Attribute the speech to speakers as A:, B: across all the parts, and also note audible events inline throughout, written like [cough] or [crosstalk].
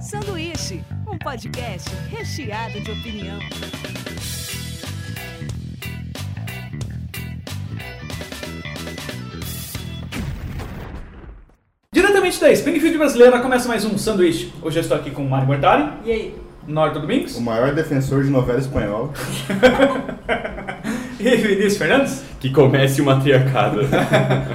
A: Sanduíche, um podcast recheado de opinião.
B: Diretamente da Springfield Brasileira, começa mais um Sanduíche. Hoje eu estou aqui com o Mário Mortari,
C: E aí?
B: Norton Domingos
D: O maior defensor de novela espanhola.
B: e Vinícius Fernandes.
E: Que comece o
B: [laughs]
E: matriarcado.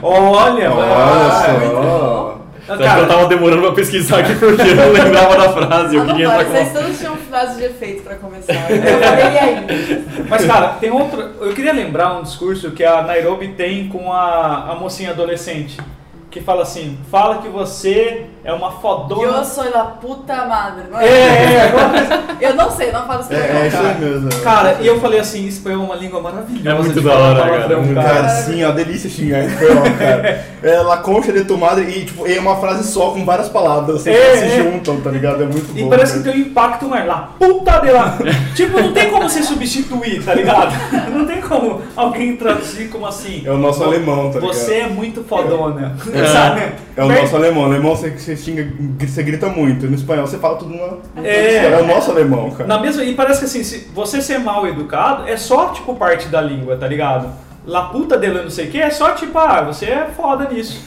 B: Olha,
D: Olha
B: só.
E: Tanto que eu tava demorando pra pesquisar aqui porque eu não lembrava da frase. Eu
C: ah, não,
E: queria
C: para,
E: entrar tá com
C: vocês
E: uma...
C: todos tinham frases de efeito pra começar. Eu falei, e aí?
B: Mas, cara, tem outro. Eu queria lembrar um discurso que a Nairobi tem com a, a mocinha adolescente. Que fala assim: fala que você é uma
C: Eu
B: fodona.
C: sou la puta madre. Não
B: É, é, é, agora-
C: Eu não sei, não falo
D: só. É,
C: espanhol.
D: é isso aí mesmo. né?
B: Cara, e eu falei assim: espanhol é uma língua maravilhosa.
E: É muito
B: de
E: da
B: falar
E: hora,
B: palavrão,
E: cara.
D: Cara, sim, é uma delícia xingar espanhol, cara. É La Concha de Tomada e, tipo, é uma frase só com várias palavras assim,
B: É,
D: que se
B: é.
D: juntam, tá ligado? É muito
B: E
D: bom.
B: parece que
D: cara.
B: tem um impacto maior lá. Puta de
D: [laughs]
B: lá. tipo, não tem como você substituir, tá ligado? [laughs] Não tem como alguém traduzir como assim.
D: É o nosso alemão, tá ligado?
B: Você é muito fodona. [laughs]
E: É.
B: Sabe?
D: É o
B: Per-
D: nosso alemão. Alemão você, você xinga, você grita muito. No espanhol você fala tudo na.
B: É.
D: É o nosso alemão, cara.
B: Na mesma, e parece que assim, se você ser mal educado é só tipo parte da língua, tá ligado? La puta de lá não sei o que é só tipo, ah, você é foda
D: [laughs]
B: nisso.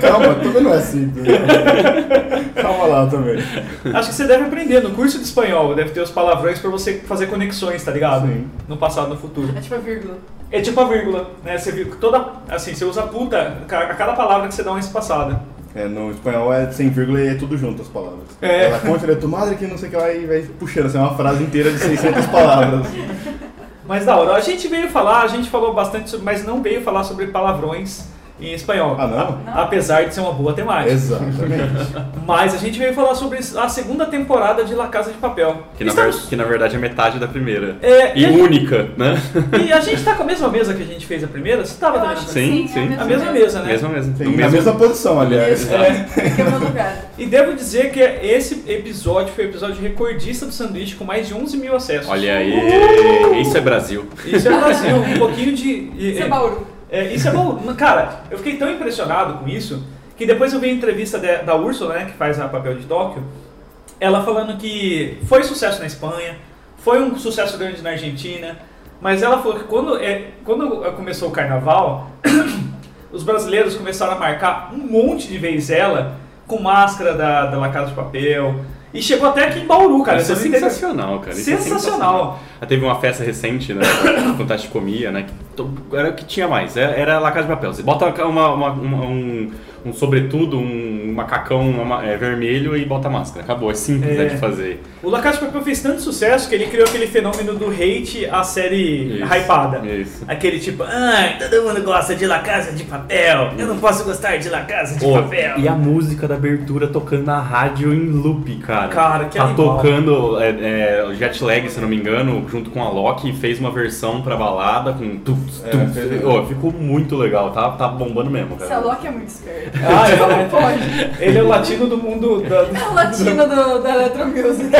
D: Calma, tudo não é assim.
B: [laughs]
D: tá ligado? Calma lá também.
B: Acho que você deve aprender no curso de espanhol, deve ter os palavrões pra você fazer conexões, tá ligado?
D: Sim.
B: No passado, no futuro.
C: É tipo a vírgula.
B: É tipo a vírgula, né? Você viu que toda. Assim, você usa puta a cada palavra que você dá uma espaçada.
D: É, no espanhol é sem vírgula e é tudo junto as palavras.
B: É.
D: Ela conta, ele é tu madre que não sei o que lá e vai puxando, assim, é uma frase inteira de 600 palavras.
B: Mas da hora, a gente veio falar, a gente falou bastante sobre, mas não veio falar sobre palavrões em espanhol.
D: Ah, não?
C: Não.
B: Apesar de ser uma boa temática.
D: Exatamente.
B: Mas a gente veio falar sobre a segunda temporada de La Casa de Papel.
E: Que na,
B: Estamos-
E: ver- que na verdade é metade da primeira.
B: É,
E: E
B: é-
E: única, né?
B: E a gente tá com a mesma mesa que a gente fez a primeira? Você tava também?
C: Eu acho que
B: na-
E: Sim,
C: é
E: sim.
B: A mesma mesa, né?
E: Mesmo mesmo.
D: Tem
E: No
D: na
E: mesmo-
D: mesma posição, aliás.
C: Isso, é. Fica no lugar.
B: E devo dizer que esse episódio foi o episódio recordista do sanduíche com mais de 11 mil acessos.
E: Olha aí,
B: Uh!
E: isso é Brasil.
B: Isso é Brasil, um pouquinho de. e-
C: Isso é Bauru.
B: É, isso é bom. Mas, Cara, eu fiquei tão impressionado com isso que depois eu vi a entrevista de- da Ursula, né, que faz a papel de Tóquio, ela falando que foi sucesso na Espanha, foi um sucesso grande na Argentina, mas ela falou que quando, é, quando começou o carnaval, [coughs] os brasileiros começaram a marcar um monte de vez ela com máscara da, da La Casa de Papel. E chegou até aqui em Bauru, cara.
E: isso é
B: Você não entendeu?
E: sensacional, cara. isso é
B: Sensacional.
E: Ah, Teve uma festa recente, né? [coughs] Fantástico Comia, né? que to- era o que tinha mais. Era, era La Casa de Papel. Você bota uma- uma- uma- um, um sobretudo, um macacão uma- é, vermelho e bota máscara. Acabou. É simples
B: É.
E: né, de fazer.
B: O La Casa de Papel fez tanto sucesso que ele criou aquele fenômeno do hate à série
E: Isso,
B: hypada. [laughs]
E: Isso.
B: Aquele tipo, ah, todo mundo gosta de La Casa de Papel, eu não posso gostar de La Casa de
E: Pô,
B: Papel.
E: e a música da abertura tocando na rádio em loop, cara.
B: Cara, que
E: Tá
B: animal.
E: tocando é, é, o Jet Lag, se não me engano, junto com a Loki, fez uma versão pra balada com tuts,
D: É,
E: tuts.
D: fez-
E: Ô, ficou muito legal, tá, tá bombando mesmo,
C: Esse é
E: cara.
C: Loki é muito esperto.
B: Ah,
C: Como
B: é,
C: pode?
B: ele é o latino do mundo. da-
C: É o latino do, da Electro Music.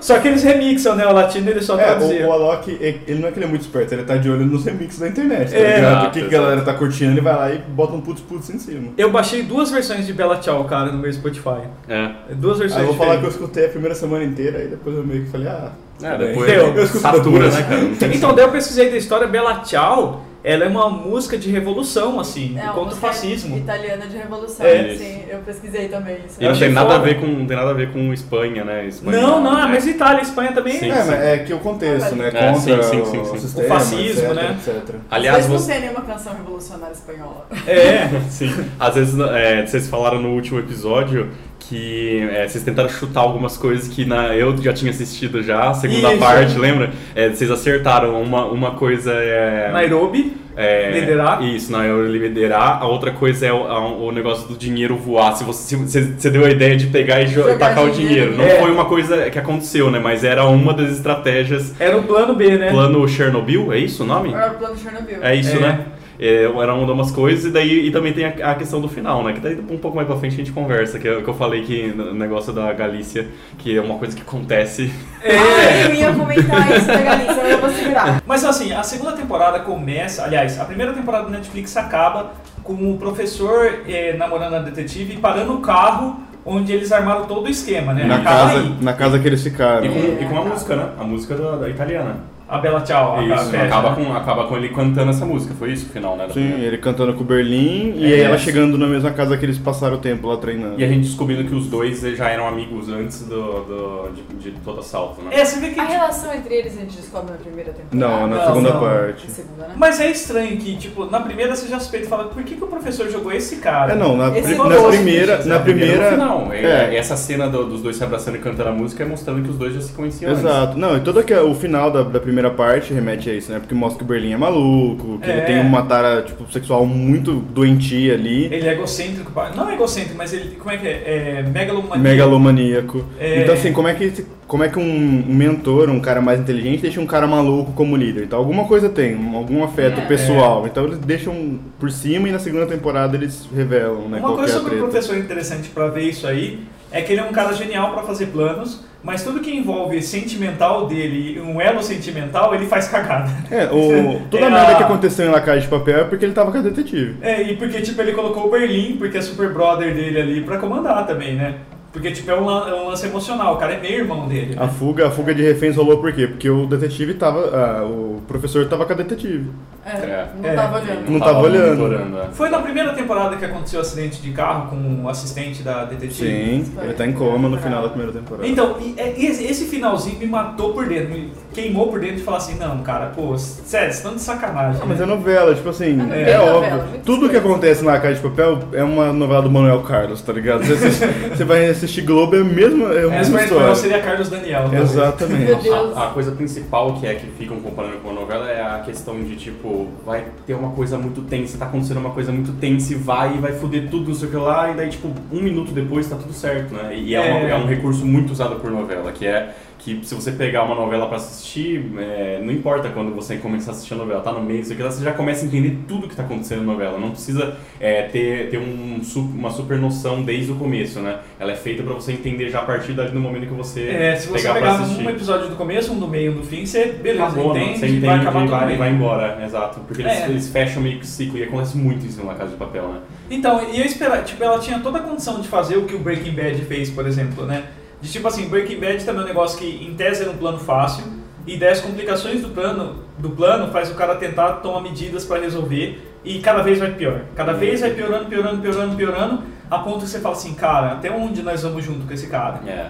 B: Só que eles remixam, né? O latino ele só
D: É,
B: traduzia.
D: o, o Alok, ele ele não é que ele é muito esperto, ele tá de olho nos remixes da internet, tá
B: É.
D: ligado?
E: Exato,
D: o que, que
E: exato.
D: a galera tá curtindo, ele vai lá e bota um putz putz em cima.
B: Eu baixei duas versões de Bella Tchau, cara, no meu Spotify.
E: É.
B: Duas versões
D: Aí eu vou falar que eu
B: diferentes.
D: escutei a primeira semana inteira, aí depois eu meio que falei, ah.
E: É,
D: tudo bem.
E: depois
B: Deu.
D: Eu escuto
E: satura,
D: depois.
E: né, cara? Não tem-
B: Então, daí eu pesquisei da história Bella Tchau. Ela é uma música de revolução, assim,
C: É uma
B: contra o
C: música
B: fascismo.
C: Italiana de revolução.
B: É.
C: Sim, eu pesquisei também isso.
E: E
B: Eu
E: não
B: achei
E: tem nada, a
B: foda.
E: ver com, não tem nada a ver com Espanha, né? Espanha,
B: Não, não, é,
E: né?
B: mas Itália e Espanha também.
E: Sim.
D: É, mas é que o contexto, né? Contra
E: É, sim, sim, sim, sim.
D: o
E: O
D: sistema,
B: fascismo,
D: etc,
B: né?
D: etc.
E: Aliás,
C: Mas não
E: você...
C: tem nenhuma canção revolucionária espanhola.
B: É.
E: Sim. Às vezes, é, vocês falaram no último episódio que é, vocês tentaram chutar algumas coisas que na, eu já tinha assistido já, a segunda
B: Isso.
E: parte, lembra? É, vocês acertaram. Uma, uma coisa é...
B: Nairobi.
E: É,
B: Liderar?
E: Isso, na Euro liderar. A outra coisa é o, a- o negócio do dinheiro voar. Se você, se você, você deu a ideia de pegar e jo-
C: Jogar
E: tacar o
C: dinheiro.
E: dinheiro. Não
B: É.
E: foi uma coisa que aconteceu, né? Mas era uma das estratégias.
B: Era o plano B, né?
E: Plano Chernobyl, é isso o nome?
C: Era o plano de Chernobyl.
E: É isso,
B: É.
E: né? É, era uma das coisas, e daí e também tem a, a questão do final, né? Que daí um pouco mais pra frente a gente conversa, que eu, que eu falei que no negócio da Galícia, que é uma coisa que acontece.
C: Ah, eu ia comentar isso da Galícia, eu vou segurar.
B: Mas assim, a segunda temporada começa, aliás, a primeira temporada do Netflix acaba com o professor eh, namorando a detetive e parando o carro onde eles armaram todo o esquema, né?
D: Na
B: Acaba
D: casa,
B: aí.
D: na casa que eles ficaram.
E: É, E com, e com a música, né? A música da, da italiana.
B: A Bela Tchau. a- a
E: É isso,
B: festa,
E: acaba,
B: né?
E: com, acaba com ele cantando essa música, foi isso o final, né? da
D: Sim,
E: primeira.
D: ele cantando com o Berlim e
E: É,
D: aí ela
E: sim.
D: chegando na mesma casa que eles passaram o tempo lá treinando.
E: E a gente descobrindo que os dois eh, já eram amigos antes do, do- de, de todo assalto, né?
B: É, você vê que.
C: A relação entre eles a gente descobre na primeira temporada.
D: Não, na
B: Não,
D: segunda
B: não.
D: parte.
C: Na segunda, né?
B: Mas é estranho que, tipo, na primeira você já suspeita e fala, por que, que o professor jogou esse cara?
D: É não, na, pri-
C: Esse é o
D: na
C: gosto,
D: primeira.
B: gente,
D: Na
B: essa
D: primeira.
E: Não,
D: é.
E: essa cena do- dos dois se abraçando e cantando a música é mostrando que os dois já se conheciam antes.
D: Exato. Não, e todo aquele- o final da, da primeira parte remete a isso, né? Porque mostra que o Berlim é maluco, que
B: É.
D: ele tem uma tara tipo, sexual muito doentia ali,
B: Ele é egocêntrico, pá. não é egocêntrico, mas ele, como é que é? É megalomaníaco.
D: megalomaníaco.
B: É.
D: Então assim, como é que esse- como é que um um mentor, um cara mais inteligente, deixa um cara maluco como líder? Então alguma coisa tem, um- algum afeto pessoal. Então eles deixam por cima e na segunda temporada eles revelam, né?
B: Uma
D: qual que
B: coisa
D: é a
B: sobre o
D: treta.
B: professor interessante pra ver isso aí é que ele é um cara genial pra fazer planos, mas tudo que envolve sentimental dele e um elo sentimental, ele faz cagada. [laughs]
D: É, o, toda
B: É
D: a merda
B: a-
D: que aconteceu em La Casa de Papel é porque ele tava com a detetive.
B: É, e porque, tipo, ele colocou o Berlim, porque é super brother dele ali, pra comandar também, né? Porque, tipo, é um, lan- é um lance emocional, o cara é meio irmão dele.
D: A fuga, a fuga de reféns rolou por quê? Porque o detetive tava. ah, o professor tava com a detetive.
C: É, não
B: É.
C: tava
E: Ele
C: olhando.
D: Não tava olhando.
E: monitorando, é.
B: Foi na primeira temporada que aconteceu o acidente de carro com o assistente da detetive?
D: Sim, ele tá em coma no final da primeira temporada.
B: Então, e- e- esse esse finalzinho me matou por dentro, me queimou por dentro de falar assim, não, cara, pô, sério, vocês estão de sacanagem. né?"
D: Ah, mas é novela, tipo assim,
C: Ah,
D: é,
C: é novela,
D: óbvio.
C: muitas
D: Tudo que
C: coisas.
D: acontece na Casa de Papel é uma novela do Manuel Carlos, tá ligado? Você,
C: [laughs]
D: assiste- você vai assistir Globo, é a mesma, é a
B: Mas
D: mesma
B: o espanhol
D: história.
B: seria Carlos Daniel.
E: né?
B: talvez.
C: Meu
D: Exatamente.
C: Deus.
E: A, a coisa principal que é que ficam comparando com a novela é a questão de, tipo, vai ter uma coisa muito tensa, tá acontecendo uma coisa muito tensa e vai, e vai foder tudo, não sei o que lá, e daí, tipo, um minuto depois tá tudo certo, né? E é, uma-
B: É.
E: é um recurso muito usado por novela, que é que se você pegar uma novela pra assistir, é, não importa quando você começar a assistir a novela, tá no meio, não sei o que lá, você já começa a entender tudo que tá acontecendo na novela, não precisa é, ter, ter um su- uma super noção desde o começo, né? Ela é feita pra você entender já a partir dali do momento que você
B: [laughs] É, se você
E: pegar
B: pegar,
E: pra assistir.
B: um episódio do começo, um do meio, um do fim, você, beleza,
E: Acabou, não.
B: entende,
E: Você entende,
B: vai acabar
E: e
B: tudo
E: vai,
B: bem.
E: vai embora, exato. Porque eles,
B: É.
E: eles fecham meio que o ciclo e acontece muito isso na Casa de Papel, né?
B: Então, e eu esperava, tipo, ela tinha toda a condição de fazer o que o Breaking Bad fez, por exemplo, né? De tipo assim, Breaking Bad também é um negócio que em tese era um plano fácil, e daí as complicações do plano, do plano faz o cara tentar tomar medidas pra resolver, e cada vez vai pior. Cada vez vai piorando, piorando, piorando, piorando, a ponto que você fala assim, cara, até onde nós vamos junto com esse cara?
E: É.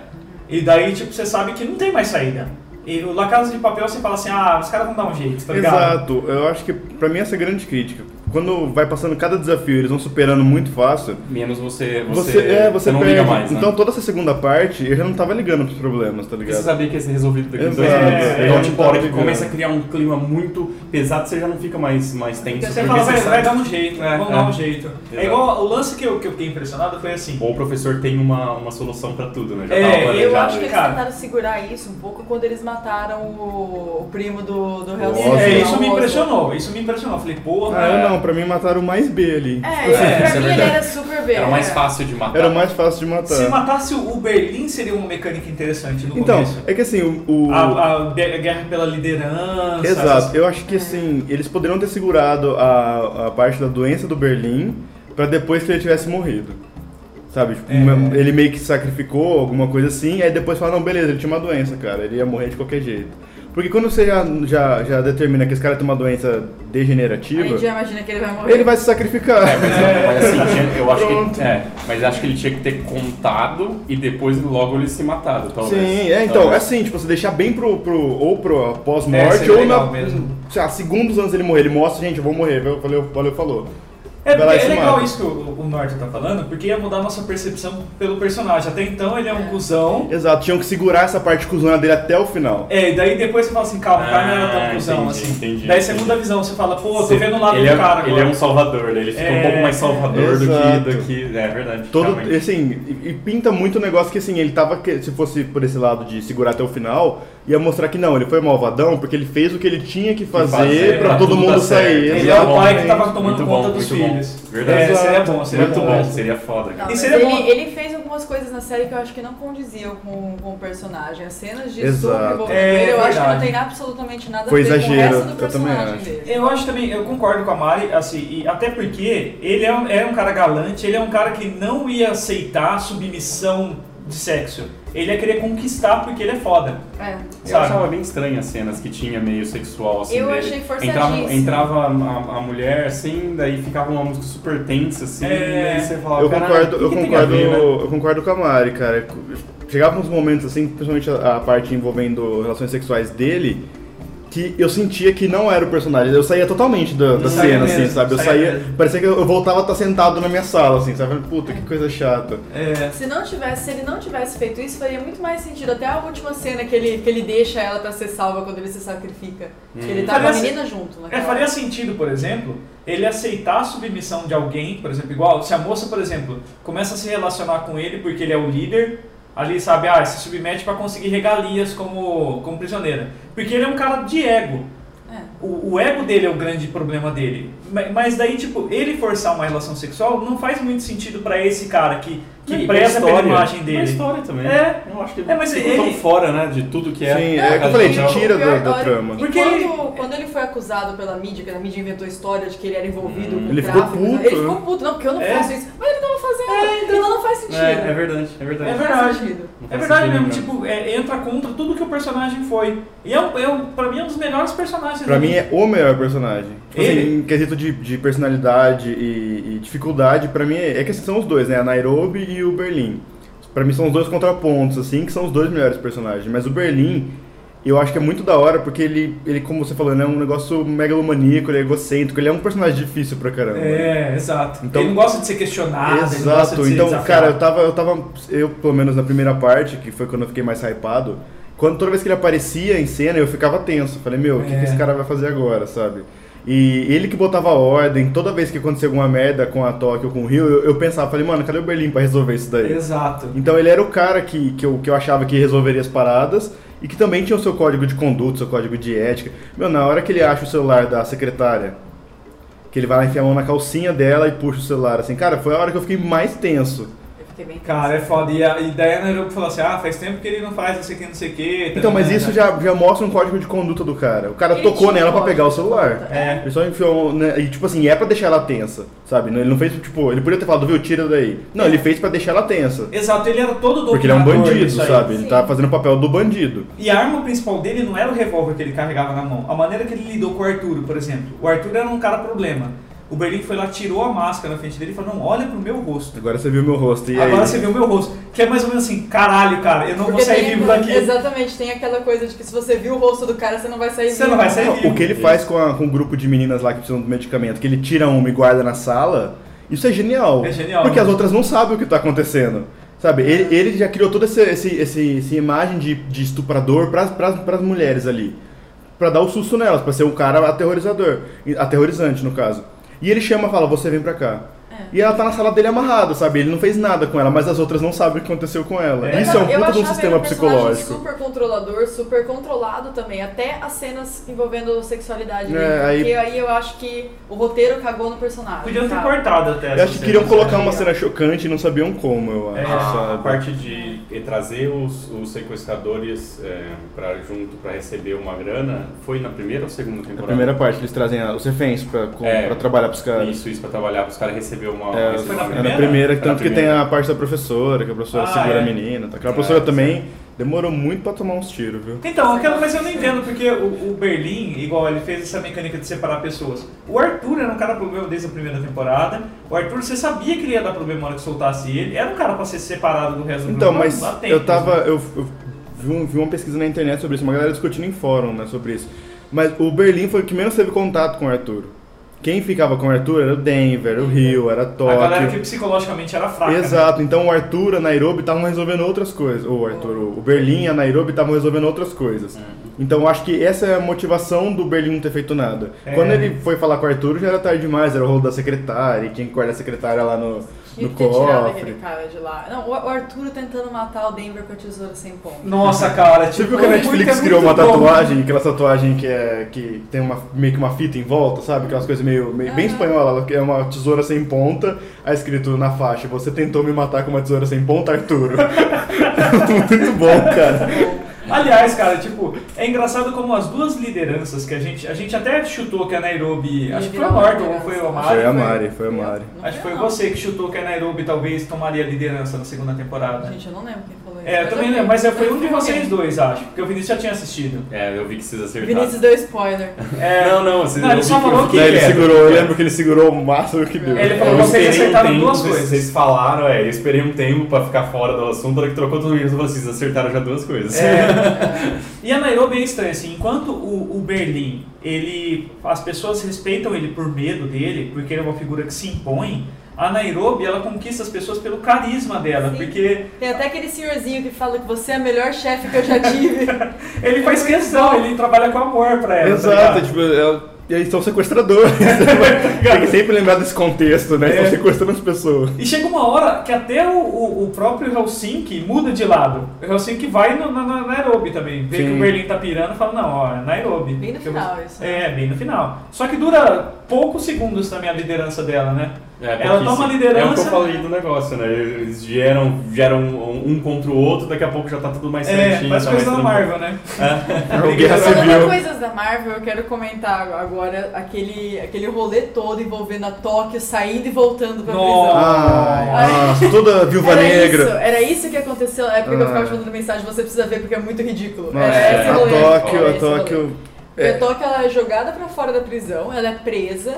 B: E daí, tipo, você sabe que não tem mais saída. E o La Casa de Papel, você fala assim, ah, os caras vão dar um jeito, tá ligado?
D: Exato. Eu acho que pra mim essa é a grande crítica. Quando vai passando cada desafio, eles vão superando muito fácil.
E: Menos você. Você,
D: Você, é, você
E: não
D: perde.
E: liga mais.
D: Então
E: né?
D: toda essa segunda parte eu já não tava ligando pros problemas, tá
E: Porque você
D: ligado?
E: sabia que ia ser resolvido daqui a dois
D: Exato.
E: minutos.
B: É,
E: então,
D: é,
E: tipo,
D: tá
E: a hora que
D: ligado.
E: começa a criar um clima muito pesado, você já não fica mais, mais tenso.
B: Você
E: porque
B: fala,
E: você
B: vai,
E: sabe
B: vai dar um jeito,
E: É,
B: vão
E: é.
B: dar um jeito. É
E: Exato.
B: igual, o lance que eu, que eu fiquei impressionado foi assim.
E: Ou tipo, o professor tem uma, uma solução pra tudo, né? Já
B: É,
E: tava
B: eu
E: planejado.
B: acho
C: Acho que eles
B: Cara.
C: tentaram segurar isso um pouco quando eles mataram o, o primo do, do Hell's
D: Oswald.
B: É,
D: Óbvio.
B: isso me impressionou, isso me impressionou. Eu falei, pô,
D: Ah, eu não, pra mim mataram mais B ali.
C: É, é,
E: isso é
C: pra mim ele
E: verdade.
C: era super bem.
E: Era mais
C: é.
E: fácil de matar.
D: Era o mais fácil de matar.
B: se matasse o Berlim seria uma mecânica interessante no
D: Então,
B: começo. Ah,
D: é que assim, o. o-
B: A, a be- a guerra pela liderança.
D: Exato,
B: essas-
D: eu acho que assim, eles poderiam ter segurado a, a parte da doença do Berlim pra depois que ele tivesse morrido. Sabe? Tipo, uma- Ele meio que sacrificou alguma coisa assim, aí depois fala, não, beleza, ele tinha uma doença, cara, ele ia morrer de qualquer jeito. Porque quando você já, já, já determina que esse cara tem uma doença
C: A gente já
D: degenerativa,
C: imagina que ele vai morrer.
D: ele vai se sacrificar. [laughs]
E: É, mas, mas assim, tinha- eu acho
D: Pronto.
E: que. É, mas acho que ele tinha que ter contado e depois logo ele se matado, talvez.
D: Sim, é, então, é
E: Talvez.
D: assim, tipo, você deixar bem pro, pro ou pro
B: É,
D: pós-morte,
B: seria
D: ou
B: legal
D: na,
B: mesmo.
D: sei lá, segundos antes dele morrer, ele mostra, gente, eu vou morrer, valeu, valeu, falou.
B: É,
D: Vai lá e
B: porque é
D: se
B: legal
D: mata.
B: isso que o, o Norte tá falando, porque ia mudar nossa percepção pelo personagem. Até então ele é um cuzão.
D: Exato, tinham que segurar essa parte cuzona dele até o final.
B: É, e daí depois você fala assim, calma, o cara não era
E: Ah,
B: tão cuzão
E: entendi,
B: assim.
E: entendi,
B: daí
E: entendi.
B: você muda a visão, você fala, pô, tô
E: Você-
B: vendo o lado
E: ele
B: do
E: é,
B: cara
E: Ele
B: agora.
E: é um salvador, né? ele fica
B: É,
E: um pouco mais salvador do
D: exato.
E: que, do que. É verdade.
D: Todo,
E: realmente.
D: assim, e, e pinta muito o negócio que assim, ele tava, que- se fosse por esse lado de segurar até o final, ia mostrar que não, ele foi malvadão porque ele fez o que ele tinha que fazer,
E: fazer
D: pra
E: pra
D: todo
E: tudo
D: mundo
E: dar
D: sair.
E: certo.
B: Ele é o pai que
D: Exatamente.
B: tava tomando
E: Muito
B: conta
E: bom,
B: dos
E: muito bom.
B: filhos.
E: Verdade.
B: É, seria bom, seria
E: Muito bom, seria foda.
C: Não,
E: cara.
B: E
C: mas
B: seria
C: ele,
B: bom-
C: ele fez algumas coisas na série que eu acho que não condiziam com, com o personagem. As cenas de
D: Exato.
C: estupro envolvendo
B: É,
C: ele, eu acho que
B: verdade.
C: não tem absolutamente nada
D: Foi
C: a ver
D: exagero,
C: com o resto do
D: eu também
C: personagem
D: acho.
C: dele.
B: Eu acho também, eu concordo com a Mari, assim, e até porque ele é um, é um cara galante, ele é um cara que não ia aceitar submissão de sexo. Ele ia querer conquistar porque ele é foda.
C: É.
E: Eu
B: Sabe?
E: achava bem estranha as cenas que tinha meio sexual assim.
C: Eu
E: dele.
C: achei
E: Entrava,
C: forçadíssimo.
E: entrava a, a- a mulher assim, daí ficava uma música super tensa assim,
B: É.
E: e aí você falava,
D: Eu
E: "Caralho,
D: concordo,
E: o que
D: eu
E: que tem a
D: concordo,
E: ver, né?"
D: eu concordo com a Mari, cara. Chegava uns momentos assim, principalmente a, a parte envolvendo relações sexuais dele, que eu sentia que não era o personagem. Eu saía totalmente da, da
B: Não saía
D: cena,
B: mesmo,
D: assim, sabe? Eu
B: saía
D: saía,
B: mesmo.
D: parecia que eu eu voltava a estar sentado na minha sala, assim, sabe? Puta, que coisa chata.
B: É.
C: Se, não tivesse, se ele não tivesse feito isso, faria muito mais sentido. Até a última cena que ele, que ele deixa ela pra ser salva quando ele se sacrifica. Que ele tá com a
B: Parece-
C: menina junto.
B: É,
C: naquela-
B: faria sentido, por exemplo, ele aceitar a submissão de alguém, por exemplo, igual se a moça, por exemplo, começa a se relacionar com ele porque ele é o líder, ali sabe, ah, se submete pra conseguir regalias como, como prisioneira. Porque ele é um cara de ego.
C: É.
B: O, o ego dele é o grande problema dele. Ma- Mas daí, tipo, ele forçar uma relação sexual não faz muito sentido pra esse cara que, que
E: E
B: preza
E: pra
B: pela
E: história,
B: imagem
E: pra
B: dele.
E: história também.
B: É.
E: eu acho que
B: É, mas
E: ficou tão
B: ele-
E: fora, né, de tudo que é.
D: Sim,
E: a
D: é,
E: casa
D: que eu falei,
E: de
D: te
E: papel.
D: tira da,
C: Pior,
D: da
C: olha,
D: trama.
C: E
B: Porque
C: quando, quando ele foi acusado pela mídia, que a mídia inventou a história de que ele era envolvido com
D: Hum. ele ficou
C: tráfico,
D: puto,
C: ele
D: né?
C: ficou puto, não, porque eu não
B: É.
C: faço isso. Mas ele tava fazendo, então não faz sentido.
E: É, é verdade, é verdade.
B: É
C: Não faz
B: verdade.
C: sentido.
E: Não
B: É
E: faz
B: verdade
E: sentido
B: mesmo,
E: nenhum.
B: tipo, é- entra contra tudo que o personagem foi. E é, um- é um- pra mim é um dos melhores personagens.
D: Pra
B: né?
D: mim é o melhor personagem. Tipo assim,
B: Ele?
D: em quesito de, de personalidade e, e dificuldade, pra mim é, é que são os dois, né? A Nairobi e o Berlim. Pra mim são os dois contrapontos, assim, que são os dois melhores personagens. Mas o Berlim, eu acho que é muito da hora, porque ele, ele como você falou, né? É um negócio megalomaníaco, ele é egocêntrico, ele é um personagem difícil pra caramba.
B: É, exato.
D: Então-
B: ele não gosta de ser questionado. ele gosta de
D: Exato,
B: ser
D: então,
B: desafiado.
D: cara, eu tava, eu tava, eu pelo menos na primeira parte, que foi quando eu fiquei mais hypado, quando toda vez que ele aparecia em cena, eu ficava tenso. Falei, meu, o que,
B: É.
D: que esse cara vai fazer agora, sabe? E ele que botava ordem, toda vez que acontecia alguma merda com a Tóquio ou com o Rio, eu, eu pensava, falei, mano, cadê o Berlim pra resolver isso daí?
B: Exato.
D: Então ele era o cara que, que, eu, que eu achava que resolveria as paradas e que também tinha o seu código de conduta, seu código de ética. Meu, na hora que ele acha o celular da secretária, que ele vai lá enfiar a mão na calcinha dela e puxa o celular, assim, cara, foi a hora que eu fiquei mais tenso.
C: Eu fiquei bem
B: Cara, é foda. E, a, e daí a Nairobi falou assim: ah, faz tempo que ele não faz não sei o que, não sei o que. tá
D: Então, mas isso já, já mostra um código de conduta do cara. O cara
C: Ele
D: tocou
C: tinha um
D: nela pra
C: código
D: pegar o
C: de
D: celular.
C: conduta.
B: É.
D: Ele só enfiou, né, e tipo assim, é pra deixar ela tensa, sabe? Ele não fez, tipo, ele podia ter falado, viu, tira daí. Não,
C: É.
D: ele fez pra deixar ela tensa.
B: Exato, ele era todo doutrinador.
D: Porque ele é um bandido,
B: disso aí.
D: sabe? Ele
C: Sim.
D: tá fazendo o papel do bandido.
B: E a arma principal dele não era o revólver que ele carregava na mão. A maneira que ele lidou com o Arturo, por exemplo. O Arturo era um cara problema. O Berlim foi lá, tirou a máscara na frente dele e falou: não, olha pro meu rosto.
D: Agora você viu meu rosto. E aí?
B: Agora você vê o meu rosto. Que é mais ou menos assim: caralho, cara, eu não
C: Porque
B: vou sair
C: tem- um-
B: vivo daqui.
C: Exatamente, tem aquela coisa de que se você viu o rosto do cara, você não vai sair
B: Você
C: vivo.
B: não vai sair
D: Não,
B: vivo.
D: o que ele faz com, a- com o grupo de meninas lá que precisam do medicamento, que ele tira uma e guarda na sala, isso é genial.
B: É genial,
D: Porque
B: né?
D: as outras não sabem o que tá acontecendo. Sabe, ele, ele já criou toda essa, esse, esse- essa imagem de, de estuprador pras, pras, pras mulheres ali. Pra dar o susto nelas, pra ser um cara aterrorizador. e- Aterrorizante, no caso. E ele chama e fala, você vem pra cá.
C: É.
D: E ela tá na sala dele amarrada, sabe? Ele não fez nada com ela, mas as outras não sabem o que aconteceu com ela.
B: É.
D: Isso é um
C: Eu
D: puta de um
C: achava
D: sistema
C: ele um personagem
D: psicológico.
C: super controlador, super controlado também. Até as cenas envolvendo sexualidade.
D: É,
C: dele,
D: aí-
C: Porque aí eu acho que o roteiro cagou no personagem.
B: Podiam ter
C: sabe?
B: cortado até.
D: Eu
B: essa
D: acho que
B: cena,
D: queriam
B: sabe?
D: colocar uma cena chocante e não sabiam como, eu acho.
B: É,
E: A
D: sabe?
E: parte de eh, trazer os, os sequestradores é, para junto para receber uma grana foi na primeira ou segunda
D: Na
E: temporada?
D: primeira parte, eles trazem a- os reféns pra, com,
E: É.
D: pra trabalhar pros caras.
E: Isso, isso pra trabalhar, os caras receber uma.
D: É,
E: receber
B: foi na
E: uma
D: é na
E: grana.
D: primeira,
E: Foi na
D: tanto que tem
E: primeira.
D: a parte da professora, que a professora
B: Ah,
D: segura
B: é.
D: a menina. tá? Aquela
E: É,
D: professora
E: sim.
D: também demorou muito pra tomar uns tiros, viu?
B: Então, eu quero- mas eu não entendo porque o, o Berlim, igual ele fez essa mecânica de separar pessoas. O Arthur era um cara problema desde a primeira temporada. O Arthur, você sabia que ele ia dar problema na hora que soltasse ele. Era um cara pra ser separado do resto do
D: Então,
B: grupo,
D: mas
B: há tempos,
D: eu tava.
B: né?
D: Eu, eu vi, um- vi uma pesquisa na internet sobre isso, uma galera discutindo em fórum né, sobre isso. Mas o Berlim foi o que menos teve contato com o Arthur. Quem ficava com o Arthur era o Denver, era o Rio, era
B: A galera que
D: Tóquio.
B: psicologicamente era fraca. né?
D: Exato, então o Arthur e a Nairobi estavam resolvendo outras coisas. O Arthur, o Berlim e a Nairobi estavam resolvendo outras coisas.
B: Uhum.
D: Então eu acho que essa é a motivação do Berlim não ter feito nada.
B: É.
D: Quando ele foi falar com o Arthur, já era tarde demais, era o rolo da secretária, e tinha que guardar a secretária lá no,
C: que
D: No
C: ter tirado
D: cofre.
C: aquele cara de lá. Não, o o Arturo tentando matar o Denver com a tesoura sem ponta.
B: Nossa, cara,
D: Você
B: tipo,
D: viu que a
B: muito- é
D: Netflix
B: muito
D: criou uma
B: bom.
D: tatuagem, aquela tatuagem que, é, que tem uma, meio que uma fita em volta, sabe? Aquelas coisas meio, meio- bem
B: Ah.
C: Aham.
D: espanhola, que é uma tesoura sem ponta, aí escrito na faixa, você tentou me matar com uma tesoura sem ponta, Arturo. [laughs] Muito bom, cara.
B: Aliás, cara, tipo, é engraçado como as duas lideranças que a gente. A gente até chutou que a Nairobi.
C: E
B: Acho que foi
C: virou
B: o Norton
C: uma
B: ou foi o
C: liderança.
B: Mari.
D: Foi a Mari, foi a Mari.
C: Não
B: Acho que foi
C: não.
B: você que chutou que a Nairobi talvez tomaria a liderança na segunda temporada.
C: Gente, eu não lembro quem falou isso.
B: né? É, eu
C: mas
B: também lembro, mas é- foi um de vocês
C: [laughs] alguém.
B: dois, tá? acho. Porque o Vinícius já tinha assistido.
E: É, eu vi que vocês acertaram.
C: Vinícius deu spoiler.
B: É,
E: Não, não, vocês
B: Não,
E: eu
B: ele
E: vi
B: só
E: que eu
B: falou
E: fiquei
B: que- é?
D: Daí ele
E: quieto.
D: segurou, eu lembro que ele segurou o máximo que deu.
B: Ele falou,
E: Eu
B: vocês
E: esperei um
B: acertaram
E: tempo,
B: duas
E: vocês-
B: coisas.
E: Vocês falaram, é, eu esperei um tempo pra ficar fora do assunto, na hora que trocou tudo isso, assim, vocês acertaram já duas coisas.
B: É. [laughs] E a Nairobi é estranha, assim, enquanto o, o Berlim, ele. as pessoas respeitam ele por medo dele, porque ele é uma figura que se impõe, a Nairobi ela conquista as pessoas pelo carisma dela,
C: Sim.
B: porque
C: Tem até aquele senhorzinho que fala que você é a melhor chefe que eu
B: [laughs]
C: já tive.
B: ele faz questão, ele trabalha com amor pra ela. tá
D: Exato,
B: ligado?
D: tipo, é- e eles
B: [laughs]
D: são sequestradores. Tem que sempre lembrar desse contexto, né? Estão
B: É.
D: sequestrando as pessoas.
B: E chega uma hora que até o, o, o próprio Helsinki muda de lado. O Helsinki vai no- na, na Nairobi também. Vê que
D: Sim.
B: o Berlim tá pirando e fala, não, ó, é Nairobi.
C: Bem no
B: Porque eu-
C: final, isso. né?
B: É, bem no final. Só que dura poucos segundos também a liderança dela, né? ela
E: pouquíssimo.
B: toma a liderança.
E: É o que eu falei do negócio, né? Eles geram, geram um um contra o outro, daqui a pouco já tá tudo mais
B: É,
E: certinho.
B: mas
E: tá
B: coisa da
E: mais
B: Marvel, né?
D: É o Guerra
C: Falando
D: Civil.
C: coisas da Marvel, eu quero comentar agora aquele, aquele rolê todo envolvendo a Tóquio saindo e voltando pra prisão.
D: Ai, nossa, Ah, toda viúva
C: Era
D: negra.
C: isso, era isso que aconteceu na época que eu ficava
D: Ah.
C: te mandando mensagem, você precisa ver porque é muito ridículo.
D: Nossa,
C: era esse
D: a
C: rolê.
D: Tóquio,
C: Era
D: a
C: esse é rolê.
D: Tóquio.
C: Porque a Tóquio ela é jogada pra fora da prisão, ela é presa,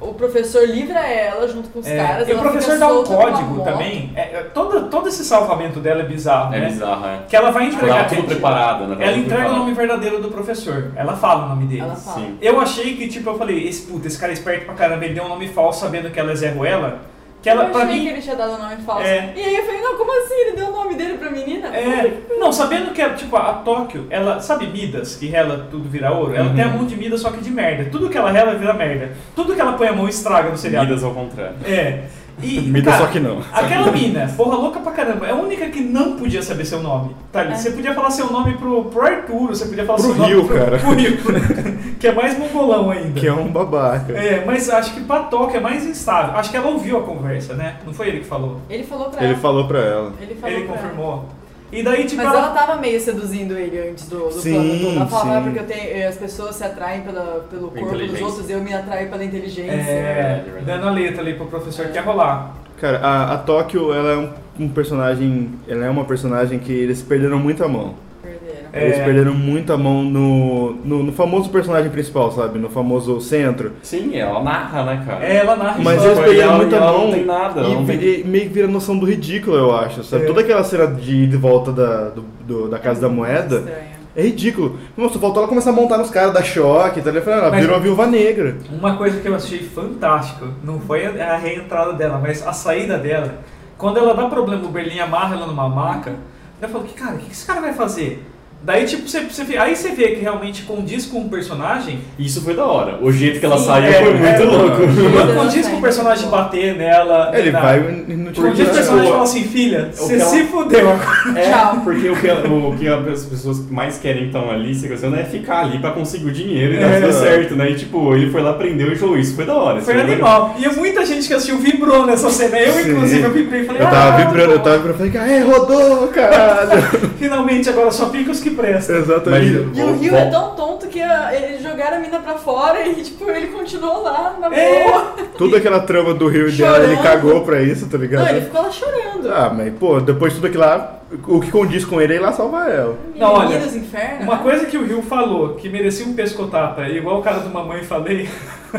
C: o professor livra ela junto com os
B: É,
C: caras.
B: e o
C: ela
B: professor
C: fica
B: dá um
C: solta com uma
B: código
C: moto.
B: também. É, é, todo, todo esse salvamento dela é bizarro,
E: É
B: né?
E: bizarro, é.
B: Que ela vai entregar.
E: Ela tava tudo preparada, né? Tava
B: Ela
E: tudo
B: entrega o
E: preparada.
B: nome verdadeiro do professor. Ela fala o nome dele.
C: Ela fala.
E: Sim.
B: Eu achei que, tipo, eu falei, esse puta, esse cara é esperto pra caramba, ele deu um nome falso sabendo que ela é Zé Ruela. Que ela,
C: eu
B: pra
C: achei que
B: mim.
C: ele tinha dado o nome falso.
B: É.
C: E aí eu falei, não, como assim? Ele deu o nome dele pra menina?
B: É, não, sabendo que, tipo, a Tóquio, ela, sabe Midas, que rela tudo vira ouro? Ela
E: Uhum.
B: tem a mão de Midas, só que de merda. Tudo que ela rela vira merda. Tudo que ela põe a mão estraga no seriado.
E: Lidas ao contrário.
B: É.
D: [laughs]
B: E,
D: Me dá
B: cara,
D: só que não.
B: Aquela mina, porra louca pra caramba, é a única que não podia saber seu nome. Tá,
C: É.
B: Você podia falar seu nome pro, pro Arturo, você podia falar
D: Pro
B: seu
D: Rio,
B: nome
D: cara.
B: pro Rio, [laughs] que é mais mongolão ainda.
D: Que é um babaca.
B: É, mas acho que pra Tóquio é mais instável. Acho que ela ouviu a conversa, né? Não foi ele que falou.
C: Ele falou pra
D: Ele
C: ela.
D: falou pra ela.
C: Ele falou
B: ele
C: pra ela.
B: confirmou. E daí, tipo,
C: Mas ela tava meio seduzindo ele antes do, do
D: Sim,
C: plano todo. Ela falava "Ah,
D: sim.
C: porque eu tenho- eh, as pessoas se atraem pela, pelo corpo dos
E: Inteligência.
C: outros, eu me atraio pela inteligência.
B: É,
E: verdade.
B: dando a letra ali pro professor que ia rolar.
D: Cara, a, a Tóquio, ela é um, um personagem. Ela é uma personagem que eles perderam muito a mão.
C: Perderam.
B: É.
D: Eles perderam muito a mão no, no, no famoso personagem principal, sabe? No famoso centro.
E: Sim, ela narra, né, cara?
B: É, ela narra
D: Mas
B: história.
D: eles perderam
E: ela-
D: muito a
E: ela não
D: mão.
E: tem nada,
D: e,
E: não tem-
D: vi- e meio que vira a noção do ridículo, eu acho. Sabe?
B: É.
D: Toda aquela cena de ida e volta da, do- do- da Casa da Moeda.
C: Estranho.
D: É ridículo. Nossa, faltou ela começar a montar nos caras, dar choque, tá ligado? Ela
B: Mas-
D: virou a viúva negra.
B: Uma coisa que eu achei fantástico, não foi a a reentrada dela, mas a saída dela. Quando ela dá problema, o Berlim amarra ela numa maca, eu falo, que cara, o que esse cara vai fazer? Daí, tipo, você, você vê- aí você vê que realmente condiz com o personagem,
E: Isso foi da hora. O jeito que ela saiu
B: é,
E: foi muito
B: é,
E: louco.
B: não
C: tá
B: condiz com o personagem bater nela.
C: É
D: Ele
B: nada.
D: vai e não te
B: Condiz com o personagem fala assim, filha, você
D: um
B: se fudeu.
D: [laughs]
E: É,
C: Tchau.
E: porque o que, o que as pessoas mais querem então ali, se você não é ficar ali pra conseguir o dinheiro e dar
B: É.
E: tudo certo, né? E tipo, ele foi lá, prendeu e falou isso. Foi da hora. isso
B: Foi animal. E muita gente que assistiu vibrou nessa cena. Eu,
D: Sim.
B: inclusive, eu vibrei e falei,
D: Eu tava
B: ah,
D: vibrando, eu tava vibrando, falei, aê, rodou,
C: [laughs]
D: caralho!
B: finalmente agora só fica os que prestam.
D: Exatamente.
E: Mas-
C: E o
E: Bom,
C: Rio
E: bom.
C: é tão tonto que a, eles jogaram a mina pra fora e, tipo, ele continuou lá na
B: É.
C: boa.
D: Toda aquela trama do Rio dela, ele
C: Chorando.
D: cagou pra isso, tá ligado?
C: Não, ele ficou lá chorando.
D: Ah, mas pô, depois tudo aquilo lá, o que condiz com ele é ir lá salvar ela.
B: Não, olha,
C: Menino dos infernos.
B: Uma coisa que o Rio falou, que merecia um pescotapa, igual o cara do Mamãe falei, [laughs]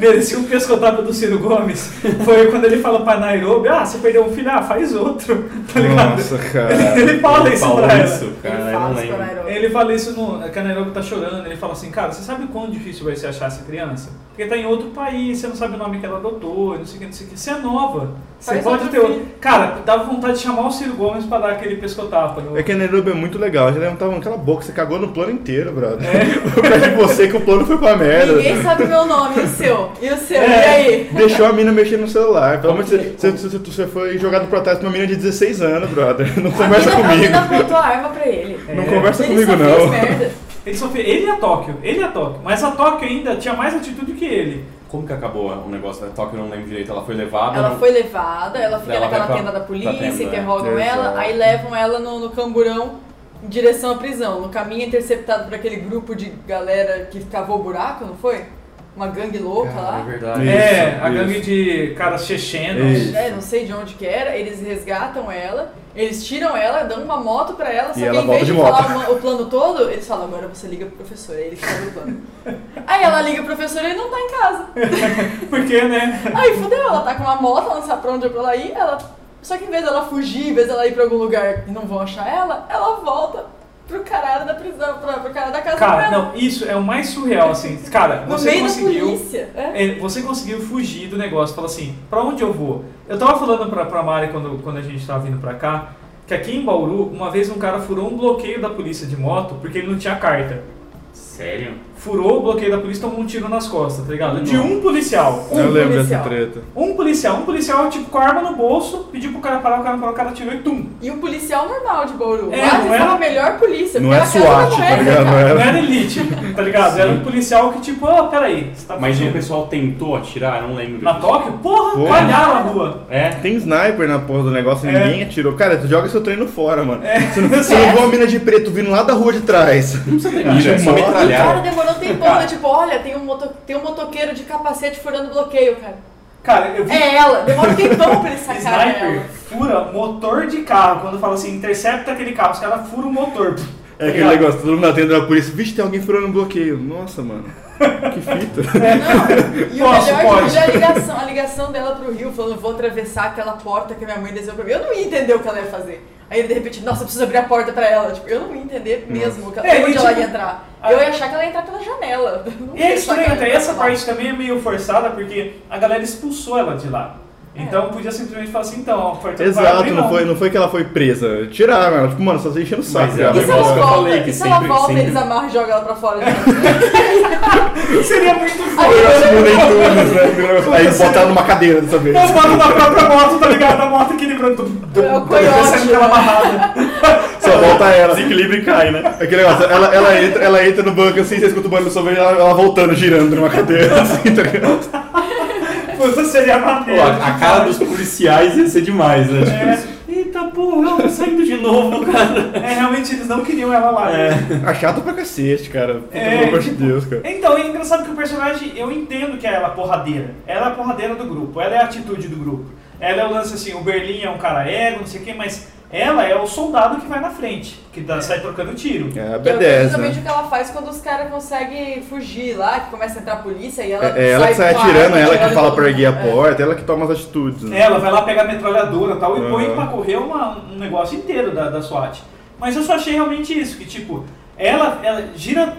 B: merecia um pescotapa do Ciro Gomes, foi quando ele fala pra Nairobi, ah, você perdeu um filho, ah, faz outro, [laughs] tá ligado?
D: Nossa, cara.
B: Ele fala isso
E: falou
B: pra ela.
E: isso,
C: Ele
E: cara, eu
C: fala
E: não
C: isso pra
E: lembro.
C: Nairobi.
B: Ele fala isso no. Que a Nairobi tá chorando, ele fala assim, cara, você sabe quão difícil vai ser achar essa criança? Porque porque tá em outro país, você não sabe o nome que ela adotou, não sei o que, não sei o que. Você é nova. Você
C: Faz
B: pode
C: outro
B: ter outro.
C: filho.
B: Cara, dava vontade de chamar o Ciro Gomes pra dar aquele pescotapa. No...
D: É que a Nairobi é muito legal, já tava aquela boca, você cagou no plano inteiro, brother. Por causa de você que [laughs] o plano foi pra merda.
C: É. Ninguém sabe o meu nome, e o seu? E o seu?
B: É.
C: E aí?
D: Deixou a mina mexer no celular. Pelo amor de Deus, você, você, você foi jogado pro trás de uma mina de 16 anos, brother. Não conversa
C: a mina, tá
D: comigo.
C: A mina apontou a arma pra ele.
D: Não
B: É.
D: conversa
C: ele
D: comigo,
C: só
D: não.
C: fez merda.
B: Ele só fez. Ele e a Tóquio, ele e a Tóquio. Mas a Tóquio ainda tinha mais atitude que ele.
E: Como que acabou o negócio da Tóquio? Eu não lembro direito. Ela foi levada.
C: Ela
E: não-
C: foi levada, ela fica
E: Ela vai
C: naquela
E: pra-
C: tenda da
E: pra
C: polícia,
D: é.
E: tenda,
C: interrogam
D: Exato.
C: ela, aí levam ela no, no camburão em direção à prisão. No caminho é interceptado por aquele grupo de galera que cavou buraco, não foi? Uma gangue louca
E: Cara,
C: lá.
E: É verdade.
D: Isso,
B: é, a
E: isso.
B: gangue de caras chechenos.
D: Isso.
C: É, não sei de onde que era, eles resgatam ela, eles tiram ela, dão uma moto pra ela, só
D: E
C: que
D: ela
C: em
D: volta
C: vez de,
D: de moto.
C: falar uma- o plano todo, eles falam, agora você liga pro professor, aí ele que sabe o plano. aí ela liga pro professor e ele não tá em casa.
B: [laughs] Porque, né?
C: Aí fudeu, ela tá com uma moto, ela não sabe pra onde é pra ela ir, ela. Só que em vez dela fugir, em vez dela ir pra algum lugar e não vão achar ela, ela volta pro caralho da prisão, pra, pro cara da casa
B: Cara,
C: dela.
B: não, isso é o mais surreal, assim. Cara,
C: no
B: você
C: meio da
B: conseguiu.
C: polícia. É.
B: É, você conseguiu fugir do negócio, fala assim, pra onde eu vou? Eu tava falando pra, pra Mari quando, quando a gente tava vindo pra cá, que aqui em Bauru, uma vez um cara furou um bloqueio da polícia de moto porque ele não tinha carta.
E: Sério?
B: Furou o bloqueio da polícia e tomou um tiro nas costas, tá ligado? De um policial.
D: Eu
C: Um
D: lembro
C: policial.
D: dessa treta.
B: Um policial, um policial, tipo, com a arma no bolso, pediu pro cara parar, o cara parou, o cara tirou e tum.
C: E um policial normal de Bauru.
B: É,
C: Lá
B: não
C: eles
B: era-
C: são a melhor polícia.
D: Não
C: porque
D: é
C: na casa da
D: SWAT, tá
C: mulher,
D: ligado? Não
C: cara.
B: Não
D: é-
B: era elite, tá ligado? Era um policial que tipo, ó, peraí, você tá
E: Mas o
B: fugindo.
E: pessoal tentou atirar, eu não lembro.
B: Na Tóquio? Porra,
D: Porra.
B: palharam a rua.
E: É?
D: Tem sniper na porra do negócio e
B: É.
D: ninguém atirou. Cara, tu joga seu treino fora, mano. Você não, você
B: É.
D: não viu a mina de preto vindo lá da rua de trás.
E: Não
D: [laughs]
E: precisa ter mira, é só
D: Morre.
C: O cara
E: metralhada.
C: demorou um tempão, né? Tipo, olha, tem um, moto... tem um motoqueiro de capacete furando bloqueio, cara.
B: Cara, eu vi
C: É ela, demora um tempão pra ele sacar
B: Sniper
C: ela.
B: fura motor de carro. Quando fala assim, intercepta aquele carro, os caras furam o motor. Tá
D: É aquele
B: Obrigado.
D: negócio, todo mundo na tenda da polícia. Vixe, tem alguém furando um bloqueio. Nossa, mano. Que fita.
B: [laughs]
C: Não, e o
B: Posso,
C: melhor é
B: pode.
C: que a ligação, a ligação dela pro Rio falando, vou atravessar aquela porta que a minha mãe desenhou pra mim. Eu não ia entender o que ela ia fazer. Aí ele de repente, nossa, eu preciso abrir a porta pra ela. Tipo, eu não ia entender mesmo que ela-
B: É, e
C: onde
B: tipo,
C: ela ia entrar.
B: a-
C: Eu ia achar que ela ia entrar pela janela. [laughs] Não
B: E é
C: ia
B: estranho,
C: sacar
B: até
C: ela
B: essa
C: pela
B: parte também é meio forçada, porque a galera expulsou ela de lá. Então podia simplesmente falar assim, então, ó, porta não vai
D: Exato,
B: abrir, [laughs]
D: não foi, não foi que ela foi presa. Tiraram ela. Tipo, mano, só você enchendo o saco.
E: Mas
D: cara.
E: ela-
C: porta. E
E: negócio que eu
C: se ela é volta,
E: falei, que
C: e se ela
E: sempre-
C: volta
E: sempre-
C: eles amarram e jogam ela
B: [laughs]
C: pra fora. né?
B: Seria muito
D: Todo
C: [laughs]
B: foda.
D: mundo em turnos, né? Primeiro- Aí botaram numa cadeira dessa vez.
B: Eu boto na própria moto, tá ligado? A moto equilibrando. Dum, dum,
C: É o
B: dum,
C: coiote.
B: saindo pela amarrada.
D: Só volta ela. É
E: Desequilíbrio e cai, né?
D: Aquele negócio, ela, ela, entra, ela entra no banco assim, você escuta o barulho do sorvete, ela, ela voltando, girando numa cadeira, [laughs] assim, tá ligado?
B: Puta, seria
E: Pô,
B: maneiro.
E: a, a cara dos policiais ia ser demais, né? Tipo,
B: É. Eita porra, ela tá saindo de novo, cara. É, realmente eles não queriam ela lá. né?
E: É.
D: Ah, chato pra cacete, cara. Puta,
B: É,
D: pelo amor de
B: tipo,
D: Deus, cara.
B: Então, é engraçado que o personagem, eu entendo que ela é porradeira. Ela é a porradeira do grupo, ela é a atitude do grupo. Ela é o lance assim, o Berlim é um cara ego, não sei o quê, mas ela é o soldado que vai na frente, que dá, sai trocando tiro.
D: É a
C: Que é
D: B10,
C: justamente
D: né?
C: o que ela faz quando os caras conseguem fugir lá, que começa a entrar a polícia e ela.
D: É é ela que sai
C: com a
D: atirando,
C: arma,
D: ela que
C: atirando
D: fala
C: todo
D: pra erguer a
C: mundo. É.
D: porta, ela que toma as atitudes. né?
B: É, Ela vai lá pegar a metralhadora e tal, e
D: Uhum.
B: põe pra correr uma- um negócio inteiro da, da SWAT. Mas eu só achei realmente isso, que tipo, ela, ela gira,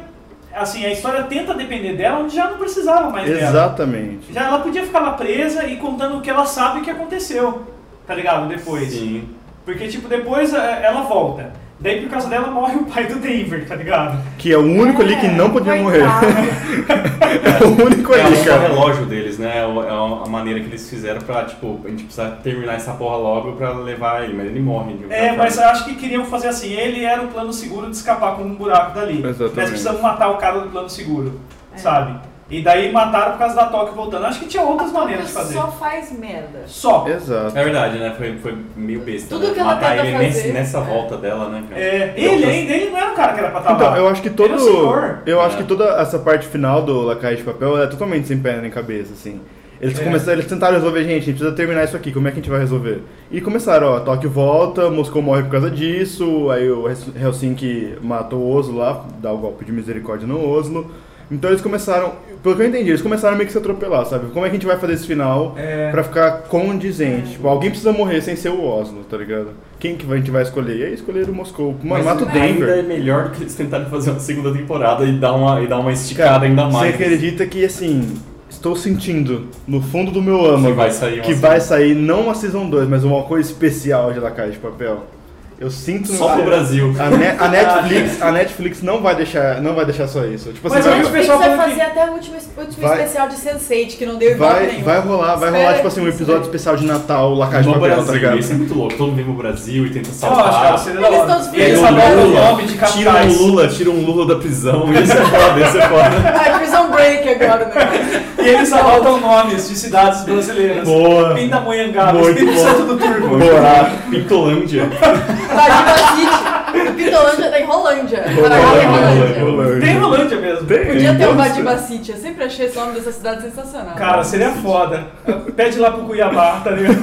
B: assim, a história tenta depender dela, onde já não precisava mais dela.
D: Exatamente.
B: Já ela podia ficar lá presa e contando o que ela sabe que aconteceu, tá ligado?
E: É,
B: Depois.
E: Sim.
B: Porque, tipo, depois é, ela volta. Daí, por causa dela, morre o pai do Denver, tá ligado?
D: Que é o único ali que não podia morrer. [laughs]
C: coitado.
D: É o único
E: É
D: ali,
E: o
D: cara.
E: relógio deles, né? É o- é a maneira que eles fizeram pra, tipo, a gente precisa terminar essa porra logo pra levar ele, mas ele morre. de um
B: É,
E: qualquer
B: mas
E: forma.
B: acho que queriam fazer assim. Ele era o plano seguro de escapar com um buraco dali.
D: Exatamente.
B: Mas precisavam matar o cara do plano seguro,
C: É.
B: sabe? E daí mataram por causa da Tóquio voltando. Acho que tinha outras maneiras de fazer.
C: Só faz merda.
B: Só.
D: Exato.
E: É verdade, né? Foi, foi meio besta.
C: Tudo
E: né?
C: que ela
E: Matar
C: tenta
E: ele
C: fazer. é.
E: nesse- nessa volta dela, né, cara?
B: É, ele ainda, ele não era um cara que era pra estar
D: Então,
B: lá.
D: eu acho que
B: Ele
D: todo.
B: é o senhor.
D: Eu acho
E: É.
D: que toda essa parte final do La Caixa de Papel é totalmente sem perna nem cabeça, assim. Eles,
B: É.
D: começaram, eles tentaram resolver, gente, a gente precisa terminar isso aqui, como é que a gente vai resolver? E começaram, ó, Tóquio volta, Moscou morre por causa disso, aí o Hels- Helsinki matou o Oslo lá, dá o golpe de misericórdia no Oslo. Então eles começaram, pelo que eu entendi, eles começaram meio que se atropelar, sabe? Como é que a gente vai fazer esse final
B: É.
D: pra ficar condizente? Tipo, alguém precisa morrer sem ser o Oslo, tá ligado? Quem que a gente vai escolher? E aí escolheram o Moscou. Mano,
E: Mas
D: mata o Denver.
E: Ainda é melhor do que eles tentarem fazer uma segunda temporada e dar uma, e dar uma esticada ainda mais.
D: Você acredita que, assim, estou sentindo no fundo do meu âmago
E: Que vai sair uma
D: que
E: season.
D: vai sair não uma Season 2, mas uma coisa especial de La Casa de Papel. Eu sinto no
E: Só pro Brasil.
D: A, Ne- a Netflix, a Netflix não vai deixar, não vai deixar só isso. Tipo,
B: Mas
D: você
B: eu
D: vai,
C: a
B: acho que o
C: Netflix
B: pessoal
C: vai
B: falou
C: fazer até o último, último
D: Vai-
C: especial de Sense8, que não deu igual
D: vai,
C: nenhum.
D: vai rolar, vai rolar
C: Espera
D: tipo assim um
C: que isso
D: episódio
C: daí.
D: especial de Natal, La Casa de
E: no
D: Papel, tá
E: Brasil,
D: ligado?
E: isso é muito louco. Todo mundo vem pro Brasil e tenta
B: Eu acho que ela
E: salvar.
B: seria
C: Eles
B: da hora.
C: estão
B: E eles
C: filhos
B: adoram
C: do
B: o nome de
E: tira
B: capitais.
E: um Lula, tira um Lula da prisão. Isso é foda, isso é foda.
B: [laughs]
C: Ai, Prison Break agora, né?
B: E eles anotam nomes de cidades brasileiras.
D: Boa.
B: Pindamonhangaba,
D: Muito
B: Espírito
D: bom.
B: Santo do Turvo.
D: Borá.
E: Pintolândia.
C: Badibacite. O Pindolândia tá em Rolândia. Paraguai é Rolândia.
B: Tem Rolândia mesmo.
C: Podia
D: Então,
C: ter o Badibacite. Eu sempre achei esse nome dessa cidade sensacional.
B: Cara, seria foda. Pede lá pro Cuiabá, tá ligado?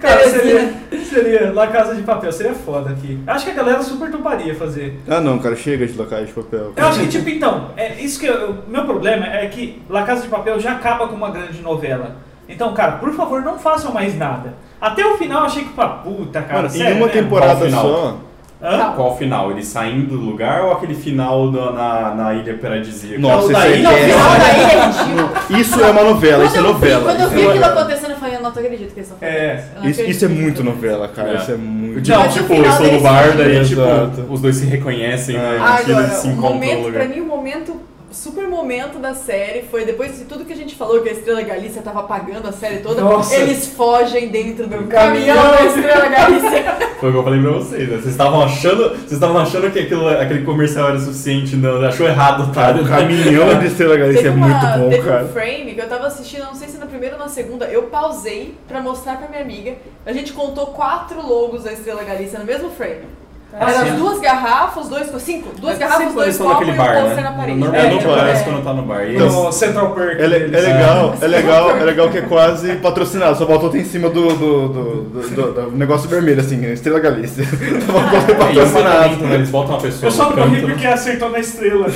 B: Cara, seria, seria La Casa de Papel, seria foda aqui. Acho que a galera super toparia fazer.
D: Ah não, cara, chega de La Casa de Papel.
B: Eu acho que, tipo, então, é isso que eu- o meu problema é que La Casa de Papel já acaba com uma grande novela. Então, cara, por favor, não façam mais nada. Até o final eu achei que, pá, puta, cara,
D: Mano,
B: sério
D: em uma
B: mesmo?
E: Qual
D: temporada
E: o final?
D: só.
B: Hã?
C: Tá.
E: Qual o final? Ele saindo do lugar ou aquele final na, na, na Ilha Paradisíaca?
D: Nossa,
B: Não,
D: isso aí
B: daí-
C: Não, o final
D: é.
C: daí é ridículo.
D: Isso é uma novela, isso é
C: Quando eu vi-
D: novela.
C: Quando eu vi
D: isso é
C: aquilo
D: novela.
C: acontecendo, eu falei, eu não acredito que eles estão fazendo
B: É.
C: isso. Eu não
D: Isso, isso é
C: acredito.
D: muito novela, cara.
E: É.
D: Isso é muito.
E: Tipo,
C: Mas no
E: tipo, eu
C: final
E: estou no
C: eles-
E: bar, daí tipo,
D: Exato.
E: os dois se reconhecem, né?
D: Ah,
E: que eles
C: Agora,
E: se
C: o
E: encontram no
C: momento, pra
E: lugar.
C: mim, o momento, super momento da série foi depois de tudo que a gente falou, que a Estrela Galícia tava apagando a série toda,
B: Nossa.
C: eles fogem dentro do
B: Caminhão.
C: caminhão da
E: [laughs]
C: Estrela Galícia.
E: Foi o que eu falei pra vocês, né? Vocês estavam achando, vocês estavam achando que aquilo- aquele comercial era suficiente, não, achou errado, tá?
D: Cara, o caminhão de Estrela Galícia é
C: uma-
D: muito bom,
C: teve
D: cara.
C: um frame que eu tava assistindo, não sei se na primeira ou na segunda, eu pausei pra mostrar pra minha amiga. A gente contou quatro logos da Estrela Galícia no mesmo frame.
B: Ah,
C: Eram
B: sim.
C: duas garrafas, dois... co- Cinco. Duas
E: Tá. É
C: garrafas,
E: sempre quando
C: dois
E: eles estão
C: copos e
E: naquele
C: um
E: bar,
C: pôster
E: né?
C: na parede.
D: É,
E: Normalmente
D: tipo,
E: aparece
C: é.
E: quando tá no bar. E eles-
B: No Central Perk.
D: É, le- é
B: deles. né?
D: legal, é legal, é legal que é quase patrocinado, só botou até em cima do, do, do, do- do- do negócio vermelho, assim, né? Estrela Galícia. [laughs] Só botou
C: Ah,
E: É, e o
D: patrocinado.
E: apartamento, né? Eles botam uma pessoa
B: Eu só
E: no
B: corri
E: canto,
B: porque acertou na estrela.
D: [laughs]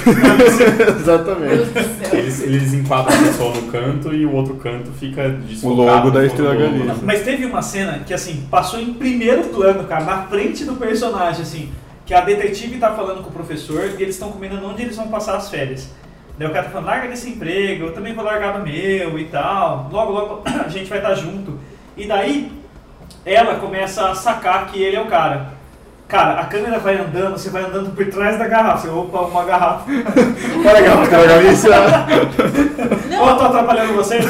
D: Exatamente.
C: Meu Deus do céu.
E: eles, eles enquadram a pessoa no canto e o outro canto fica desfocado.
D: logo da
E: com o
D: Estrela
E: logo, né?
D: Galícia.
B: Mas teve uma cena que, assim, passou em primeiro plano, cara, na frente do personagem, assim, que a detetive tá falando com o professor e eles estão combinando onde eles vão passar as férias. Daí o cara tá falando, larga desse emprego, eu também vou largar do meu e tal. Logo, logo [clears throat] a gente vai estar junto. E daí ela começa a sacar que ele é o cara. Cara, a câmera vai andando, você vai andando por trás da garrafa. Você, opa, uma garrafa.
D: Para legal, Estrela Galícia.
B: Ó, tô atrapalhando vocês.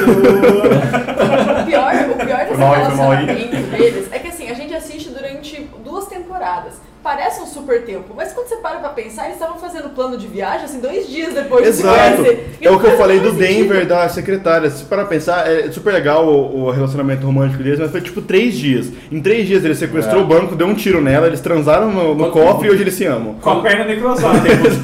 C: O pior, o pior desse
E: Foi mal aí, foi mal aí.
C: relacionamento deles é que assim, a gente assiste durante duas temporadas. Parece um super tempo, mas quando você para pra pensar, eles estavam fazendo plano de viagem assim dois dias depois
D: Exato.
C: de se conhecer. Então, assim,
D: É o que eu
C: Não
D: falei do
C: faz sentido.
D: Denver, da secretária. Se parar pra pensar, é super legal o, o relacionamento romântico deles, mas foi tipo três dias. Em três dias ele sequestrou
E: É.
D: o banco, deu um tiro nela, eles transaram no, no
E: Quanto-
D: cofre e hoje eles se amam.
B: Com a perna necrosada.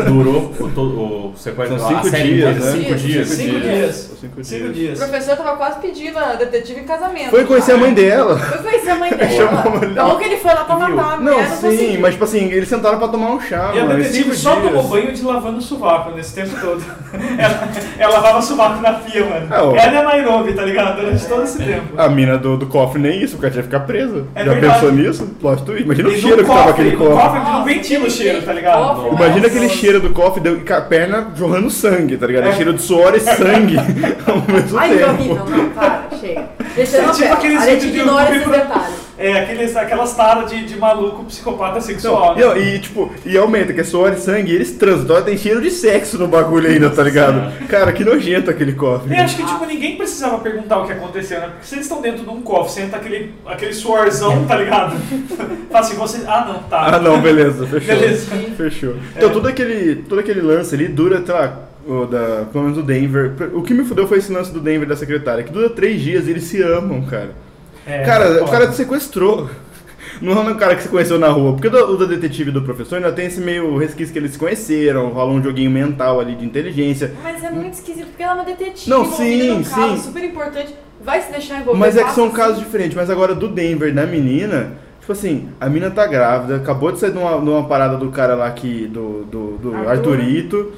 E: Durou o, to- o sequestro
D: São
E: lá, a
D: cinco
E: série
D: dias,
E: inteira,
D: né?
E: cinco dias.
B: Cinco dias.
D: Cinco
B: Cinco
D: dias.
C: O
B: dias.
C: professor tava quase pedindo a detetive em casamento.
D: Foi conhecer a mãe dela.
C: Foi conhecer a mãe dela.
D: Chamou a mulher.
C: Não que ele foi lá pra matar a mulher,
D: Não,
C: não,
D: sim,
C: conseguiu.
D: mas tipo assim, eles sentaram pra tomar um chá.
B: E a
D: mano,
B: detetive
D: cinco
B: só
D: dias.
B: tomou banho de lavando o sovaco nesse tempo todo. [laughs] ela, ela lavava sovaco na pia, mano.
D: É, ó.
B: Ela é Nairobi, tá ligado? Durante todo esse tempo.
D: A mina do, do cofre nem isso, o cara tinha que ficar preso.
B: É
D: Já
B: verdade.
D: pensou nisso? Plot twist. Imagina o
B: no
D: cheiro que tava aquele
B: no
D: cofre.
B: cofre que não ventila o cheiro, tá ligado?
C: Cofre,
D: Imagina
C: Nossa.
D: aquele cheiro do cofre deu, e com a perna jorrando sangue, tá ligado?
B: É.
D: Cheiro
B: [laughs]
D: de suor e sangue ao mesmo
C: Ai, que
D: tempo.
C: horrível. Não, para, chega. Deixa
B: É
C: eu
B: tipo aqueles
C: A gente
B: vídeos de
C: ignora
B: YouTube
C: esses
B: pra-
C: detalhes.
B: É, aqueles, aquelas taras de, de maluco psicopata
D: Não,
B: sexual. né?
D: não, e tipo, e aumenta, que é suor e sangue, e eles transam, então tem cheiro de sexo no bagulho ainda, tá ligado? Cara, que nojento aquele cofre.
B: E acho que, tipo, ninguém precisava perguntar o que aconteceu, né? Porque se eles estão dentro de um cofre, senta aquele, aquele suorzão, tá ligado? [laughs] Fala assim, você... Ah, não, tá.
D: Ah não, beleza, fechou.
B: Beleza.
D: Fechou. Então todo, aquele, todo aquele lance ali dura, sei lá, o da, pelo menos do Denver. O que me fudeu foi esse lance do Denver e da secretária, que dura três dias e eles se amam, cara.
B: É,
D: Cara, o
B: pô.
D: cara te sequestrou. [laughs] Não é um cara que se conheceu na rua. Porque o da- o da detetive e do professor ainda tem esse meio resquício que eles se conheceram, rola um joguinho mental ali de inteligência.
C: Mas é muito esquisito, porque ela é uma detetive.
D: Não,
C: envolvida
D: sim,
C: num caso
D: sim.
C: super importante. Vai se deixar envolver.
D: Mas é que
C: passa
D: são
C: assim.
D: casos diferentes. Mas agora do Denver, da menina, tipo assim, a menina tá grávida, acabou de sair de uma, de uma parada do cara lá que. do, do, do
C: Arthur.
D: Arthurito.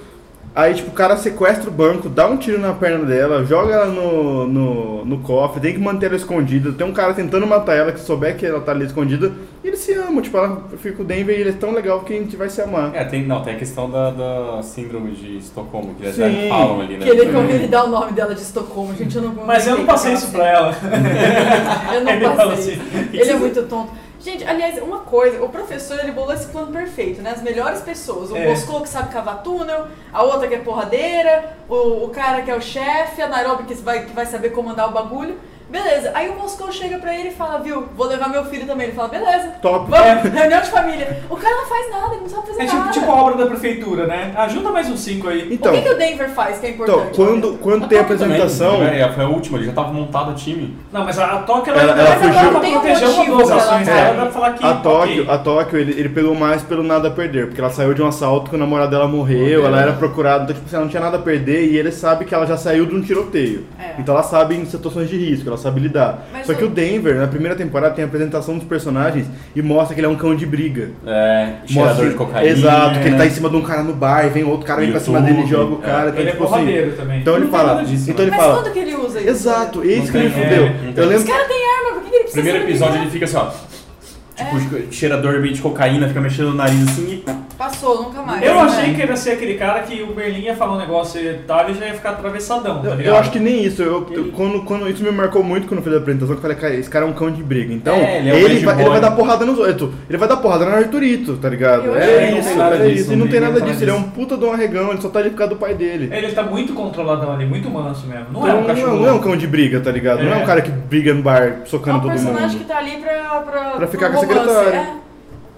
D: Aí, tipo, o cara sequestra o banco, dá um tiro na perna dela, joga ela no, no, no cofre, tem que manter ela escondida. Tem um cara tentando matar ela, que souber que ela tá ali escondida, e eles se amam. Tipo, ela fica o Denver e ele é tão legal que a gente vai se amar.
E: É, tem, não, tem a questão da, da síndrome de Estocolmo, que eles
D: Sim.
E: falam ali, né?
C: Que ele, como ele dá o nome dela de Estocolmo, gente, eu não
B: Mas eu não passei isso pra ela. [laughs]
C: Eu
B: Ele
C: não
B: fala
C: passei.
B: assim,
C: Ele é muito tonto. Gente, aliás, uma coisa, o professor ele bolou esse plano perfeito, né? As melhores pessoas. O
B: É.
C: Moscou que sabe cavar túnel, a outra que é porradeira, o, o cara que é o chefe, a Nairobi que vai, que vai saber comandar o bagulho. Beleza, aí o Moscou chega pra ele e fala, viu, vou levar meu filho também. Ele fala, beleza,
D: Top.
C: vamos, reunião de família. O cara não faz nada, ele não sabe fazer
B: É
C: nada.
B: tipo, tipo a obra da prefeitura, né? Ah, junta mais uns cinco aí.
D: Então,
C: o que, que o Denver faz que é importante?
D: então quando, quando tem a
E: Também,
D: apresentação.
E: é, foi a última, ele já tava montado o time.
B: Não, mas a, a Tóquio ela,
D: Ela- ela
B: mas
D: fugiu. É,
B: pra
C: Tem um
B: proteger uma
C: motivo
B: das
C: pra ela
B: ações
C: estar
B: dela, né?
C: ali.
B: dá pra falar que.
D: A Tóquio,
B: ok.
D: a Tóquio ele, ele pegou mais pelo nada a perder, porque ela saiu de um assalto que o namorado dela morreu, ela era procurada, então tipo, assim, ela não tinha nada a perder e ele sabe que ela já saiu de um tiroteio.
C: É.
D: Então ela sabe em situações de risco, ela sabe lidar.
C: Mas
D: Só que
C: o-
D: o Denver, na primeira temporada, tem a apresentação dos personagens e mostra que ele é um cão de briga.
E: É,
D: Mostra,
E: cheirador de cocaína. né?
D: Exato, que ele tá em cima de um cara no bar, e vem outro cara, vem pra cima
E: YouTube,
D: dele e joga o
E: é.
D: cara. então,
B: Ele é
D: tipo, assim,
B: porradeiro também.
D: Então ele
E: Não tem
D: fala.
E: nada disso,
D: então
E: né?
D: ele
C: Mas
D: fala.
C: quando que ele usa isso?
D: Exato, é isso que
E: Não
D: me
E: tem-
D: fudeu.
E: é, não tem.
D: Eu
C: Os
D: lembro.
C: caras têm arma, por que, que ele precisa
E: Primeiro
C: saber
E: episódio
C: brigar?
E: ele fica assim, ó. Tipo,
C: É.
E: cheirador meio de cocaína, fica mexendo no nariz assim
D: É.
E: e.
C: Passou, nunca mais.
B: Eu
C: né?
B: achei que ele ia ser aquele cara que o Berlim ia falar um negócio e tal, e já ia ficar atravessadão, tá
D: Eu,
B: ligado?
D: eu acho que nem isso. Eu, eu- quando, quando, isso me marcou muito quando eu fiz a apresentação, que eu falei, cara, esse cara é um cão de briga. Então,
E: É,
D: ele,
E: ele é um bad
D: vai,
E: boy.
D: ele vai dar porrada nos outros. Ele vai dar porrada no Arturito, tá ligado?
C: Eu
D: É,
C: acho que não
D: isso,
C: tem
E: nada
D: é
E: disso,
D: isso. E
E: não
D: não tem
E: tem
D: nada
E: nada
D: disso. Ele é um puta de um arregão, ele só tá ali por causa do pai dele.
E: É,
B: Ele tá muito controladão ali, muito manso mesmo. Não é
D: Então,
B: um cachorro.
D: não é um cão de briga, tá ligado? Não é
B: É.
D: um cara que briga no bar
C: É
D: socando
C: um
D: todo
C: personagem
D: mundo.
C: que tá ali pra. Pra,
D: Pra ficar
C: pro
D: com a
C: romance,
D: secretária.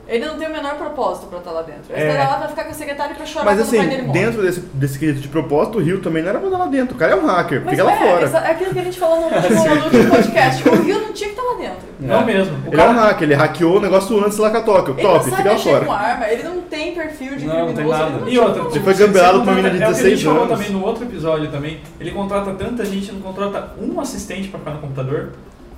C: é. Ele não tem o menor propósito pra estar lá dentro. Ele
B: É.
C: tá lá pra ficar com a secretária e pra chorar
D: Mas
C: quando tá o
D: assim,
C: pai dele morre.
D: dentro desse, desse quesito de propósito, o Rio também não era pra dar lá dentro. O cara é um hacker,
C: Mas
D: fica lá
C: é,
D: fora.
C: essa- é aquilo que a gente falou no último, no último podcast. O Rio não tinha que estar lá dentro.
B: Não mesmo. O
D: Ele é um
B: cara,
D: hacker, ele hackeou o negócio antes lá com a Tóquio.
C: Ele
D: Top,
C: não
D: fica
C: sabe
D: lá
C: mexer
D: fora.
C: com arma, ele não tem perfil de
E: Não, não tem
C: criminoso. ele
E: nada.
C: não
B: e
C: tinha
B: outra,
C: como-
D: Ele foi gambeado por uma menina de
B: é o que a gente
D: 16
B: falou
D: anos.
B: também no outro episódio também. Ele contrata tanta gente, não contrata um assistente pra ficar no computador.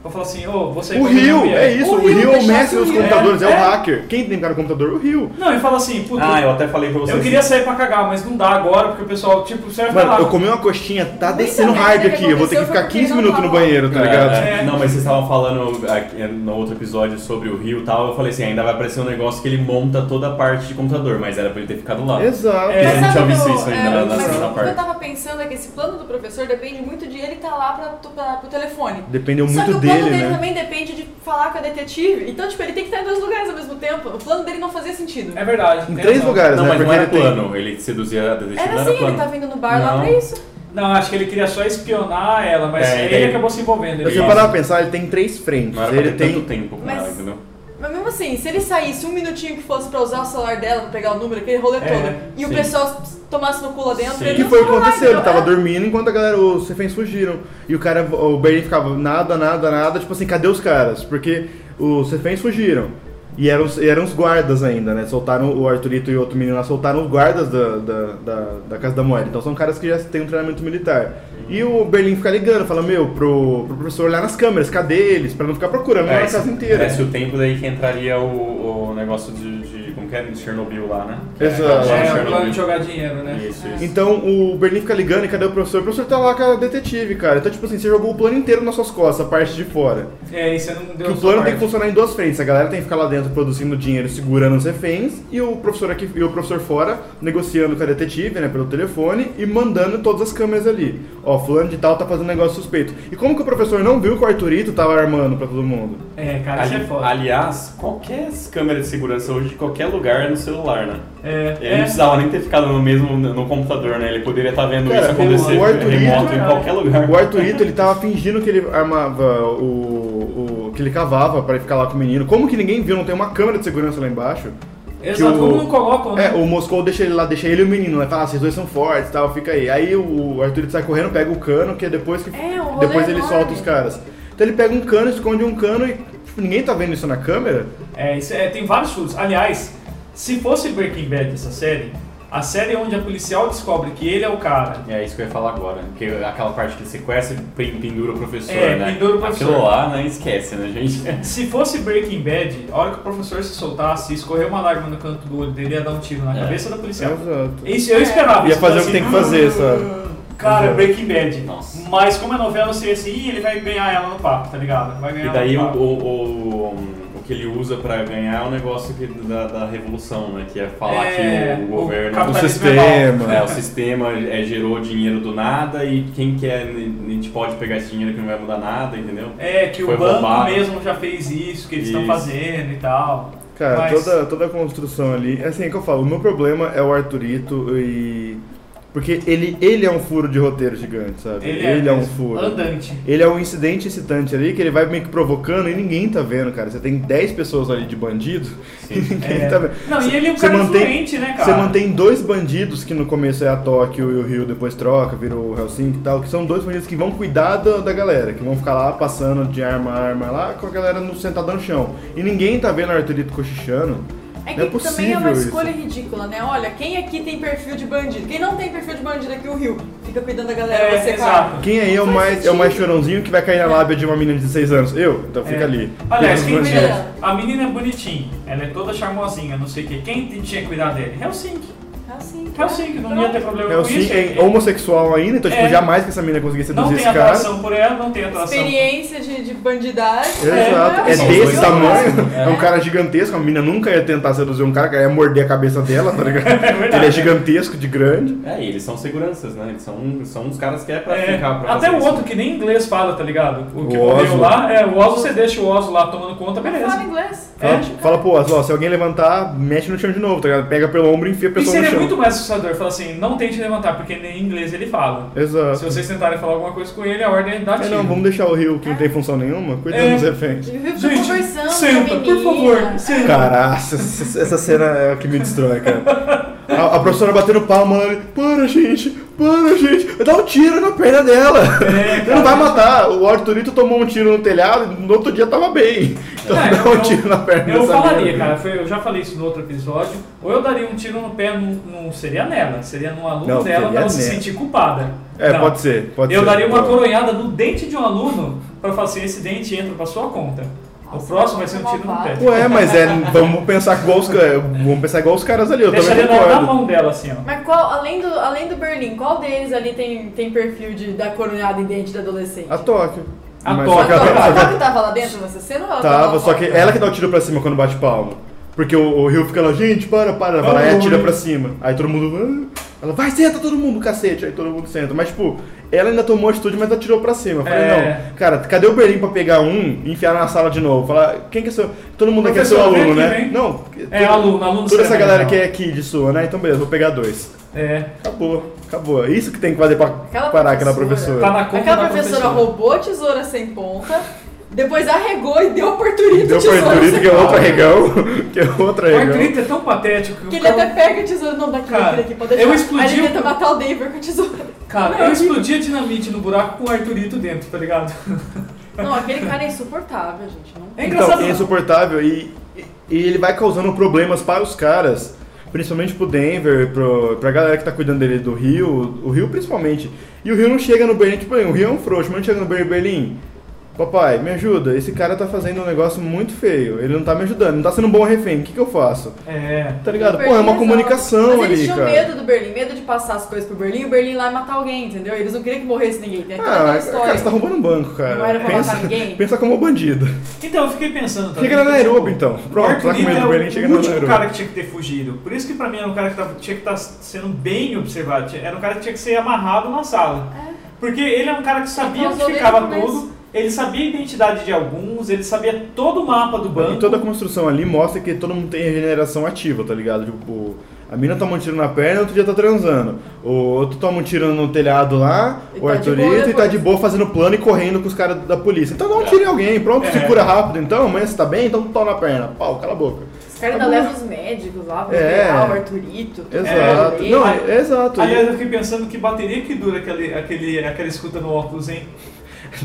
B: Pra falar assim, ô, você
D: O Rio, é isso,
C: O
D: o
C: Rio
D: Rio é o
C: deixasse
D: mestre
C: o
E: assim,
D: dos
C: Rio.
D: computadores, é
B: É.
D: o hacker. Quem tem cara no computador? O Rio.
B: Não, ele fala assim, puta,
E: Ah, eu
B: eu,
E: até falei pra vocês.
B: queria sair pra cagar, mas não dá agora, porque o pessoal, tipo, você vai
D: Mano,
B: falar.
D: eu comi uma coxinha, tá
C: Muita
D: descendo
C: merda
D: hard
C: é um que
D: aqui, eu vou ter que
C: aconteceu
D: ficar
C: porque
D: 15
C: não
D: minutos no
C: tava lá.
D: banheiro, tá
E: É,
D: ligado?
E: é. Não, mas vocês estavam falando aqui no outro episódio sobre o Rio e tal. Eu falei assim: ainda vai aparecer um negócio que ele monta toda a parte de computador, mas era pra ele ter ficado lá.
D: Exato.
B: É,
C: Mas
E: a gente
C: sabe
E: já
C: o que
E: viu
C: eu-
E: isso ainda
C: é,
E: na- na
C: mas
E: segunda
C: o que eu
E: parte.
C: tava pensando é que esse plano do professor depende muito de ele estar lá pra, pra, pro telefone.
D: Dependeu
C: Só que
D: muito
C: o plano
D: dele,
C: dele
D: né?
C: também depende de falar com a detetive. Então, tipo, ele tem que estar em dois lugares ao mesmo tempo. O plano dele não fazia sentido.
B: É verdade.
D: Em
B: tem
D: três
B: razão.
D: lugares,
E: Não,
D: né?
E: mas não era
D: ele tem-
E: plano. Ele seduzia a detetive,
C: Era
E: não
C: assim,
E: era plano.
C: ele tava indo no bar lá
E: Não.
C: pra isso.
B: Não, acho que ele queria só espionar ela, mas
E: É,
B: ele
E: daí-
B: acabou se envolvendo.
D: Eu
B: Ele
D: se eu
B: fala,
D: parar pra pensar, ele tem três frentes.
E: Não era tá pra
D: Ele
E: ter tanto
D: tem.
E: tempo com
C: Mas-
E: ela, entendeu?
C: Mas mesmo assim, se ele saísse um minutinho que fosse pra usar o celular dela, pra pegar o número, aquele rolê
B: É,
C: todo, e o
E: sim.
C: pessoal tomasse no cu lá dentro,
E: Sim.
C: ele
D: Que
C: não é.
D: foi Tá, o que
C: ficava lá,
D: aconteceu, ele
C: entendeu?
D: tava dormindo enquanto a galera, os reféns fugiram. E o cara, o Bernie ficava nada, nada, nada, tipo assim, cadê os caras? Porque os reféns fugiram. E eram, os- e eram os guardas ainda, né? Soltaram o Arthurito e outro menino lá, soltaram os guardas da, da, da, da Casa da Moeda. Então são caras que já têm um treinamento militar. E o Berlim fica ligando, fala, meu, pro, pro professor olhar nas câmeras, cadê eles? Pra não ficar procurando na
E: É, se-
D: casa inteira.
E: Parece o tempo daí que entraria o, o negócio de, de. Como que é? De Chernobyl lá, né? Que
D: Exato.
E: É,
B: É,
E: aquela
B: o plano
E: Chernobyl.
B: de jogar dinheiro, né?
E: Isso, isso.
D: Então o Berlim fica ligando e cadê o professor? O professor tá lá com a detetive, cara. Então, tipo assim, você jogou o plano inteiro nas suas costas, a parte de fora.
B: É, isso não deu
D: Que o
B: sua
D: plano
B: parte.
D: tem que funcionar em duas frentes. A galera tem que ficar lá dentro produzindo dinheiro, segurando os reféns, e o professor aqui e o professor fora negociando com a detetive, né, pelo telefone e mandando todas as câmeras ali. Ó, fulano de tal tá fazendo negócio suspeito. E como que o professor não viu que o Arthurito tava armando pra todo mundo?
B: É, cara, isso
E: Ali-
B: é foda.
E: aliás, qualquer câmera de segurança hoje de qualquer lugar é no celular, né?
B: É,
E: Ele não
B: é.
E: precisava nem ter ficado no mesmo no computador, né? Ele poderia estar vendo
D: Cara,
E: isso acontecer
D: o Arthurito-
E: remoto em qualquer lugar.
D: O Arthurito, ele tava fingindo que ele armava o, o que ele cavava pra ele ficar lá com o menino. Como que ninguém viu? Não tem uma câmera de segurança lá embaixo?
B: Exato,
D: o-
B: como não colocam, né?
D: É, o Moscou deixa ele lá, deixa ele e o menino, né? Fala, ah, vocês dois são fortes e tal, fica aí. Aí o Arthurito sai correndo, pega o cano, que é depois que.
C: É, um rolê
D: depois ele
C: enorme.
D: solta os caras. Então ele pega um cano, esconde um cano e tipo, ninguém tá vendo isso na câmera.
B: É, isso é- tem vários furos. Aliás, se fosse Breaking Bad essa série, A série onde a policial descobre que ele é o cara.
E: [laughs] É isso que eu ia falar agora, porque aquela parte que sequestra e pen- pendura o professor,
B: É,
E: né?
B: pendura o professor.
E: Aquilo lá, né? Esquece, né, gente?
B: Se fosse Breaking Bad, a hora que o professor se soltasse, escorrer uma lágrima no canto do olho dele, ia dar um tiro na
E: É.
B: cabeça da policial.
D: Exato.
B: Isso eu esperava.
D: Ia
B: Isso,
D: fazer o
B: assim,
D: que tem que
C: Ah.
D: fazer, Uhum. sabe?
B: Cara,
D: Exato.
B: Breaking Bad.
E: Nossa.
B: Mas como é novela, eu seria assim, "Ih, ele vai ganhar ela no papo, tá ligado? Vai ganhar
E: E daí o,
B: ela no papo.
E: o, o, o que ele usa pra ganhar é o negócio que, da, da revolução, né? Que é falar
B: É,
E: que o,
B: o
E: governo.
D: O
B: capitalismo
D: sistema.
E: É, o sistema é, gerou dinheiro do nada e quem quer, a gente pode pegar esse dinheiro que não vai mudar nada, entendeu?
B: É, que
E: Foi
B: o banco
E: roubado.
B: mesmo já fez isso, que eles estão
E: Isso.
B: fazendo e tal.
D: Cara,
B: Mas-
D: toda, toda a construção ali. Assim, é o que eu falo, o meu problema é o Arthurito e. Porque ele, ele é um furo de roteiro gigante, sabe?
C: é,
D: um furo.
B: é Andante.
D: Ele é um incidente excitante ali que ele vai meio que provocando e ninguém tá vendo, cara. Você tem 10 pessoas ali de bandido [laughs] e ninguém
B: É.
D: tá vendo.
B: Não, e ele é um
D: Você
B: cara
D: mantém-
B: influente, né, cara?
D: Você mantém dois bandidos que no começo é a Tóquio e o Rio, depois troca, virou o Helsinki e tal, que são dois bandidos que vão cuidar da, da galera, que vão ficar lá passando de arma a arma lá com a galera no, sentada no chão. E ninguém tá vendo o Arthurito cochichando.
C: É que
D: Não é
C: também é uma
D: possível isso.
C: escolha ridícula, né? Olha, quem aqui tem perfil de bandido? Quem não tem perfil de bandido aqui, o Rio. Fica cuidando da galera,
B: É,
C: você, cara.
B: exato.
D: Quem aí é o,
C: Faz
D: mais, é o mais
C: sentido.
D: chorãozinho que vai cair na lábia de uma menina de 16 anos? Eu? Então fica
B: É.
D: ali.
B: Aliás, quem
D: Cuida dos bandidos.
C: cuida dela?
B: cuida- a menina é bonitinha, ela é toda charmosinha, não sei o que. Quem tinha que cuidar dele? Helsinki.
C: É assim, cara.
B: Helsinki, Tá não ia ter problema com
D: Helsinki
B: isso.
D: é homossexual ainda, então tipo,
B: É.
D: jamais que essa menina conseguir
B: não
D: seduzir
B: tem
D: esse cara.
B: atração por ela, não tem atração. [laughs]
C: Experiência de, de bandidagem.
D: Exato,
C: né?
D: é
E: São
D: desse
E: dois
D: tamanho,
B: né?
D: é um cara gigantesco, a menina nunca ia tentar seduzir um cara, que ia morder a cabeça dela, tá
B: [laughs]
D: ligado?
B: verdade.
D: Ele é gigantesco, de grande.
E: É, e eles são seguranças, né? Eles são, são uns caras que é pra
B: É,
E: ficar pra
B: até
E: fazer
B: o
E: isso.
B: outro que nem inglês fala, tá ligado? O que
D: O
B: morreu
D: Oslo.
B: lá, é, o Oso você deixa o Oso lá tomando conta,
C: Fala
B: beleza.
C: inglês.
B: É.
D: Fala, fala pro Oslo, ó, se alguém levantar, mexe no chão de novo, tá ligado? Pega pelo ombro e enfia a
B: E
D: pessoa no
B: seria
D: chão.
B: é muito mais assustador falar assim, não tente levantar, porque nem inglês ele fala. Se
D: Exato.
B: vocês tentarem falar alguma coisa com ele, a ordem é dar
D: É,
B: tiro.
D: não, vamos deixar o Rio que não tem função nenhuma, cuidando
B: É.
D: dos reféns.
C: E o Rio fica
B: Gente,
C: conversando com
B: senta,
C: a
B: por
C: menina. É,
B: favor, senta.
D: Caraca, essa essa cena é a que me destrói, cara. A, a professora batendo palma lá, ele, para gente, para gente, dá um tiro na
B: [laughs]
D: perna dela. Ele não vai matar. O Arthurito tomou um tiro no telhado e no outro dia tava bem. Então
B: É,
D: dá um
B: eu-
D: tiro na perna
B: Eu
D: dessa
B: falaria,
D: menina.
B: cara, foi- eu já falei isso no outro episódio. Ou eu daria um tiro no pé, não, não seria nela, seria num aluno dela
D: Não,
B: pra
D: seria
B: ela se
D: nela.
B: sentir culpada.
D: É,
B: Não.
D: pode ser, pode
B: Eu
D: ser.
B: daria uma
D: Pô.
B: coronhada no dente de um aluno pra falar assim: esse dente entra pra sua conta. O
C: Nossa,
B: próximo vai ser um
C: que
B: tiro no pé.
C: malvado.
D: Ué, mas é, vamos pensar igual os, ca- vamos pensar igual os caras ali, eu
B: Deixaria
D: também
B: na, na
D: concordo.
B: mão dela assim, ó.
C: Mas qual, além do, além do Berlim, qual deles ali tem, tem perfil de, da coronhada em dente de adolescente?
D: A Tóquio.
B: A
D: Mas
B: Tóquio,
D: só
B: é
D: que ela- só que ela-
C: Sabe que tava lá dentro nessa cena ou ela
D: Tava,
C: lá
D: Tá, só
C: fora?
D: que ela que dá o tiro pra cima quando bate palma. Porque o, o Rio fica lá, gente, para, para. Ela vai lá e atira pra cima. Aí todo mundo. "Ah." Ela vai, senta todo mundo, cacete. Aí todo mundo senta. Mas, tipo, ela ainda tomou atitude, mas atirou pra cima. Eu falei,
B: É.
D: não, cara, cadê o Berlim pra pegar um e enfiar na sala de novo? Falar, quem que é seu. Todo mundo aqui é seu
B: Professor, vem
D: aluno,
B: aqui,
D: né?
B: vem.
D: Não,
B: É, aluno, aluno
D: toda
B: seria
D: essa galera
B: legal.
D: que é kid sua, né? Então, beleza, vou pegar dois.
B: É.
D: Acabou, acabou. É Isso que tem que fazer pra
C: Aquela
D: parar aquela
C: professora.
D: professora.
B: Tá na conta
C: Aquela
B: da
C: professora roubou a tesoura sem ponta, depois arregou e deu porturito
D: Deu pro
C: tesoura
D: Arthurito,
C: sem
D: que é outro regão. [laughs] Que é outro
B: O
D: regão.
B: Arthurito é tão patético que,
C: Que
B: o
C: ele
B: cara-
C: até pega a tesoura. Não, daqui,
B: Cara,
C: daqui, daqui, pode deixar.
B: eu explodi
C: Aí ele
B: o-
C: tenta matar o Denver com a tesoura.
B: Cara, eu explodia dinamite no buraco com o Arthurito dentro, tá ligado?
C: Não, aquele cara é insuportável, gente. Não...
B: É
D: Então,
B: engraçado.
D: é insuportável e, e ele vai causando problemas para os caras, principalmente pro Denver, pro, pra galera que tá cuidando dele do Rio, o Rio principalmente. E o Rio não chega no Berlim, tipo, o Rio é um frouxo, mas não chega no Berlim, Berlim. Papai, me ajuda, esse cara tá fazendo um negócio muito feio, ele não tá me ajudando, não tá sendo um bom refém, o que que eu faço?
B: É.
D: Tá ligado? Pô,
C: O Berlim
D: é uma
C: resolve.
D: comunicação
C: Mas
D: ali,
C: eles tinham
D: cara.
C: medo do Berlim, medo de passar as coisas pro Berlim e o Berlim ir lá e matar alguém, entendeu? Eles não queriam que morresse ninguém. Tem toda aquela
D: Ah, cara, você tá
C: história.
D: roubando um banco, cara.
C: Não era pra
D: pensa,
C: matar ninguém?
D: pensa como bandido.
B: Então, eu fiquei pensando. também,
D: Chega na
B: que,
D: Nairobi,
B: tipo,
D: então.
B: O
D: Pronto, tá com
B: Arthurito
D: medo do
B: é
D: Berlim, chega na
B: o último
D: Nairobi.
B: cara que tinha que ter fugido. Por isso que pra mim era um cara que tava- tinha que estar sendo bem observado. Tinha- Era um cara que tinha que ser amarrado na sala. Porque ele é um cara que sabia
C: Então,
B: onde
C: os ovelhas
B: ficava
C: começam.
B: tudo, ele sabia a identidade de alguns, ele sabia todo o mapa do banco.
D: E toda a construção ali mostra que todo mundo tem regeneração ativa, tá ligado? Tipo, a mina toma um tiro na perna, outro dia tá transando. O outro toma um tiro no telhado lá,
C: E
D: o
C: tá de boa
D: Arthurito, e tá
C: depois.
D: de boa fazendo plano e correndo com os caras da polícia. Então dá um tiro em alguém, pronto,
B: É.
D: se cura rápido então, amanhã você tá bem, então toma na perna. Pau, cala a boca.
C: Os caras ainda
D: Tá bom.
C: levam os médicos lá pra
D: É.
C: operar o Arthurito.
D: Exato.
C: É,
D: Não,
C: ele-
D: é- exato.
B: Aliás, eu fiquei pensando que bateria que dura aquele, aquele, aquela escuta no óculos, hein?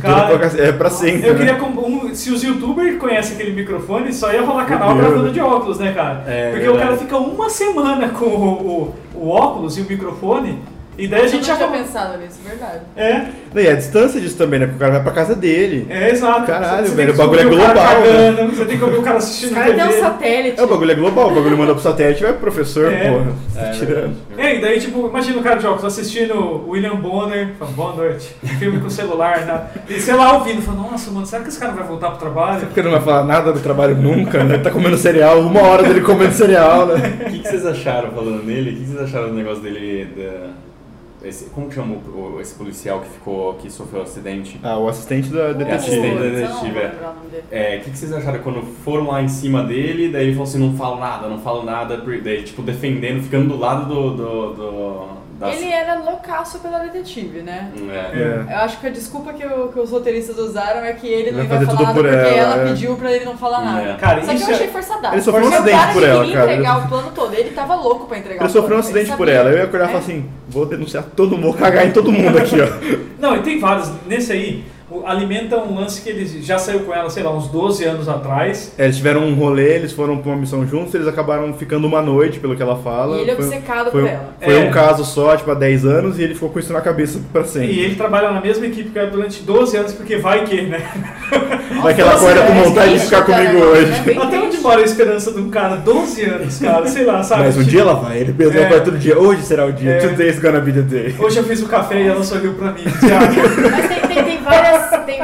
B: Cara,
D: Então, é pra sempre.
B: Eu
D: né?
B: queria. com- um- se os youtubers conhecem aquele microfone, só ia rolar canal
D: Meu Deus.
B: gravando de óculos, né, cara?
E: É,
B: Porque o
E: verdade.
B: cara fica uma semana com o, o- o óculos e o microfone, e daí a gente já.
C: já tinha
B: come-
C: pensado nisso, verdade.
B: É,
D: Não, E a distância disso também, né? Porque o cara vai pra casa dele.
B: é exato.
D: Caralho,
B: Você- você tem
D: velho,
B: que
D: o bagulho é
B: ouvir cara
D: global, né?
B: cagando, Você tem que ouvir o cara assistindo
C: Os caras têm um
B: TV.
C: satélite.
D: É, o bagulho é global, o bagulho manda pro satélite, vai pro professor,
B: É.
D: porra. Tá
E: É,
D: tirando.
B: É, e daí, tipo, imagina o cara de óculos assistindo William Bonner, falando boa noite, filme com celular, né? E sei lá, ouvindo, falando, nossa, mano, será que esse cara vai voltar pro trabalho?
D: Porque não vai falar nada do trabalho nunca, né? Tá comendo cereal, uma hora dele comendo cereal, né?
E: O que, que vocês acharam falando nele? O que, que vocês acharam do negócio dele? Da... Esse, como que chama o- o- esse policial que ficou, que sofreu um acidente?
D: [laughs] Ah, o assistente
C: É.
D: da detetive.
E: assistente. da
C: Eu então, não
E: detetive,
C: vou
E: é.
C: lembrar o nome dele.
E: É, o que, que vocês acharam quando foram lá em cima dele, daí ele falou assim, não falo nada, não falo nada, por- daí tipo defendendo, ficando do lado do. do, do das-
C: Ele era loucaço pela detetive, né?
E: É.
D: É.
C: Eu acho que a desculpa que, o- que os roteiristas usaram é que ele
D: Ele vai
C: não ia falar
D: fazer tudo
C: nada
D: por
C: porque
D: ela,
C: ela,
D: é.
C: pediu pra ele não falar nada.
E: É.
B: Cara,
C: Só que
B: isso
C: eu achei
B: é...
C: forçadado.
D: Ele sofreu um
C: Porque o
D: acidente
C: cara
D: por
C: que
D: ela,
C: queria
D: cara.
C: entregar o plano todo, ele tava louco pra entregar
D: Ele
C: o
D: sofreu um
C: plano.
D: acidente por
C: sabia.
D: ela. Eu ia acordar e
C: É.
D: falar assim: vou denunciar todo mundo, vou cagar em todo mundo aqui,
C: [laughs]
D: ó.
B: Não, e tem vários. Nesse aí, o- alimenta um lance que ele já saiu com ela, sei lá, uns 12 anos atrás.
D: É, eles tiveram um rolê, eles foram pra uma missão juntos, eles acabaram ficando uma noite, pelo que ela fala.
C: E ele é
D: Foi-
C: obcecado
D: foi,
C: por
D: um-
C: ela.
D: Foi
B: É.
D: um caso só, tipo, há 10 anos, e ele ficou com isso na cabeça pra sempre.
B: E ele trabalha na mesma equipe que ela durante 12 anos, porque vai que, né?
D: Vai que ela
C: Nossa,
D: acorda com
C: é
D: vontade de
C: triste,
D: ficar
C: cara,
D: comigo
C: é
D: hoje.
C: bem
B: Até onde
C: triste.
B: mora a esperança de um cara? 12 anos, cara, sei lá, sabe?
D: Mas um
B: Tipo,
D: dia ela vai, ele pensa,
B: É.
D: vai todo dia, hoje será o dia,
B: É.
D: today's gonna be the day.
B: Hoje eu fiz o café e ela sorriu pra mim.
C: [laughs]
B: Thiago.
C: Mas tem, tem, tem várias. Tem,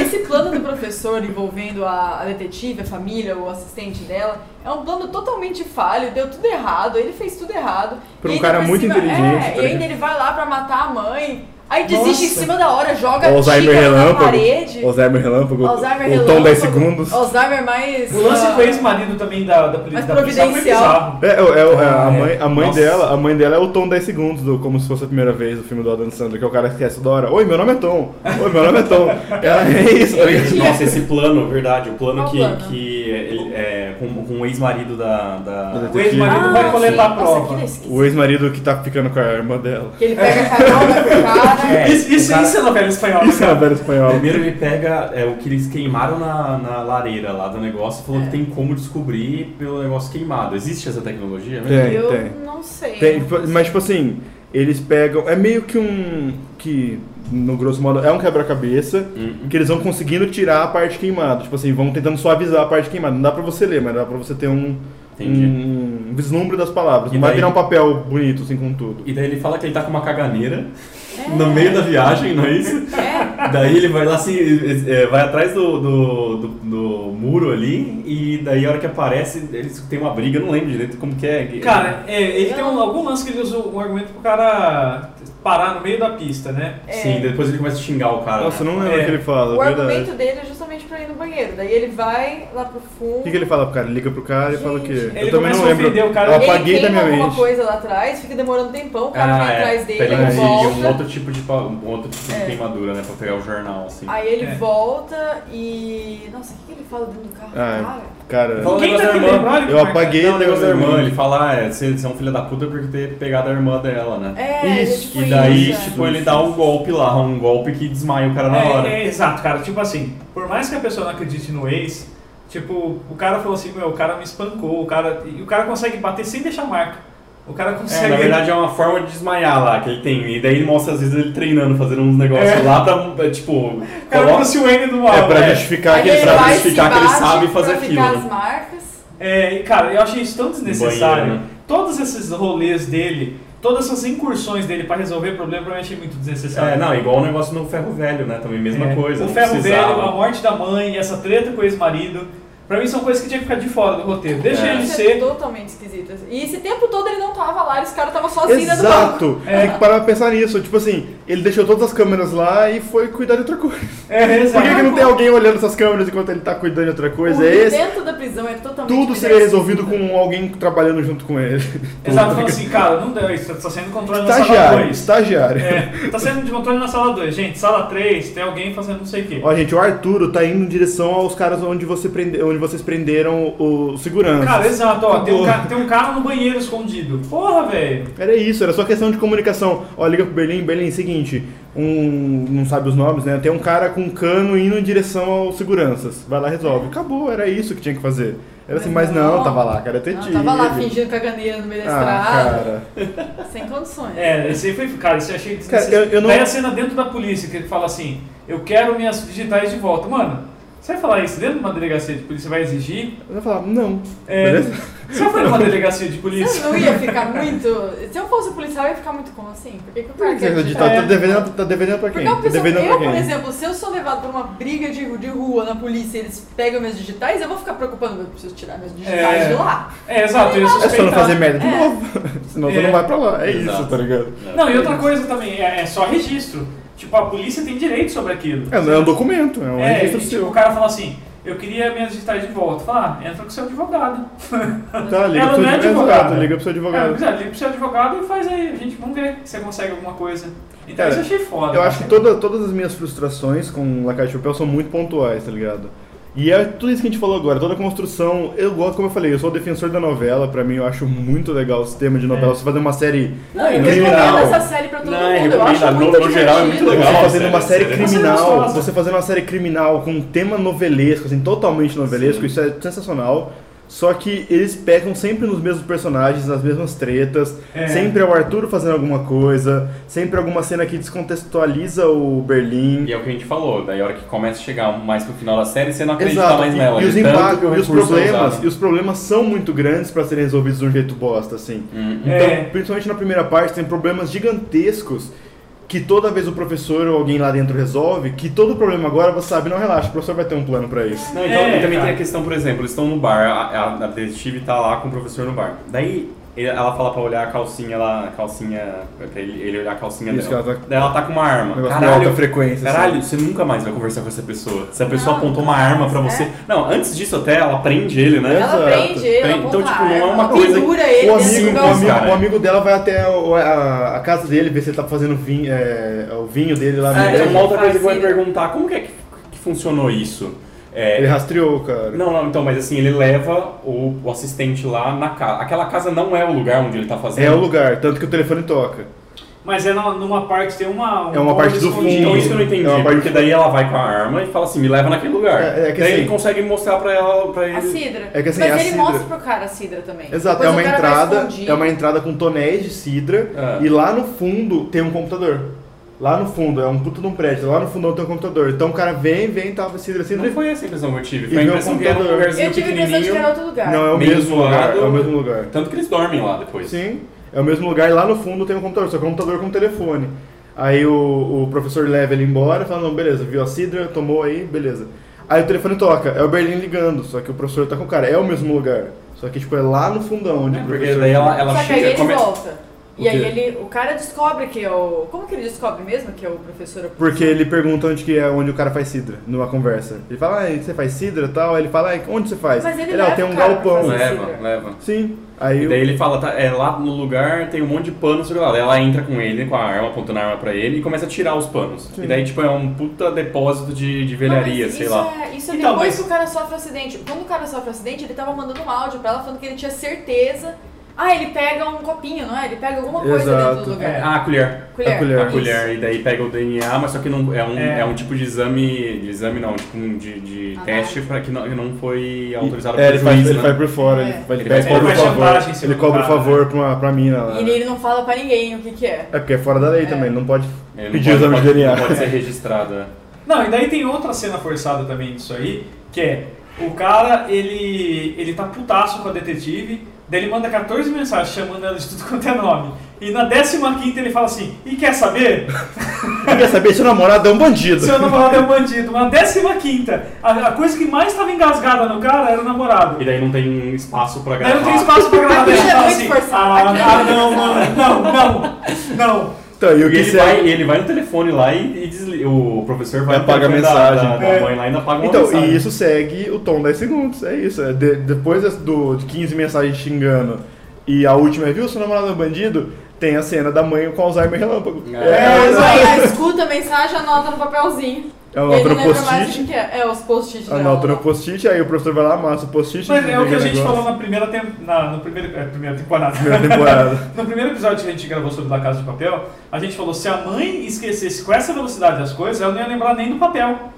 C: esse plano do professor envolvendo a, a detetive, a família, o assistente dela, é um plano totalmente falho, deu tudo errado, ele fez tudo errado.
D: Pra
C: E
D: um
C: ainda
D: cara
C: por
D: muito inteligente,
C: É,
D: tá
C: e ainda
D: ligado?
C: ele vai lá pra matar a mãe, aí desiste em
B: Nossa.
C: cima da hora, joga
D: Alzheimer
C: xícara na
D: relâmpago.
C: parede.
D: Alzheimer relâmpago.
C: Alzheimer
D: o
C: relâmpago.
D: tom 10 segundos.
C: Alzheimer mais.
B: O lance
C: ah,
B: com o ex-marido também da, da,
C: Mas
B: da policial foi
C: providencial.
B: bizarro.
D: É, é, é, é,
B: Ah,
D: a
B: é.
D: mãe, a mãe
E: Nossa.
D: dela, a mãe dela é o Tom 10 segundos, do como se fosse a primeira vez do filme do Adam Sandler, que é o cara esquece toda hora. Oi, meu nome é Tom. Oi, meu nome é Tom. É, é isso, tá ligado?
E: Nossa, esse plano, verdade, o plano
C: Qual
E: que,
C: plano?
E: que ele, é, com, com o ex-marido da. da...
B: O ex-marido
C: Ah,
B: vai coletar a
C: sim.
B: prova.
C: Nossa, que esquisito.
D: O ex-marido que tá ficando com a irmã dela. [laughs]
C: Que ele pega a carona pro cara.
E: É,
B: isso, isso,
E: o cara-
B: isso é novela espanhola,
D: Isso é uma
B: cara.
D: velha espanhola.
E: Primeiro ele pega é, o que eles queimaram na, na lareira lá do negócio e falou
C: É.
E: que tem como descobrir pelo negócio queimado. Existe essa tecnologia? né?
D: Tem,
C: Eu
D: é, tem.
C: não sei.
D: Tem, tipo, mas tipo assim, eles pegam. É meio que um. que, no grosso modo, é um quebra-cabeça.
E: Hum.
D: Que eles vão conseguindo tirar a parte queimada. Tipo assim, vão tentando suavizar a parte queimada. Não dá pra você ler, mas dá pra você ter um.
E: Entendi.
D: um vislumbre das palavras.
E: E
D: Não vai
E: daí?
D: virar um papel bonito, assim, com tudo.
E: E daí ele fala que ele tá com uma caganeira
C: É.
E: no meio da viagem, não é isso?
C: É.
E: Daí ele vai lá assim, é, vai atrás do, do, do- do muro ali e daí a hora que aparece, eles têm uma briga, eu não lembro direito como que é.
B: Cara, é, ele
C: Eu
B: tem um-
C: não-
B: algum lance que ele usa um argumento pro cara parar no meio da pista, né?
E: Sim, depois ele começa a xingar o cara. né?
D: Nossa, eu não lembro
B: É.
D: o que ele fala,
C: É, O
D: é verdade.
C: argumento dele é justamente pra ir no banheiro. Daí ele vai lá pro fundo.
D: O que, que ele fala pro cara? Ele liga pro cara e fala o quê?
B: Ele começa a ofender o cara.
D: Eu
B: Ele
D: apaguei
C: queima
D: da minha
C: alguma
D: mente.
C: coisa lá atrás, fica demorando um tempão, o cara
E: Ah,
C: vai
E: é,
C: atrás dele,
E: pra
C: ele
E: ele
C: volta.
E: um outro tipo de, pa- um outro tipo de
C: É.
E: queimadura, né? Pra pegar o jornal, assim.
C: Aí ele
B: É.
C: volta e. Nossa, o que, que ele fala dentro do carro?
D: Ah,
C: cara?
D: cara.
E: Fala-
B: Quem
E: o negócio
B: tá
E: da
B: aqui
E: irmã.
B: lembrado?
D: Eu apaguei
E: Não, o
D: da
E: um negócio da
D: minha
E: irmã, ele
D: mente.
E: fala, é, você, você é um filho da puta por ter pegado a irmã dela, né?
C: É,
D: Isso,
C: ele, tipo,
E: E daí,
C: isso, é.
E: tipo, ele dá um golpe lá, um golpe que desmaia o cara Tá na hora.
B: É, é, exato, cara. Tipo assim, por mais que a pessoa não acredite no ex, tipo, o cara falou assim, meu, o cara me espancou, o cara. E o cara consegue bater sem deixar marca. O cara consegue.
E: É, na verdade é uma forma de desmaiar lá que ele tem. E daí ele mostra às vezes ele treinando, fazendo uns negócios
B: É.
E: lá pra, é, tipo,
B: o cara
E: coloca.
B: trouxe o N do
D: É
B: mal.
D: pra
B: é.
D: justificar
C: Aí
D: que ele
E: pra
C: vai,
D: sabe.
C: se
E: justificar que ele
C: bate
E: sabe fazer
C: pra ficar
E: aquilo, né?
C: as marcas.
B: É, e, cara, eu achei isso tão desnecessário.
E: Banheiro, né?
B: Todos esses rolês dele, todas essas incursões dele pra resolver problema, eu achei muito desnecessário.
E: É, não, igual o negócio no ferro velho, né? Também mesma
B: É,
E: coisa.
B: O
E: não
B: ferro
E: precisava.
B: velho, a morte da mãe, essa treta com o ex-marido. Pra mim são coisas que tinha que ficar de fora do roteiro. Deixa
E: É.
B: ele
C: Isso
B: ser.
C: é totalmente esquisito. E esse tempo todo ele não tava lá, esse cara tava sozinho dentro do banco.
D: Exato!
E: É.
D: Tem que parar pra pensar nisso. Tipo assim, ele deixou todas as câmeras lá e foi cuidar de outra coisa.
B: É,
D: Por
B: exato.
D: que, que não tem alguém olhando essas câmeras enquanto ele tá cuidando de outra coisa?
C: O
D: É esse.
C: dentro da prisão é totalmente
D: Tudo seria resolvido
C: esquisito.
D: com alguém trabalhando junto com ele.
B: Exato, falando assim, cara, não deu isso, tá sendo controle na sala
D: Estagiário,
B: 2.
D: estagiário.
B: É, tá sendo de controle na sala 2, gente. Sala 3, tem alguém fazendo não sei o quê.
D: Ó, gente, o Arturo tá indo em direção aos caras onde, você prende- onde vocês prenderam o segurança.
B: Cara, exato, ó, tem um,
D: Acabou.
B: ca- tem um cara no banheiro escondido. Porra, velho.
D: Era isso, era só questão de comunicação. Ó, liga pro Berlim, Berlim, seguinte, seguinte: um. não sabe os nomes, né? Tem um cara com um cano indo em direção aos seguranças. Vai lá, resolve. Acabou, era isso que tinha que fazer. Era assim, mas não, tava lá, cara, até
C: Ela tava lá fingindo caganeira no meio da estrada.
D: Ah, cara.
C: Sem condições.
B: É, esse aí foi. Cara, isso eu achei
D: Cara, eu- eu não-
B: Daí a cena dentro da polícia, que ele fala assim: eu quero minhas digitais de volta. Mano, você vai falar isso dentro de uma delegacia de polícia? Vai exigir?
D: Eu ia falar, não.
B: É,
D: Beleza?
B: Você foi numa delegacia de
C: Você
B: polícia?
C: não ia ficar muito. Se eu fosse policial, eu ia ficar muito como assim? Por que, que o cara
D: Por que
C: quer
D: você
C: digitar?
D: digital? Tá devendo, tá devendendo pra quem?
C: Porque eu,
D: Tá
C: penso,
D: devendendo pra
C: eu, por
D: quem?
C: exemplo, se eu sou levado pra uma briga de, de rua na polícia e eles pegam meus digitais, eu vou ficar preocupando, eu preciso tirar meus digitais
B: É.
C: de lá.
B: É, exato, eu ia
D: É só não
B: suspeitar.
D: fazer merda de novo. [laughs] Senão você
B: É.
D: não vai pra lá. É isso,
E: Exato.
D: tá ligado?
B: Não, e outra coisa também, é, é só registro. Tipo, a polícia tem direito sobre aquilo.
D: É, não é um documento, é um
B: É,
D: registro
B: e, tipo,
D: seu.
B: o cara fala assim, eu queria minhas digitais de volta. Fala, ah, entra com seu advogado.
D: Tá, liga
B: Ela
D: pro seu
B: não é
D: advogado.
B: advogada.
D: Exato, liga pro seu advogado.
B: É, liga pro seu advogado e faz aí, gente, vamos ver se você consegue alguma coisa. Então
D: Cara,
B: isso eu achei foda.
D: Eu acho que toda- todas as minhas frustrações com La Casa de Papel são muito pontuais, tá ligado? E é tudo isso que a gente falou agora, toda a construção. Eu gosto, como eu falei, eu sou defensor da novela, pra mim eu acho muito legal o sistema de novela.
B: É.
D: Você fazer uma série.
C: Não, eu
D: No
C: recomendo
D: geral.
C: essa série pra todo
E: Não, eu
C: mundo. Eu acho
E: recomendo.
C: muito
E: No- no geral, é muito
C: divertido.
E: legal.
D: você fazendo uma série
E: série.
B: Série
D: criminal,
B: gostosa.
D: você fazendo uma série criminal com um tema novelesco, assim, totalmente novelesco,
E: Sim.
D: isso é sensacional. Só que eles pecam sempre nos mesmos personagens, nas mesmas tretas.
B: É.
D: Sempre é o Arturo fazendo alguma coisa, sempre alguma cena que descontextualiza o Berlim.
E: E é o que a gente falou, daí a hora que começa a chegar mais pro final da série, você não acredita
D: Exato.
E: mais
D: e-
E: nela.
D: E,
E: de
D: os
E: tanto
D: impactos,
E: que o
D: e os
E: recurso é
D: problemas,
E: usado.
D: e os problemas são muito grandes pra serem resolvidos de um jeito bosta, assim.
E: Hum,
D: Então,
B: É.
D: principalmente na primeira parte, tem problemas gigantescos que toda vez o professor ou alguém lá dentro resolve, que todo problema agora você sabe, não relaxa, o professor vai ter um plano pra isso.
E: Não, então,
B: É,
E: e também
B: cara.
E: tem a questão, por exemplo, eles estão no bar, a, a- a detetive tá lá com o professor no bar. Daí ele- ela fala pra olhar a calcinha lá, a calcinha. pra ele, ele olhar a calcinha
D: Isso,
E: dela.
D: que ela tá-
E: Daí ela tá com uma
D: Um
E: arma.
D: negócio de
E: Caralho,
D: alta frequência.
E: Caralho,
D: sabe?
E: você nunca mais vai conversar com essa pessoa. Se a pessoa
C: Não,
E: apontou uma arma pra você.
C: é.
E: Não, antes disso até ela prende ele, né?
D: Exato.
C: Ela prende ele, ela
E: Então, tipo,
C: aponta a
E: não é uma
C: arma,
E: coisa que-
C: Pendura ele
D: O
C: dentro do
D: amigo, o,
C: balcão.
D: amigo,
E: cara.
D: o amigo dela vai até o- a, a casa dele ver se ele tá fazendo vinho, é, o vinho dele lá
E: Ah,
D: mesmo.
E: uma outra coisa que eu
C: Faz né?
E: ia
C: ele.
E: perguntar, como que é que, que funcionou isso? É,
D: Ele rastreou, cara.
E: Não, não, então, mas assim, ele leva o, o assistente lá na casa. Aquela casa não é o lugar onde ele tá fazendo.
D: É o lugar, tanto que o telefone toca.
B: Mas é na- numa parte, tem uma... um
D: É uma parte do
B: escondido.
D: fundo.
E: Então isso que eu não entendi,
D: É uma parte-
E: porque daí ela vai com a arma e fala assim, me leva naquele lugar.
D: É, é que
E: daí
D: assim-
E: ele consegue mostrar pra ela, pra ele...
C: A Sidra.
D: É que assim,
C: Mas
D: é a
C: ele
D: sidra.
C: mostra pro cara a Sidra também.
D: Exato,
C: Depois
D: é uma
C: o cara vai
D: entrada,
C: escondido.
D: é uma entrada com tonéis de cidra
E: Ah.
D: e lá no fundo tem um computador. Lá no fundo, é um puto de um prédio, lá no fundão tem um computador. Então o cara vem, vem, tava cidra, cidra.
E: Não foi essa a impressão que eu tive,
D: E
E: foi a
D: vê o
E: impressão que era um
D: computador.
E: lugarzinho
C: Eu tive a impressão de que era
E: pequenininho.
C: outro lugar.
D: Não, é o
E: Meio
D: mesmo lugar,
E: zoado.
D: é o mesmo lugar.
E: Tanto que eles dormem lá depois.
D: Sim, é o mesmo lugar e lá no fundo tem um computador, só que é um computador com um telefone. Aí o, o professor leva ele embora e fala, não, beleza, viu a cidra, tomou aí, beleza. Aí o telefone toca, é o Berlim ligando, só que o professor tá com o cara, é o mesmo lugar. Só que, tipo, é lá no fundão onde
E: É,
D: o
E: porque
D: professor...
E: daí ela, ela
C: Só que aí
E: chega...
C: ele
E: come-
C: volta.
D: O
C: E aí
D: quê?
C: ele, o cara descobre que é o... Como que ele descobre mesmo que é o professor?
D: Porque ele pergunta onde que é onde o cara faz sidra, numa conversa. Ele fala, ah, você faz sidra e tal? Aí ele fala, ah, onde você faz?
C: Mas ele
D: ah,
C: leva
D: tem
C: o
D: um
C: cara pra
D: galpão.
C: fazer.
E: Leva, leva.
D: Sim. Aí
E: E
D: eu-
E: daí ele fala, tá, é lá no lugar tem um monte de pano, sei lá. Daí ela entra com ele, com a arma, apontando a arma pra ele e começa a tirar os panos. E daí, tipo, é um puta depósito de, de velharia,
C: Não, mas
E: sei
C: isso
E: lá.
C: É, isso é
B: Então,
C: depois
B: mas-
C: que o cara sofre o acidente. Quando o cara sofre o acidente, ele tava mandando um áudio pra ela falando que ele tinha certeza. Ah, ele pega um copinho, não é? Ele pega alguma coisa dentro
D: Exato.
C: do
B: É,
C: lugar.
E: Ah, a colher.
C: colher.
D: a colher.
E: A colher, e daí pega o DNA, mas só que não, é, um,
B: É.
E: é. um tipo de exame. De exame não, tipo um de, de teste pra que não, que não foi autorizado
D: É,
E: pelo
D: ele faz,
E: juiz,
D: ele
E: né?
D: faz por fora,
C: É.
D: ele, ele,
E: Ele
D: pede
E: faz-
D: cobra o
E: ele faz
B: chantagem em
D: favor.
B: cima
D: Ele
B: do
D: cobra o
B: cara,
E: né?
D: favor pra, uma, pra mina lá.
E: É.
C: E ele, ele não fala pra ninguém o que que é.
D: É porque é fora da lei
C: É.
D: também, não pode
E: Ele não
D: pedir o
E: pode-
D: exame de
E: pode-
D: DNA.
E: Não pode ser é. registrada.
B: Não, e daí tem outra cena forçada também disso aí, que é o cara, ele, ele tá putaço com a detetive, daí ele manda 14 mensagens chamando ela de tudo quanto é nome. E na 15 ele fala assim, e quer saber?
D: Quer saber se o namorado é um bandido?
B: Seu namorado é um bandido. Na 15, a, a coisa que mais tava engasgada no cara era o namorado.
E: E daí não tem um espaço pra
B: Daí
E: gravar.
B: não tem espaço pra [laughs] gravar
C: Aquilo
B: dela.
C: é
B: Fala
C: muito
B: assim,
C: forçado.
B: ah,
C: Aquilo é
B: ah,
C: muito
B: não, mano, não, não, não.
D: Então, e o
E: E
D: que
E: ele
D: você-
E: vai, ele vai no telefone lá e, e desliga. O professor vai no
D: Apaga a
E: telefone
D: mensagem.
E: Da, da,
B: É.
E: da mãe lá e ainda apaga uma
D: Então,
E: mensagem.
D: e isso segue o tom 10 segundos, é isso. É de- depois das- do, de 15 mensagens xingando e a última é, viu, seu namorado é um bandido, tem a cena da mãe com Alzheimer relâmpago.
E: É,
C: Mas aí, aí escuta a mensagem, anota no papelzinho.
D: É,
C: E ele
D: anota no
C: lembra mais
D: post-it.
C: o que é. É, os post-it dela.
D: Anota no post-it, aí o professor vai lá, amassa o post-it.
B: Mas é o que
D: liga
B: a gente
D: negócio. [laughs]
B: falou na primeira, tem- na, no primeiro, é, primeira temporada. [laughs]
D: Primeira temporada.
B: no primeiro episódio que a gente gravou sobre La Casa de Papel, a gente falou se a mãe esquecesse com essa velocidade as coisas, ela não ia lembrar nem do papel.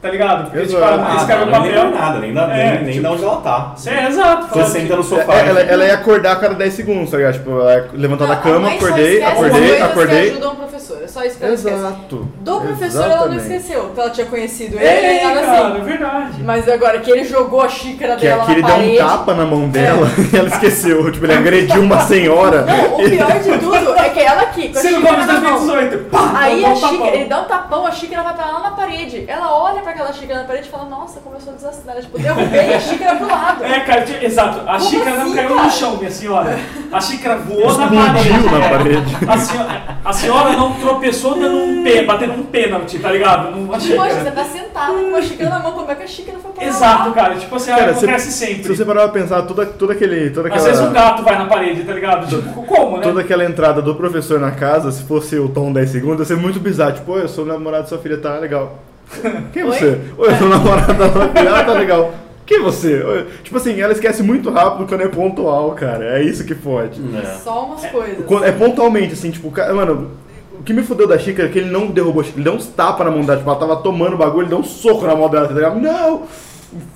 B: Tá ligado? Porque tipo,
D: Exato.
B: ela
D: Ah,
B: escreve o
F: não lembra
B: papel.
F: nada, nem da,
B: É,
F: nem, nem
B: tipo-
F: da onde ela tá.
B: Você é exato.
F: Você
B: falando
F: senta
B: que-
F: no sofá.
D: É, ela, ela ia acordar a cada 10 segundos, tá ligado? Tipo, ela ia levantar
C: Não,
D: da
C: a
D: cama,
C: mãe só
D: acordei,
C: esquece
D: acordei,
C: coisas Que
D: acordei.
C: ajudam o professor, é só isso que ela esquece.
D: Exato.
C: Do professor ela não
D: Exatamente.
C: esqueceu, que ela tinha conhecido ele,
B: Ei,
C: ele tava
B: cara,
C: assim.
B: é verdade.
C: Mas agora que ele jogou a xícara
D: Que,
C: dela
D: que ele
C: na
D: deu um
C: parede. É.
D: tapa na mão dela [laughs] e ela esqueceu. Tipo, ele agrediu uma senhora.
C: Não, o pior
D: [laughs]
C: de tudo é que ela aqui, com a
B: Você não
C: xícara
B: gosta
C: na
B: de
C: mão.
B: 2018. Pá,
C: Aí
B: dá um
C: a
B: tapão.
C: xícara, ele dá um tapão, a xícara vai pra lá na parede. Ela olha pra aquela xícara na parede e fala, nossa, começou a desastre. Tipo, derrubei a xícara pro lado.
B: É, cara, tinha- exato. A
C: Como
B: xícara não
C: assim,
B: caiu
C: cara?
B: no chão, minha senhora. A xícara voou
C: tá
B: na parede.
D: Explodiu na
B: É.
D: parede.
B: A senhora, a senhora não tropeçou dando um pé, batendo um pênalti, tá ligado? Não achei.
C: Poxa,
D: É.
B: cara.
C: você tá sentada com a xícara na mão, como é que a xícara foi pra
B: Exato,
C: lá?
B: cara. Tipo assim,
D: Cara,
B: acontece
D: Se
B: sempre.
D: você parar pra pensar, toda, toda, aquele, toda,
B: Às vezes um
D: aquela,
B: gato vai na parede, tá ligado? Tipo, como, né?
D: toda aquela entrada do professor na casa, se fosse o tom 10 segundos, ia ser muito bizarro. Tipo, "Oi, eu sou o namorado da sua filha, tá legal. Quem é
C: Oi?
D: você? Oi, eu sou o namorado da sua filha, ah, tá legal. Quem é você? Oi. Tipo assim, ela esquece muito rápido quando é pontual, cara. É isso que fode.
C: Só umas coisas.
D: Quando- É pontualmente, assim, tipo, o cara- mano, o que me fudeu da xícara é que ele não derrubou a xícara, ele deu uns tapas na mão dela, tipo, ela tava tomando o bagulho, ele deu um soco na mão dela, tá ligado? Não!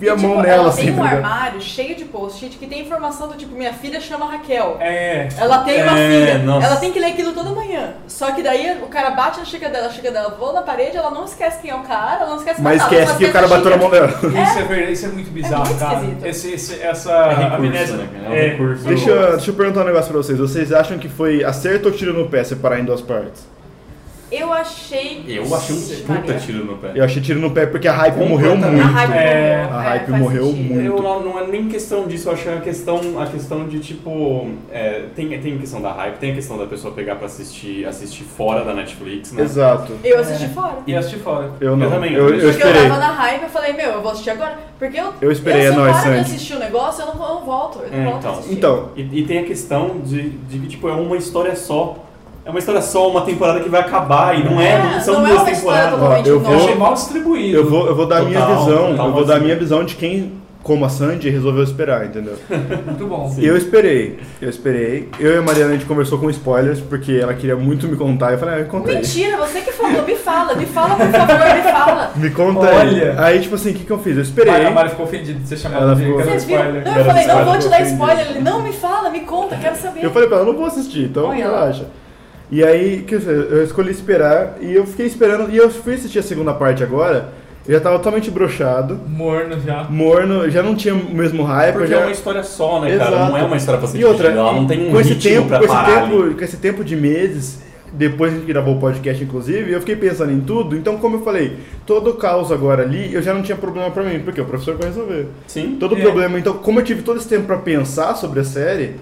D: Enfia a
C: Tipo,
D: mão
C: ela
D: nela,
C: tem
D: assim,
C: um
D: tá ligado?
C: armário cheio de post-it que tem informação do tipo, minha filha chama Raquel.
B: É.
C: Ela tem uma
F: É,
C: filha,
F: nossa.
C: ela tem que ler aquilo toda manhã. Só que daí o cara bate na xícara dela, a xícara dela voa na parede, ela não esquece quem é o cara, ela não esquece
D: Mas
C: nada, ela só
D: esquece que o cara
C: a
D: bateu na mão
C: xícara.
D: dela.
E: [laughs]
B: Isso é, verdade, isso é muito bizarro,
C: muito
B: cara.
C: esquisito.
B: Esse, esse- essa
E: É recurso,
B: amnésia.
E: né, cara? É um recurso.
D: Deixa, eu- deixa eu perguntar um negócio pra vocês. Vocês acham que foi acerto ou tiro no pé separar em duas partes?
C: Eu achei.
E: Eu achei um
C: Ixi,
E: puta
C: Maria.
E: tiro no pé.
D: Eu achei tiro no pé porque a hype morreu muito.
E: Completamente.
C: A hype
B: É,
C: morreu.
D: a
C: é,
D: hype
C: faz
D: morreu
C: sentido.
D: muito.
E: Eu não, não é nem questão disso, eu acho que é a questão, a questão de tipo. é, tem, tem a questão da hype, tem a questão da pessoa pegar pra assistir, assistir fora da Netflix, né?
D: Exato.
C: Eu assisti fora.
B: E assisti fora.
D: Eu não.
E: Eu também,
D: Eu, eu
E: eu
C: Porque
D: esperei.
C: eu tava na hype, eu falei, meu, eu vou assistir agora. Porque eu.
D: Eu esperei, é
C: eu, se eu
D: nóis,
C: paro de
D: Sandy.
C: assistir o negócio, eu não, eu não volto. Eu não
E: É,
C: volto
E: então.
C: a assistir.
D: Então,
E: E, e tem a questão de, de que, tipo, é uma história só. É uma história só, uma temporada que vai acabar e não é,
C: É,
E: são
C: não é
E: duas
C: uma história
E: temporadas.
C: totalmente
D: Ó, eu
B: Eu
D: vou-
B: achei
C: nova.
B: mal distribuído.
D: eu vou, eu vou dar a minha
E: Total,
D: visão.
E: total,
D: eu vou dar a
E: assim.
D: minha visão de quem, como a Sandy, resolveu esperar, entendeu?
B: Muito bom.
D: E Eu esperei, eu esperei. Eu e a Mariana a gente conversou com spoilers, porque ela queria muito me contar. Eu falei, ah, me conta aí.
C: Mentira, você que falou, me fala, me fala, por favor, me
D: [laughs]
C: fala.
D: Me conta
B: Olha.
D: aí. Aí, tipo assim, o que, que eu fiz? Eu
B: Mas
D: esperei.
B: A Mari ficou ofendida de ser chamada
D: Ela
B: de
D: ficou-
B: cara
C: Você
B: de
C: viu?
B: spoiler.
C: Não, eu falei, não vou te dar
D: Spoiler.
C: spoiler. Ele, não, me fala, me conta, quero saber.
D: Eu falei pra ela, eu não vou assistir, então
C: Olha lá.
D: relaxa. E aí, quer dizer, eu escolhi esperar e eu fiquei esperando. E eu fui assistir a segunda parte agora, eu já tava totalmente brochado,
B: Morno já.
D: morno, eu já não tinha o mesmo hype. eu
E: Porque
D: já...
E: é uma história só, né, cara?
D: Exato.
E: Não é uma história pra ser
D: E outra,
E: dividida, ela não tem um
D: com esse
E: ritmo
D: tempo,
E: pra
D: com esse
E: parar ali.
D: tempo, com esse tempo de meses, depois que gravou o podcast, inclusive, eu fiquei pensando em tudo. Então, como eu falei, todo o caos agora ali, eu já não tinha problema pra mim, porque o professor vai resolver.
E: Sim.
D: Todo
B: É.
D: problema, então, como eu tive todo esse tempo pra pensar sobre a série,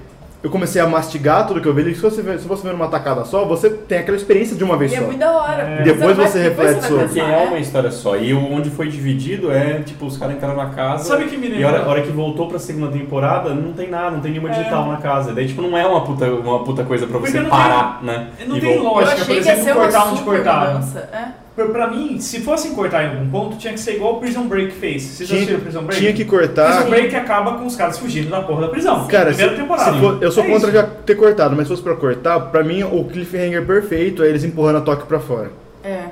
D: eu comecei a mastigar tudo que eu vi. E se você, vê- se você vê numa tacada só, você tem aquela experiência de uma vez
C: E é
D: só.
C: muito da hora.
B: É.
C: porque
D: Depois
C: vai-
D: você
C: depois
D: reflete
C: vai
D: sobre.
E: Porque
C: pensar,
E: é
C: é.
E: uma história só. E o- onde foi dividido é, tipo, os caras entraram na casa.
B: Sabe que me
E: E a hora, a
B: lembra?
E: hora que voltou pra segunda temporada, não tem nada, não tem nenhuma
B: É.
E: digital na casa. Daí, tipo, não é uma puta, uma puta coisa pra
B: Porque
E: você
B: não tem-
E: parar, né?
B: Não
E: E
B: tem
E: voltar.
C: Eu
B: lógica, por
C: achei que ia ser
B: exemplo,
C: uma
B: cortar onde
C: super
E: né?
B: cortaram.
C: mudança. É.
B: Pra, pra mim, se fossem cortar em algum ponto, tinha que ser igual o Prison Break fez. Vocês já
D: Tinha,
B: assistiram Prison Break?
D: tinha que cortar.
B: Prison Break acaba com os caras fugindo da porra da prisão.
D: Cara, se,
B: é primeira temporada.
D: se for- eu sou
B: É
D: contra
B: isso.
D: já ter cortado, mas se fosse pra cortar, pra mim o cliffhanger perfeito é eles empurrando a Toque pra fora.
C: É.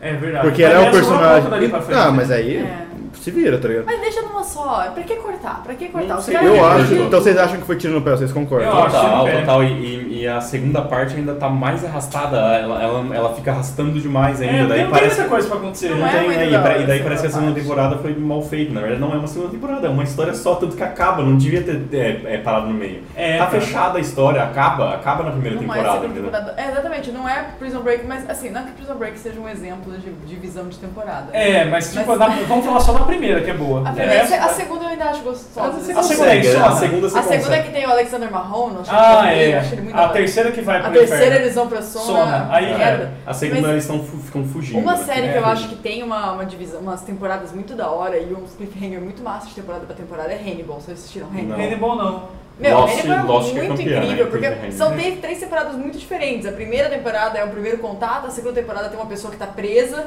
B: É verdade.
D: Porque ela é o
B: Aliás, uma
D: personagem.
B: volta dali pra frente,
D: Ah,
B: né?
D: mas aí
C: É.
D: se vira, tá ligado?
C: Mas deixa numa só. Pra que cortar? Pra que cortar?
E: Não
C: Os
E: sei,
C: caras
D: Eu
C: já
D: acho.
C: dividiram
D: Então vocês
C: tudo.
D: acham que foi tiro no pé, vocês
B: é, Eu
D: concordam?
B: acho.
E: Total,
B: é.
E: total. E, e- e a segunda parte ainda tá mais arrastada. Ela, ela, ela fica arrastando demais ainda.
B: É,
E: daí
B: não tem
E: parece.
B: essa coisa pra acontecer.
C: Não
E: Não
B: né?
C: é
E: tem,
C: muito
E: né? E,
C: da
E: pra-
C: hora
E: e daí
C: essa
E: parece que a segunda
C: parte.
E: temporada foi mal feita. Na verdade, não é uma segunda temporada, é uma história só, tanto que acaba. Não devia ter é, é, parado no meio.
B: É,
E: tá
B: cara.
E: fechada a história, acaba, acaba na primeira
C: Não é
E: temporada,
C: segunda
E: entendeu?
C: temporada. É, exatamente, não é Prison Break, mas assim, não é que Prison Break seja um exemplo de divisão de temporada.
B: É, mas tipo,
C: Mas-
B: na- vamos falar só da primeira, que é boa.
C: A, primeira-
B: É,
C: a segunda eu ainda acho gostosa.
B: A
C: Você
B: segunda- é
C: consegue.
B: consegue,
E: a
B: funciona.
E: segunda você
C: A segunda é
E: consegue.
C: que tem o Alexander Mahone, eu achei
B: Ah,
C: ele-
B: é.
C: eu achei ele muito da
B: A
C: hora.
B: terceira que vai
C: A
B: pro
C: terceira
B: inferno.
C: eles vão pra Sona.
B: Sona. Aí,
C: merda.
E: A segunda
C: Mas-
E: eles estão fu- ficam fugindo.
C: Uma
E: né?
C: série
B: É,
C: que eu
B: é.
C: acho que tem uma, uma divisão, umas um temporadas muito da hora e uns cliffhanger muito massa de temporada pra temporada é Hannibal. Vocês assistiram Hannibal?
E: Não.
B: Hannibal não.
C: Meu,
E: Lost-
C: Hannibal
E: Lost que
C: é
E: é
C: muito
E: campeã, né?
C: incrível,
E: Incrível,
C: porque
E: né?
C: são tem três temporadas muito diferentes. A primeira temporada é o primeiro contato, a segunda temporada tem uma pessoa que tá presa,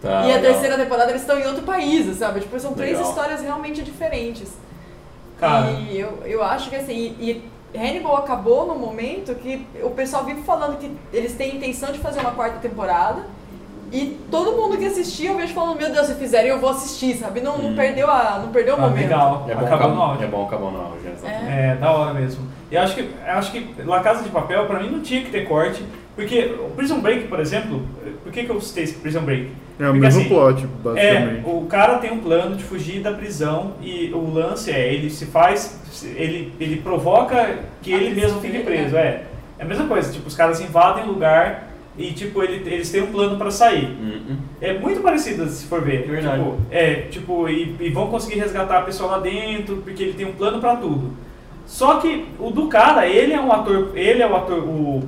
E: Tá,
C: e a
E: legal.
C: terceira temporada eles estão em outro país, sabe? Tipo, são três
E: Legal.
C: histórias realmente diferentes.
B: Cara.
C: E eu, eu acho que assim, e, e Hannibal acabou no momento que o pessoal vive falando que eles têm intenção de fazer uma quarta temporada. E todo mundo que assistia, eu vejo falando, meu Deus, se fizerem, eu vou assistir, sabe? Não,
E: Uhum.
C: não perdeu, a, não perdeu o
B: Ah,
C: momento.
B: legal.
E: É
B: Acabou
E: bom acabar
B: no
E: no
B: auge.
E: É bom acabar no auge, exato.
B: É, da hora mesmo. E eu acho que, eu acho que La Casa de Papel, pra mim, não tinha que ter corte, porque o Prison Break, por exemplo, por que, que eu citei esse Prison Break?
D: É o
B: Porque,
D: mesmo
B: assim,
D: plot,
B: É,
D: basicamente.
B: o cara tem um plano de fugir da prisão e o lance é, ele se faz, ele, ele provoca que
C: Ah,
B: ele
C: isso
B: mesmo fique
C: é.
B: preso, é. É a mesma coisa, tipo, os caras invadem o lugar e, tipo, ele, eles têm um plano pra sair.
E: Uhum.
B: É muito parecido, se for ver.
E: Verdade.
B: Tipo, é, tipo, e, e vão conseguir resgatar a pessoa lá dentro, porque ele tem um plano pra tudo. Só que o do cara, ele é um ator, ele é o ator, o,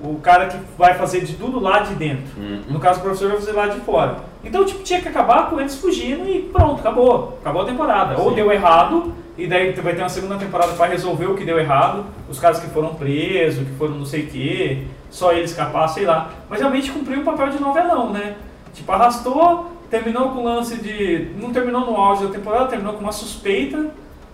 B: o cara que vai fazer de tudo lá de dentro. No caso, o professor vai fazer lá de fora. Então, tipo, tinha que acabar com eles fugindo e pronto, acabou. Acabou a temporada. Ou
E: Sim.
B: deu errado, e daí vai ter uma segunda temporada pra resolver o que deu errado. Os caras que foram presos, que foram não sei o quê, só ele escapar, sei lá. Mas realmente cumpriu o papel de novelão, né? Tipo, arrastou, terminou com o lance de. Não terminou no auge da temporada, terminou com uma suspeita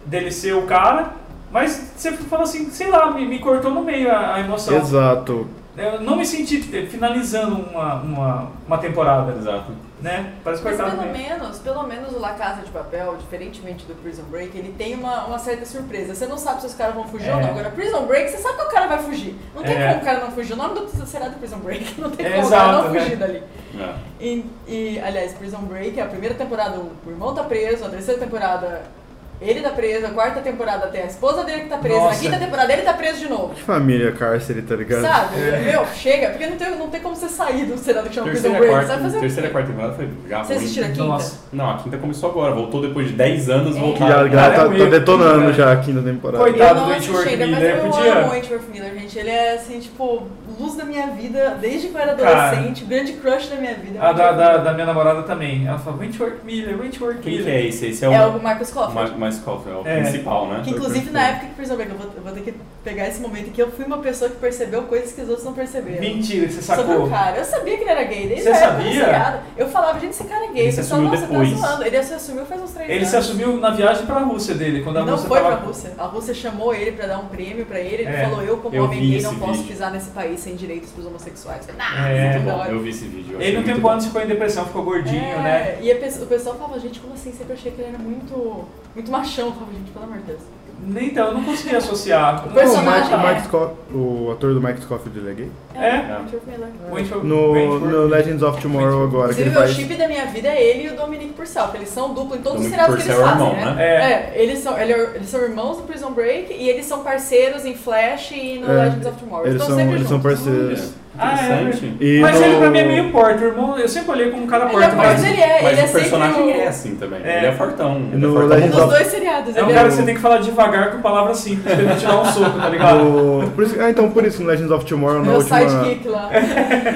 B: dele ser o cara. Mas você fala assim, sei lá, me, me cortou no meio a, a emoção.
D: Exato.
B: Eu não me senti eh, finalizando uma, uma, uma temporada,
E: Exato.
B: né? Parece
C: Mas
B: cortado
C: pelo
B: mesmo.
C: menos, pelo menos o La Casa de Papel, diferentemente do Prison Break, ele tem uma, uma certa surpresa. Você não sabe se os caras vão fugir
B: É.
C: ou não. Agora, Prison Break, você sabe que o cara vai fugir. Não tem
B: É.
C: como o cara não fugir. O nome do será do Prison Break. [laughs] Não tem
B: É,
C: como o cara
B: exato,
C: não
B: né?
C: fugir dali.
E: É.
C: E, e, aliás, Prison Break, é a primeira temporada o irmão tá preso, a terceira temporada ele tá preso, a quarta temporada tem a esposa dele que tá presa,
B: Nossa.
C: na quinta temporada ele tá preso de novo.
D: Que família cárcere, tá ligado?
C: Sabe?
B: é.
C: Meu, chega, porque não tem, não tem como você sair do seriado que chama Prison
E: Terceira,
C: Break.
E: quarta,
C: Sabe fazer o quê?
E: terceira quarta temporada foi já
C: Vocês
E: ruim.
C: assistiram a quinta?
B: Nossa.
E: Não, a quinta começou agora. Voltou depois de 10 anos,
C: É.
D: Que
E: voltou.
D: a galera tá,
B: Cara, é
D: tá
B: meio-
D: detonando já a quinta temporada.
B: Coitado.
C: Eu
B: do
C: não
B: Antwerp
C: assisti ainda, mas
B: Miller,
C: eu
B: podia.
C: amo o Antwerp Miller, gente. Ele é, assim, tipo, luz da minha vida desde que eu era
B: Cara.
C: adolescente, grande crush da minha vida.
B: A da, da, da minha namorada também. Ela fala, Wentworth Miller, Wentworth
E: Quem
B: Miller.
E: que é esse? Esse é,
C: É
E: o
C: o Marcus Coffey.
E: Ma- mais Coffee, é o
B: É.
E: principal, né?
C: Que inclusive na época que percebeu, eu vou, eu vou ter que pegar esse momento que eu fui uma pessoa que percebeu coisas que os outros não perceberam.
B: Mentira, que é? você
C: Sobre o
B: sacou.
C: cara. Eu sabia que ele era gay, desde
B: Você
C: a época do
B: sabia?
C: seriado. Eu falava, gente, esse cara é gay.
E: Ele se
C: Pessoal,
E: assumiu
C: nossa,
E: depois.
C: tá zoando. Ele se assumiu faz uns três
B: Ele
C: anos.
B: se assumiu na viagem pra Rússia dele, quando a
C: né? Não
B: Rússia
C: foi
B: tava...
C: pra Rússia. A Rússia chamou ele pra dar um prêmio pra ele. Ele
B: É,
C: falou, eu como
E: eu
C: homem
E: vi
C: gay não
E: esse
C: posso
E: vídeo.
C: pisar nesse país sem direitos pros homossexuais. Eu falei, "Ah, "Nah,
B: É,
E: Muito
C: da
E: bom,
C: hora."
E: eu vi esse vídeo. eu achei
B: Ele no
E: muito
B: tempo
E: bom.
B: antes ficou em depressão, ficou gordinho,
C: É,
B: né?
C: E a pe- o pessoal falava, gente, como assim? Sempre achei que ele era muito, muito machão. Eu falava, gente, pelo amor de Deus.
B: Nem- Então, eu não consegui
C: [laughs]
B: associar.
C: O
D: Pô, o,
C: personagem
D: Mike, o,
C: é-
D: Mike Scott- o ator do Mike Scofield ele é gay?
B: É.
C: Antwerp Miller.
B: Wentworth-
D: No,
B: Wentworth
D: no Legends of Tomorrow agora, que
C: Inclusive,
D: ele
C: o
D: faz...
C: chip da minha vida é ele e o Dominic Purcell, que eles são duplo em todos
E: Dominic
C: os seriados que eles
E: Purcell é
C: fazem,
E: irmão,
C: né? É, eles, são, ele- eles são irmãos do Prison Break e eles são parceiros em Flash e no
D: É,
C: Legends of Tomorrow.
D: Eles
C: estão
D: são,
C: sempre
D: eles são
C: juntos.
D: parceiros.
B: Ah, é,
E: Interessante.
D: E
B: Mas
D: [laughs] no-
B: ele pra mim é meio porto, irmão. Eu sempre olhei como um cara
C: Ele é
B: porto.
C: porto,
B: mas-
C: ele é,
E: Mas
C: ele é
E: o
C: sempre
E: personagem
C: o-
E: é assim também.
B: É.
E: Ele é fortão. Ele é
D: No
E: fortão.
D: Legends
C: Nos
D: of-
C: dois seriados.
B: É um
C: ele
B: cara que você tem que falar devagar com palavras simples, pra ele te dar um soco, tá ligado?
D: No- por isso- ah, então por isso, no Legends of Tomorrow, na
C: Meu
D: última...
C: sidekick lá.
D: [laughs]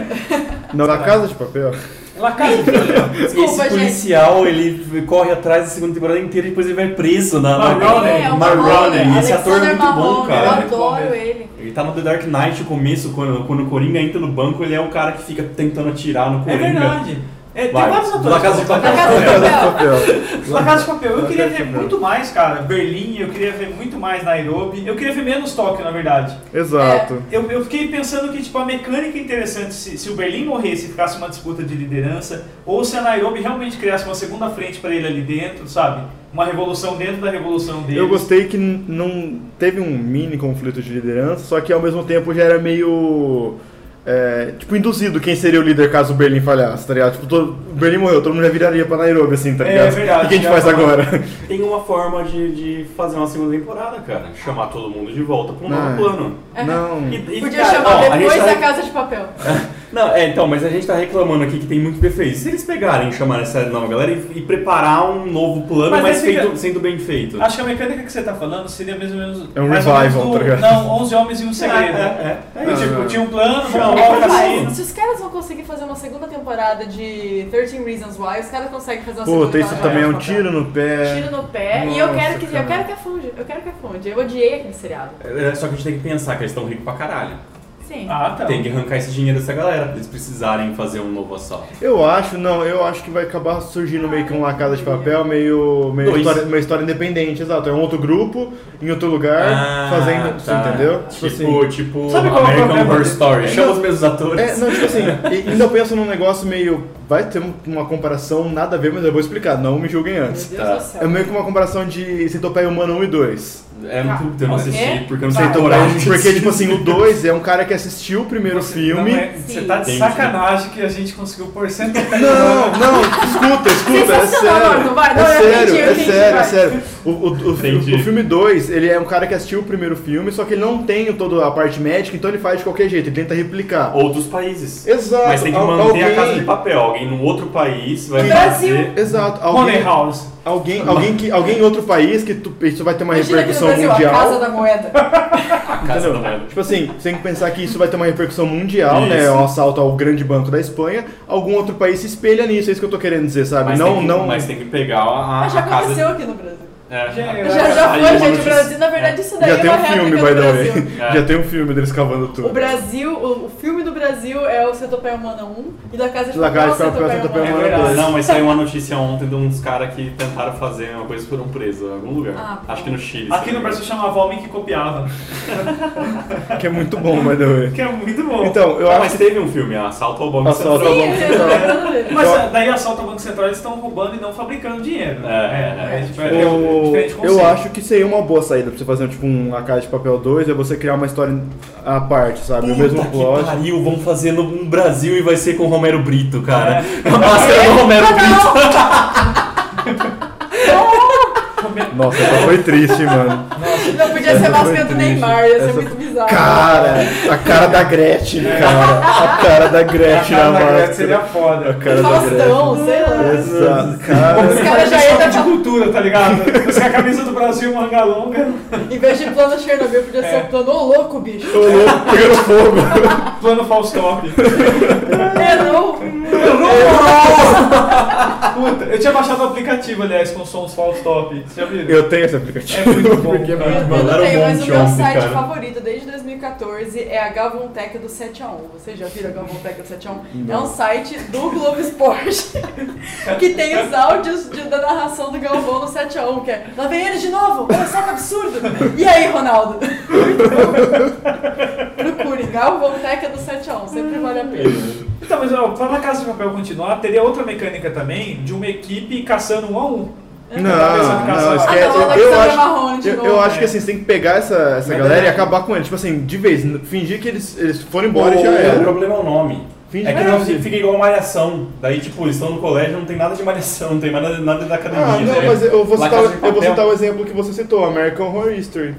D: Não, na Casa de Papel. [laughs]
B: La Casa de Papel.
E: Esse
C: Desculpa, gente.
E: policial, ele corre atrás da segunda temporada inteira e depois ele vai preso na. na-
B: Marrone.
D: né?
C: É, o
E: Marrone.
C: Marrone,
E: Esse ator é
C: Alexander
E: muito bom,
C: Marrone,
E: cara.
C: Eu
B: né?
C: adoro ele.
E: Ele tá no The Dark Knight, no começo, quando, quando o Coringa entra no banco, ele é o cara que fica tentando atirar no
B: É
E: Coringa.
B: verdade. É, tem
E: Vai.
B: vários atores.
E: La Casa de Papel.
D: Tá
C: Na casa do papel.
B: La Casa de Papel. Eu
D: La
B: queria
D: Casa de
B: ver
D: Papel.
B: muito mais, cara. Berlim, eu queria ver muito mais Nairobi. Eu queria ver menos Tóquio, na verdade.
C: É.
D: Exato.
B: Eu, eu fiquei pensando que, tipo, a mecânica é interessante, se, se o Berlim morresse e ficasse uma disputa de liderança, ou se a Nairobi realmente criasse uma segunda frente pra ele ali dentro, sabe? Uma revolução dentro da revolução dele.
D: Eu gostei que n- não teve um mini conflito de liderança, só que ao mesmo tempo já era meio. é, tipo, induzido quem seria o líder caso o Berlim falhasse, tá ligado? Tipo, todo, o Berlim morreu, todo mundo já viraria pra Nairobi, assim, tá
B: É,
D: ligado?
B: é verdade,
D: o que a gente
B: já
D: faz
B: falou.
D: agora?
E: Tem uma forma de, de fazer uma segunda temporada, cara. Chamar todo mundo de volta pra um
D: Ah.
E: novo plano.
D: [laughs] Não.
E: E- e,
C: É, Podia
E: cara, ó,
C: chamar
E: a
C: depois
E: gente
C: da
E: tá-
C: casa de
D: [laughs]
C: papel.
E: Não, é, então, mas a gente tá reclamando aqui que tem muito defeito. Se eles pegarem e chamarem essa nova galera e, e preparar um novo plano,
B: Mas
E: mas,
B: aí fica-
E: feito- sendo bem feito.
B: Acho que a mecânica que você tá falando seria mais ou menos.
D: É um
B: mais ou menos
D: revival,
B: do-
D: tá ligado? Ah.
B: Não, 11 Homens e um Segredo.
E: É, é, é.
B: Tipo, tinha um plano,
E: Chama
B: coloca
C: É, Mas,
B: assim.
C: se os caras vão conseguir fazer uma segunda temporada de 13 Reasons Why, os caras conseguem fazer uma
D: Puta,
C: segunda
D: isso
C: temporada.
D: também é um
B: papel.
D: tiro no pé.
C: Tiro no pé. e eu quero
D: Nossa,
C: que
D: cara.
C: eu quero que afunde. Eu quero que afunde. Eu odiei aquele seriado.
E: É, Só que a gente tem que pensar que eles estão ricos pra caralho.
C: Sim.
B: Ah, tá.
E: Tem que arrancar esse dinheiro dessa galera, pra eles precisarem fazer um novo assalto.
D: Eu acho, não, eu acho que vai acabar surgindo meio que uma casa de papel, meio, meio
E: Dois.
D: história, uma história independente, exato. É um outro grupo, em outro lugar, É, fazendo. você
E: tá.
D: entendeu? assim,
E: Tipo, tipo
B: Sabe qual é o
E: American
B: problema
E: Horror
B: desse-
E: Story.
D: Não.
E: Chama os mesmos atores.
D: É, não, tipo assim, e- ainda eu penso num negócio meio. Vai ter um- uma comparação, nada a ver, mas eu vou explicar, não me julguem
C: Meu
D: antes.
C: Deus
E: tá.
C: do
D: É
C: céu.
D: meio que uma comparação de Centopeia Humana 1 e 2.
E: É, não- eu não
B: Tá.
C: O quê?
E: assisti, porque eu não
C: Vai.
E: sei coragem.
D: Porque, tipo assim, o 2 é um cara que assistiu o primeiro filme. um
B: Não é- você tá de
E: Sim.
B: sacanagem que a gente conseguiu por cento.
D: Não, não, escuta, escuta, é
C: Sensacional,
D: sério.
C: Norton, vai,
D: é
C: não, eu
D: sério,
C: entendi, eu
D: é
C: entendi,
D: sério, é
C: vai.
D: sério. O, o, o,
E: Entendi.
D: o- o filme 2, ele é um cara que assistiu o primeiro filme, só que ele não tem toda a parte médica, então ele faz de qualquer jeito, ele tenta replicar.
E: Outros países.
D: Exato.
E: Mas tem que
D: al-
E: manter a
D: alguém-
E: casa de papel. Alguém num outro país vai
C: Brasil.
E: fazer...
D: Exato.
B: Money
D: Alguém,
B: House.
D: alguém, alguém, que, alguém em outro país que tu, isso vai ter uma
C: Imagina aqui
D: repercussão
C: no Brasil,
D: mundial.
C: a casa da
D: [laughs]
C: moeda.
E: A casa
D: Entendeu?
E: da moeda.
D: Tipo assim, você tem que pensar que isso vai ter uma repercussão mundial, né?
E: Isso.
D: O assalto ao grande banco da Espanha. Algum outro país se espelha nisso, é isso que eu tô querendo dizer, sabe?
E: Mas
D: não,
E: tem que,
D: não.
E: Mas tem que pegar a, a,
C: Mas já
E: a casa...
C: aconteceu aqui no Brasil.
E: É,
B: Já-
E: a-
C: Já, já
E: aí uma
C: foi, gente. O
E: notícia-
C: Brasil, na verdade, isso daí
D: Já tem
C: é
D: um
C: uma
D: filme,
C: réplica
D: by
C: do
D: the
C: Brasil.
D: way.
E: É.
D: Já tem um filme deles cavando
C: O
D: tudo.
C: Brasil, o, o filme do Brasil é o Centopeia Humana 1 e da Casa de
D: La
C: Papel,
D: Casa de Papel,
C: Centopeia
D: Centopeia
E: É
C: Humana
D: Humana.
E: verdade.
D: Deus.
E: Não, mas saiu uma notícia ontem de uns caras que tentaram fazer uma coisa e foram presos em algum lugar.
C: Ah, pô.
E: Acho que no Chile.
B: Aqui
E: se
B: no
E: não me
B: Brasil chamava Homem que Copiava,
D: [laughs] Que é muito bom, by the way.
B: que é muito bom.
D: Então, eu
E: engano. Ah,
D: acho
E: mas teve um filme, Assalto ao Banco
D: Assalto
E: Central.
D: ao
C: Sim, eu tô
D: tá
C: lembrando dele.
B: Mas é,
D: Eu-
B: daí assalto ao Banco Central, eles estão roubando e não fabricando dinheiro.
E: É, é, é
B: tipo,
D: que.
E: diferente.
D: Eu,
B: diferente conceito.
D: eu acho que seria uma boa saída pra você fazer tipo um A Casa de Papel 2 é você criar uma história à parte, sabe? é o mesmo
E: Puta que
D: plot.
E: pariu, vão fazer no um Brasil e vai ser com o Romero Brito, cara.
D: É.
E: A [laughs] máscara do Romero Brito.
D: Nossa, essa foi triste, mano.
C: Não podia ser a máscara
D: Foi
C: do Neymar, ia ser
D: Essa-
C: muito bizarro.
D: Cara, a cara da Gretchen, cara. A cara da Gretchen na
B: Ah, na verdade,
D: máscara.
B: seria
D: A
B: foda.
D: cara da Gretchen.
C: Faustão, sei lá.
D: Exato, cara.
C: Os caras já entram
B: de cultura, tá ligado? Os caras, camisa do Brasil, manga longa,
C: Em vez de plano Chernobyl, podia
E: É.
C: ser o plano Ô louco, bicho.
D: Tô louco, pegando fogo.
B: plano Faustop.
C: Errou.
B: Puta, eu tinha baixado o aplicativo, aliás, com sons Faustop. Vocês já viram?
D: Eu tenho esse aplicativo.
B: É
D: [laughs]
B: muito bom,
D: Porque é
B: cara.
D: muito
C: Eu
D: bom.
C: não
E: Mandaram um
C: tenho, mas o
E: monte
C: meu
E: ontem,
C: site
E: cara.
C: favorito desde 2014 é a Gavontec do 7x1. Vocês já viram a Gavontec do 7x1? É um site do Globo Esporte que tem os áudios de- da narração do Galvão no 7x1, que é Lá vem ele de novo! Olha só que absurdo! E aí, Ronaldo? Muito bom. Procure Gavontec do 7x1, sempre vale a pena.
B: Então, mas ó, pra na Casa de Papel continuar, teria outra mecânica também de uma equipe caçando um a um.
D: Não,
B: Cabeça de casal.
D: não,
C: Ah,
D: esquece.
C: não,
D: eu,
C: Alexandre Marrone
D: acho,
C: de
D: eu,
C: novo.
D: eu acho que assim, você tem que pegar essa, essa
E: Mas
D: galera e
E: é.
D: acabar com eles. Tipo assim, de vez, n- fingir que eles, eles foram embora e já
E: O
D: era.
E: problema é o nome.
D: Finge
E: É
D: que
E: que não
D: é.
E: fica igual malhação. Daí, tipo, eles estão no colégio, não tem nada de malhação, não tem nada, nada da academia.
D: Ah, não,
E: né?
D: mas eu vou,
E: Lá
D: citar,
E: Casa de
D: eu vou
E: Papel.
D: citar o exemplo que você citou, American Horror History.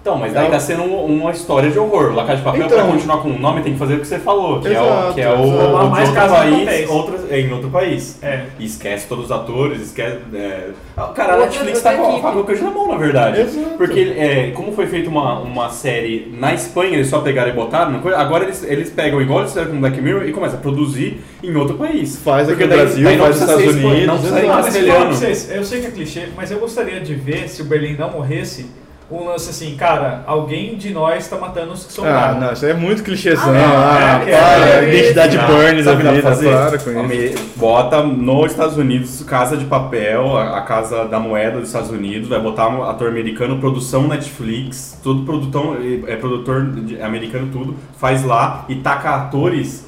E: Então, mas daí
D: Não.
E: tá sendo um- uma história de horror. La Casa de Papel,
D: Então.
E: pra continuar com o nome, tem que fazer o que você falou, que é o,
D: Exato,
E: que é o,
D: exato.
E: o de
B: Mais
E: outro
B: Casa de
E: país,
B: Papéis.
E: outro- é, em outro país.
B: É.
E: E esquece todos os atores, esquece... É... Ah, Cara, a
C: Outra-
E: Netflix
C: outra
E: tá com a
C: equipe.
E: faca na mão, na verdade.
D: Exato.
E: Porque, é, como foi feita uma, uma série na Espanha, eles só pegaram e botaram, não foi? agora eles, eles pegam igual eles fizeram com Black Mirror e começam a produzir em outro país.
D: Faz aqui
E: Porque
D: no
E: daí-
D: Brasil,
E: daí não
D: faz nos
E: precisa ser
D: Estados
E: espanhol,
D: Unidos. né?
E: não precisa
D: exato.
E: ser
B: Ah, mas eu falo pra
E: castelhano.
B: vocês, eu sei que é clichê, mas eu gostaria de ver, se o Berlim não morresse, um lance assim, cara, alguém de nós tá matando os que
D: Ah,
B: sobraram.
D: não, isso aí é muito clichêzão.
B: Ah,
D: Ah,
B: é, é,
D: para,
B: é,
D: identidade
E: Ah,
D: Burns da
E: sabe o que dá
D: vida,
E: pra fazer?
D: para com isso.
E: Me- Bota nos Estados Unidos Casa de Papel, a, a Casa da Moeda dos Estados Unidos, vai botar um ator americano, produção Netflix, todo produtão, é produtor de- americano tudo, faz lá e taca atores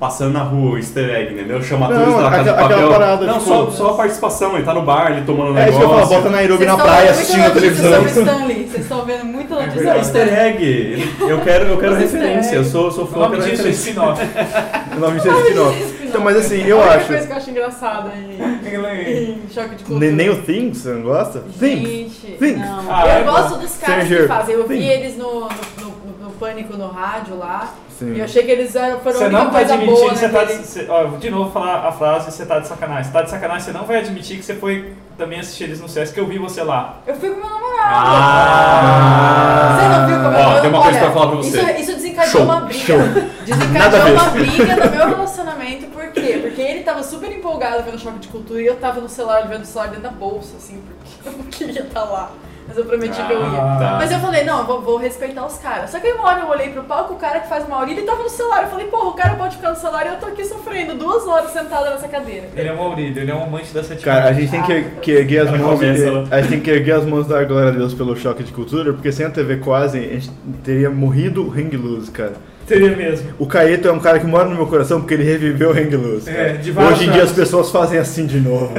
E: passando na rua, easter egg, entendeu? Chama
D: Não,
E: atores da Casa de
D: aquela-
E: Papel.
D: aquela parada,
E: Não,
D: tipo-
E: só, só a participação, ele tá no bar, ele tomando um
D: É isso que eu falo,
E: negócio.
D: bota Nairobi
C: Vocês
D: na
C: estão
D: praia
C: vendo muita
D: assistindo a
C: notícia
D: televisão.
C: sobre Stanley. Vocês estão vendo muita notícia
E: É
C: sobre
E: easter
C: Stanley.
E: egg! Ele- Eu quero, eu quero
C: Os easter
E: referência, eu
C: eggs.
E: sou, sou fã
B: O nome
E: eu quero
B: disso é
E: referência.
B: spin-off.
D: O nome disso é spin-off. Então, mas assim, eu
C: a única
D: acho.
C: coisa que eu acho engraçada em, em choque de cultura.
D: Nem, nem o Things, você não gosta? Things.
C: Gente,
D: Things.
C: não.
B: Ah,
C: eu
B: é
C: gosto dos caras que
D: Stranger
C: fazem. Eu vi
D: Things.
C: eles no, no, no- no Pânico no rádio lá.
D: Sim.
C: E eu achei que eles eram, foram
B: Você
C: a única
B: não tá
C: coisa
B: admitindo
C: boa
B: que você tá.
C: naquele-
B: cê- ó, eu vou de novo falar a frase, você tá de sacanagem. Você tá de sacanagem, você não vai admitir que você foi também assistir eles no CS, que eu vi você lá.
C: Eu fui com meu namorado.
E: Ah!
C: Você não viu é como eu
E: Ó, tem uma coisa
C: olha,
E: pra falar pra você.
C: Isso, isso desencadeou
E: Show,
C: uma briga.
E: show.
D: Nada a ver.
C: Desencadeou uma briga no meu relacionamento, por quê? Porque ele tava super empolgado vendo choque de cultura e eu tava no celular vendo o celular dentro da bolsa, assim, porque [laughs] eu não queria estar lá. Mas eu prometi que eu ia.
B: Ah, tá.
C: Mas eu falei, não, eu vou, vou respeitar os caras. Só que aí uma hora eu olhei pro palco, o cara que faz uma orelha, ele tava no celular. Eu falei, porra, o cara pode ficar no celular e eu tô aqui sofrendo duas horas sentada nessa cadeira.
B: Ele é um Maurílio, ele é um amante dessa tipo.
D: Cara, a gente tem
C: Ah.
D: que, que erguer as
B: Ela
D: mãos.
B: começa, ela-
D: A gente tem que erguer as mãos e dar glória a Deus pelo choque de cultura, porque sem a TV quase, a gente teria morrido hang loose, cara.
B: Teria mesmo.
D: O Caeto é um cara que mora no meu coração porque ele reviveu o hang loose.
B: É,
D: cara.
B: de vários
D: Hoje em dia
B: anos.
D: as pessoas fazem assim
B: [laughs]
D: de novo.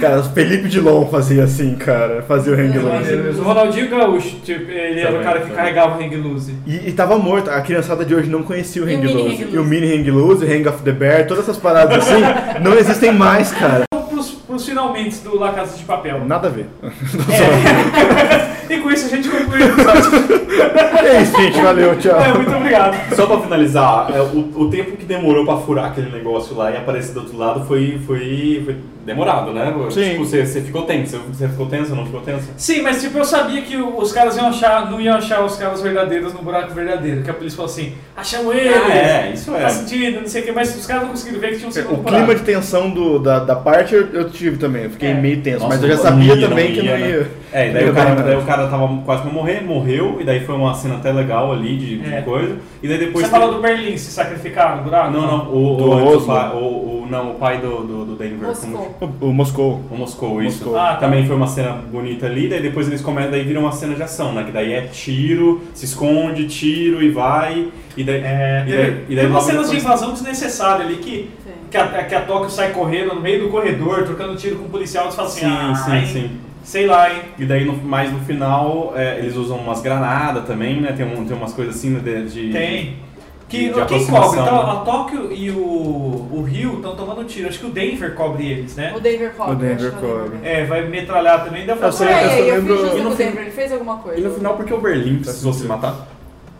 D: cara, o Felipe Dilon fazia assim, cara, fazia o
B: É,
D: hang loose.
B: O Ronaldinho Gaúcho, tipo, ele era o
E: Também,
B: cara que
E: também.
B: carregava o Hang Loose.
D: E, e tava morto, a criançada de hoje não conhecia o
C: E o
D: hang
C: mini
D: loose.
C: hang
D: E o
C: loose.
D: mini hang loose, hang of the bear, todas essas paradas
C: [laughs]
D: assim, não existem mais, cara.
B: Vamos Então, pros, pros finalmente do La Casa de Papel. É.
D: Nada a ver.
B: [laughs] E com isso a gente conclui o episódio.
D: É isso, gente, valeu, tchau.
B: É, muito obrigado.
E: Só pra finalizar, é, o, o tempo que demorou pra furar aquele negócio lá e aparecer do outro lado foi, foi, foi demorado, né?
D: Sim.
E: Tipo, você, você ficou tenso, você ficou tenso, não ficou tenso?
B: Sim, mas tipo, eu sabia que o- os caras iam achar, não iam achar os caras verdadeiros no buraco verdadeiro. Que a polícia falou assim, achamos ele,
E: Ah, é, isso é.
B: tá sentindo, não sei o que, mas os caras não conseguiram ver que tinha um segundo
D: O
B: buraco.
D: clima de tensão do- da, da parte eu, eu tive também, eu fiquei
B: É.
D: meio tenso,
E: Nossa,
D: mas eu já
E: não
D: sabia
E: ia,
D: também que não
E: né?
D: ia.
E: É, e daí,
D: Não
E: o cara,
D: ia, né?
E: daí o cara tava quase pra morrer, morreu, e daí foi uma cena até legal ali de, de
B: É.
E: coisa. E daí depois. Ah,
B: Você falou do Berlim se sacrificar no buraco?
E: Não, não, o,
D: Do né?
E: o,
D: Oslo.
E: o, pai- o- o- não, o pai do, do, do Denver.
C: Moscou.
D: O, o Moscou.
E: O Moscou, isso.
D: Moscou.
B: Ah, tá.
E: Também foi uma cena bonita ali, daí depois eles começam, daí vira uma cena de ação, né? Que daí é tiro, se esconde, tiro e vai. E daí.
B: É,
E: e
B: teve,
E: daí, e daí
B: teve umas
E: logo
B: cenas de
E: depois-
B: invasão desnecessária ali que,
C: Sim.
B: que, a, que a Tóquio sai correndo no meio do corredor, trocando tiro com o policial, você fala assim,
E: Sim,
B: ah,
E: sim,
B: hein,
E: sim.
B: sei lá, hein.
E: E daí, no, mais no final, é, eles usam umas granadas também, né? Tem, um, tem umas coisas assim de. de
B: Tem. Que,
E: De
B: quem
E: aproximação,
B: cobre? Então,
E: né?
B: a Tóquio e o, o Rio estão tomando tiro. Acho que o Denver cobre eles, né?
C: O Denver Cobb.
D: O Denver
C: acho que é
D: Cobb.
C: Denver.
B: É, vai metralhar também. Daí eu
D: Eu
B: falo,
D: sei,
B: "Ué,
C: Por aí,
D: só
C: eu
D: lembro-
C: fiz junto
E: E
C: com
E: no
C: o
E: fim-
C: Denver, ele fez alguma coisa.
E: E no final, porque o Berlim precisou se matar?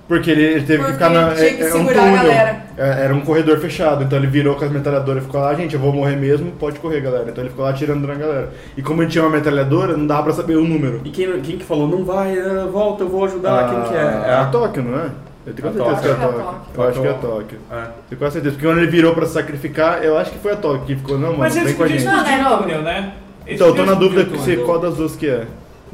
D: Porque ele, ele teve
C: Porque
D: que ficar na.
C: tinha que
D: é- é um
C: segurar a
D: túnel.
C: galera.
D: É, Era um corredor fechado, então ele virou com as metralhadoras e ficou lá, gente, eu vou morrer mesmo, pode correr, galera. Então ele ficou lá atirando na galera. E como ele tinha uma metralhadora, não dava pra saber o número.
E: E quem, quem que falou, não vai, eh, volta, eu vou
B: Ah,
E: ajudar, quem que é?
D: É
E: É
D: a
E: a-
D: Tóquio, não é? Eu tenho
E: A
D: quase certeza que é a
C: Tóquio.
D: Tóquio. Eu acho que é a Tóquio.
E: É.
B: Ah.
D: Tenho quase certeza. Porque quando ele virou pra se sacrificar, eu acho que foi a Tóquio que ficou, não, mano,
B: Mas eles
D: vem com a
B: podiam
D: gente.
C: Não,
B: explodir
C: né,
B: o
C: não.
B: túnel, né? Eles
D: Então, eu tô
B: podiam
D: na dúvida
B: explodir o
D: se
B: túnel.
D: qual das duas que é.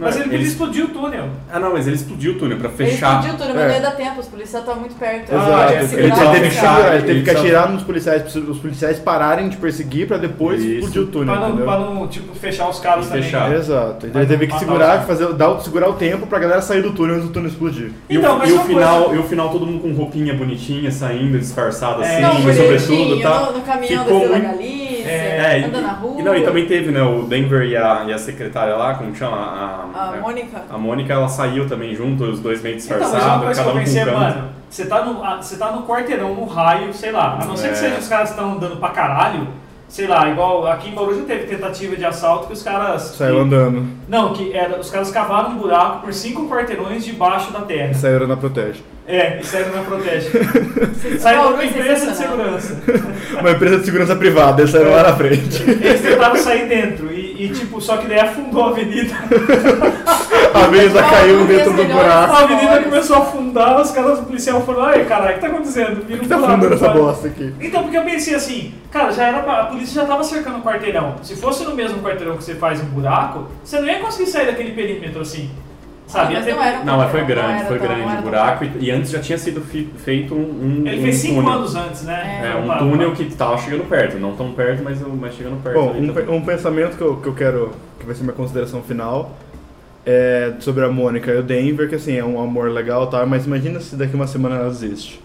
B: Mas
E: Não,
B: ele podia explodir o túnel.
E: Ah, não, mas ele explodiu o túnel pra
C: Ele
E: fechar.
C: explodiu tudo, mas não
D: É.
C: ia dar tempo, os policiais estavam muito perto.
B: Ah,
D: Exato.
B: é, segurar
D: Ele,
B: o
D: teve- teve que
E: policial.
D: segurar, ele teve que
E: Ele
D: atirar nos policiais, pra os policiais pararem de perseguir pra depois
E: Isso.
D: explodir o túnel,
B: Pra não,
D: entendeu?
B: pra não, tipo, fechar os caras também.
E: Fechar.
D: Exato. Então
B: Mas
D: ele
B: não
D: teve que
B: matar os
D: segurar,
B: caras.
D: fazer, dar, o- segurar o tempo pra galera sair do túnel antes do túnel explodir.
E: E,
B: Então,
E: o,
B: mas
E: e, o
B: uma
E: final, e o final todo mundo com roupinha bonitinha, saindo, disfarçado
B: É,
E: assim,
C: Não,
B: mas
E: sobretudo tá?
C: bonitinho,
E: e tal.
C: no, no caminhão da
E: Ficou
C: Vila
E: muito-
C: Galícia,
E: É, e,
C: andando na rua.
E: e não, e também teve, né, o Denver e a, e a secretária lá, como que chama? A, né,
C: A Ah, Mônica.
E: a Mônica, ela saiu também junto, os dois meio
B: Então, mas uma
E: disfarçados,
B: coisa que
E: cada
B: eu
E: um com um
B: pensei,
E: canto.
B: mano, você tá, no, ah, você tá no quarteirão, no raio, sei lá. A não ser que
E: É.
B: seja os caras que estão andando pra caralho, sei lá, igual aqui em Bauru já teve tentativa de assalto que os caras.
D: Saiu
B: que-
D: andando.
B: Não, que era, os caras cavaram um buraco por cinco quarteirões debaixo da terra.
D: Saiu na protege.
B: É, isso aí não me
E: [laughs]
B: protege. Saiu
C: Bauru
B: uma
C: é
B: empresa de
C: sensacional.
B: segurança.
D: Uma empresa de segurança privada, eles saíram lá
B: [laughs]
D: na frente.
B: Eles tentaram sair dentro e, e, tipo, só que daí afundou a avenida.
D: A mesa caiu dentro do buraco.
B: A avenida começou a afundar, os caras do policial falaram, ai caralho, o que tá acontecendo? Vira
D: Por que
B: um
D: tá
B: buraco,
D: afundando essa
B: cara."
D: bosta aqui?
B: Então, porque eu pensei assim, cara, já era pra- a polícia já tava cercando o quarteirão. Se fosse no mesmo quarteirão que você faz um buraco, você não ia conseguir sair daquele perímetro assim. Sabe?
C: mas
B: Ia ter-
C: não era um
E: Não, mas foi
C: quarteirão,
E: grande,
C: era
E: foi
C: tão- não
E: grande
C: era
E: o
C: tão-
E: buraco e, e antes já tinha sido fi- feito um, um
B: Ele fez
E: um
B: 5
E: túnel.
B: anos antes, né?
E: É,
B: Pra-
E: um túnel que tava chegando perto, não tão perto, mas, mas chegando perto.
D: Bom,
E: ali
D: um,
E: também.
D: pe- um pensamento que eu, que eu quero, que vai ser minha consideração final, é sobre a Mônica e o Denver, que assim, é um amor legal e tal, mas imagina se daqui uma semana ela desiste.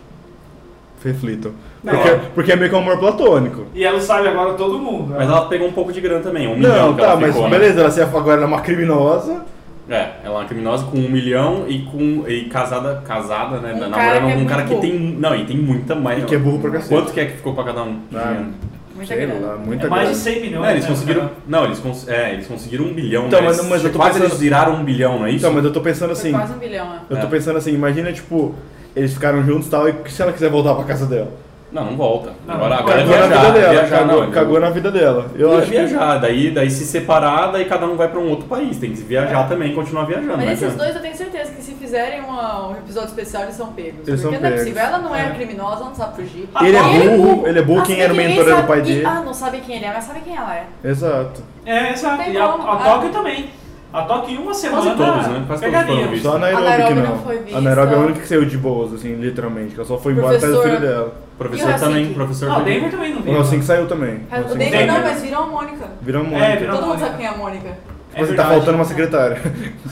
D: Reflitam.
E: Não.
D: Porque, porque é meio que um amor platônico.
B: E ela sabe agora todo mundo. né?
E: Mas ela pegou um pouco de grana também,
D: Não,
E: um milhão que
D: tá,
E: ela
D: mas
E: ficou, né?
D: beleza, ela se agora ela é uma criminosa.
E: É, ela é uma criminosa com um milhão e com e casada, casada, né?
C: Um
E: da-
C: cara
E: namorando
C: que é
E: um
C: muito
E: cara que
C: burro.
E: tem. Não, e tem muita mais.
D: E que é burro pra cacete.
E: Quanto que é que ficou pra cada um?
D: Ah,
C: Muita
D: sei
C: grana.
D: lá,
B: É
D: muita
B: mais de
D: coisa.
B: 100 milhões.
E: Não, É, eles
B: né,
E: conseguiram.
B: cara?
E: Não, eles, cons- é, eles conseguiram um bilhão.
D: Então, mas- mas eu tô
E: quase eles
D: pensando-
E: viraram um bilhão, não é isso?
D: Então, mas eu tô pensando
C: Foi
D: assim,
C: quase um bilhão, é.
D: eu tô
E: É.
D: pensando assim, imagina tipo, eles ficaram juntos e tal, e se ela quiser voltar pra casa dela?
E: Não, não volta.
B: Não,
E: agora
B: não.
E: agora é
D: Cagou na vida
E: viajar.
D: dela.
E: viajar
D: cagou,
E: não,
D: cagou na vida dela. Eu
E: Eu
D: acho que-
E: viajar, daí, daí se separar, daí cada um vai pra um outro país. Tem que viajar também e continuar viajando.
C: É. Mas
E: né,
C: esses
D: é.
E: cara?
C: dois eu tenho certeza que se fizerem uma- um episódio especial eles são pegos.
D: Eles são
C: porque não é
D: pegos.
C: possível. Ela não é, criminosa, ela não sabe fugir.
D: Ele
C: E
D: é burro, ele é burro, quem
C: Assim,
D: era o
C: ninguém
D: mentor do
C: sabe
D: pai
C: quem-
D: dele.
C: Ah, não sabe quem ele é, mas sabe quem ela é.
D: Exato.
B: É, exato.
C: Tem
B: E a,
C: como,
B: a
C: é.
B: Tóquio também. A Tóquio em uma semana.
E: todos, né? Quase todos
B: pegaria.
E: foram vistos.
D: Só a Nairobi,
C: Nairobi
D: que
C: não
D: não.
C: foi vista.
D: a Nairobi é a única que saiu de boas, assim, literalmente. que Ela só foi embora atrás do
C: Professor-
D: filho dela.
E: O
C: E o
E: Professor
C: Helsinki?
E: também, o professor
B: Não,
E: também.
B: Ah, Denver também não
D: O
B: viu. né?
D: Helsinki saiu também.
C: O
D: Helsinki
C: David
D: saiu.
C: não, mas virou a Mônica.
D: Virou um
B: É,
D: monte.
B: virou-
D: Tipo
C: Todo mundo
B: Mônica.
C: sabe quem é a Mônica.
B: É
D: assim, tá
B: verdade.
D: faltando uma secretária.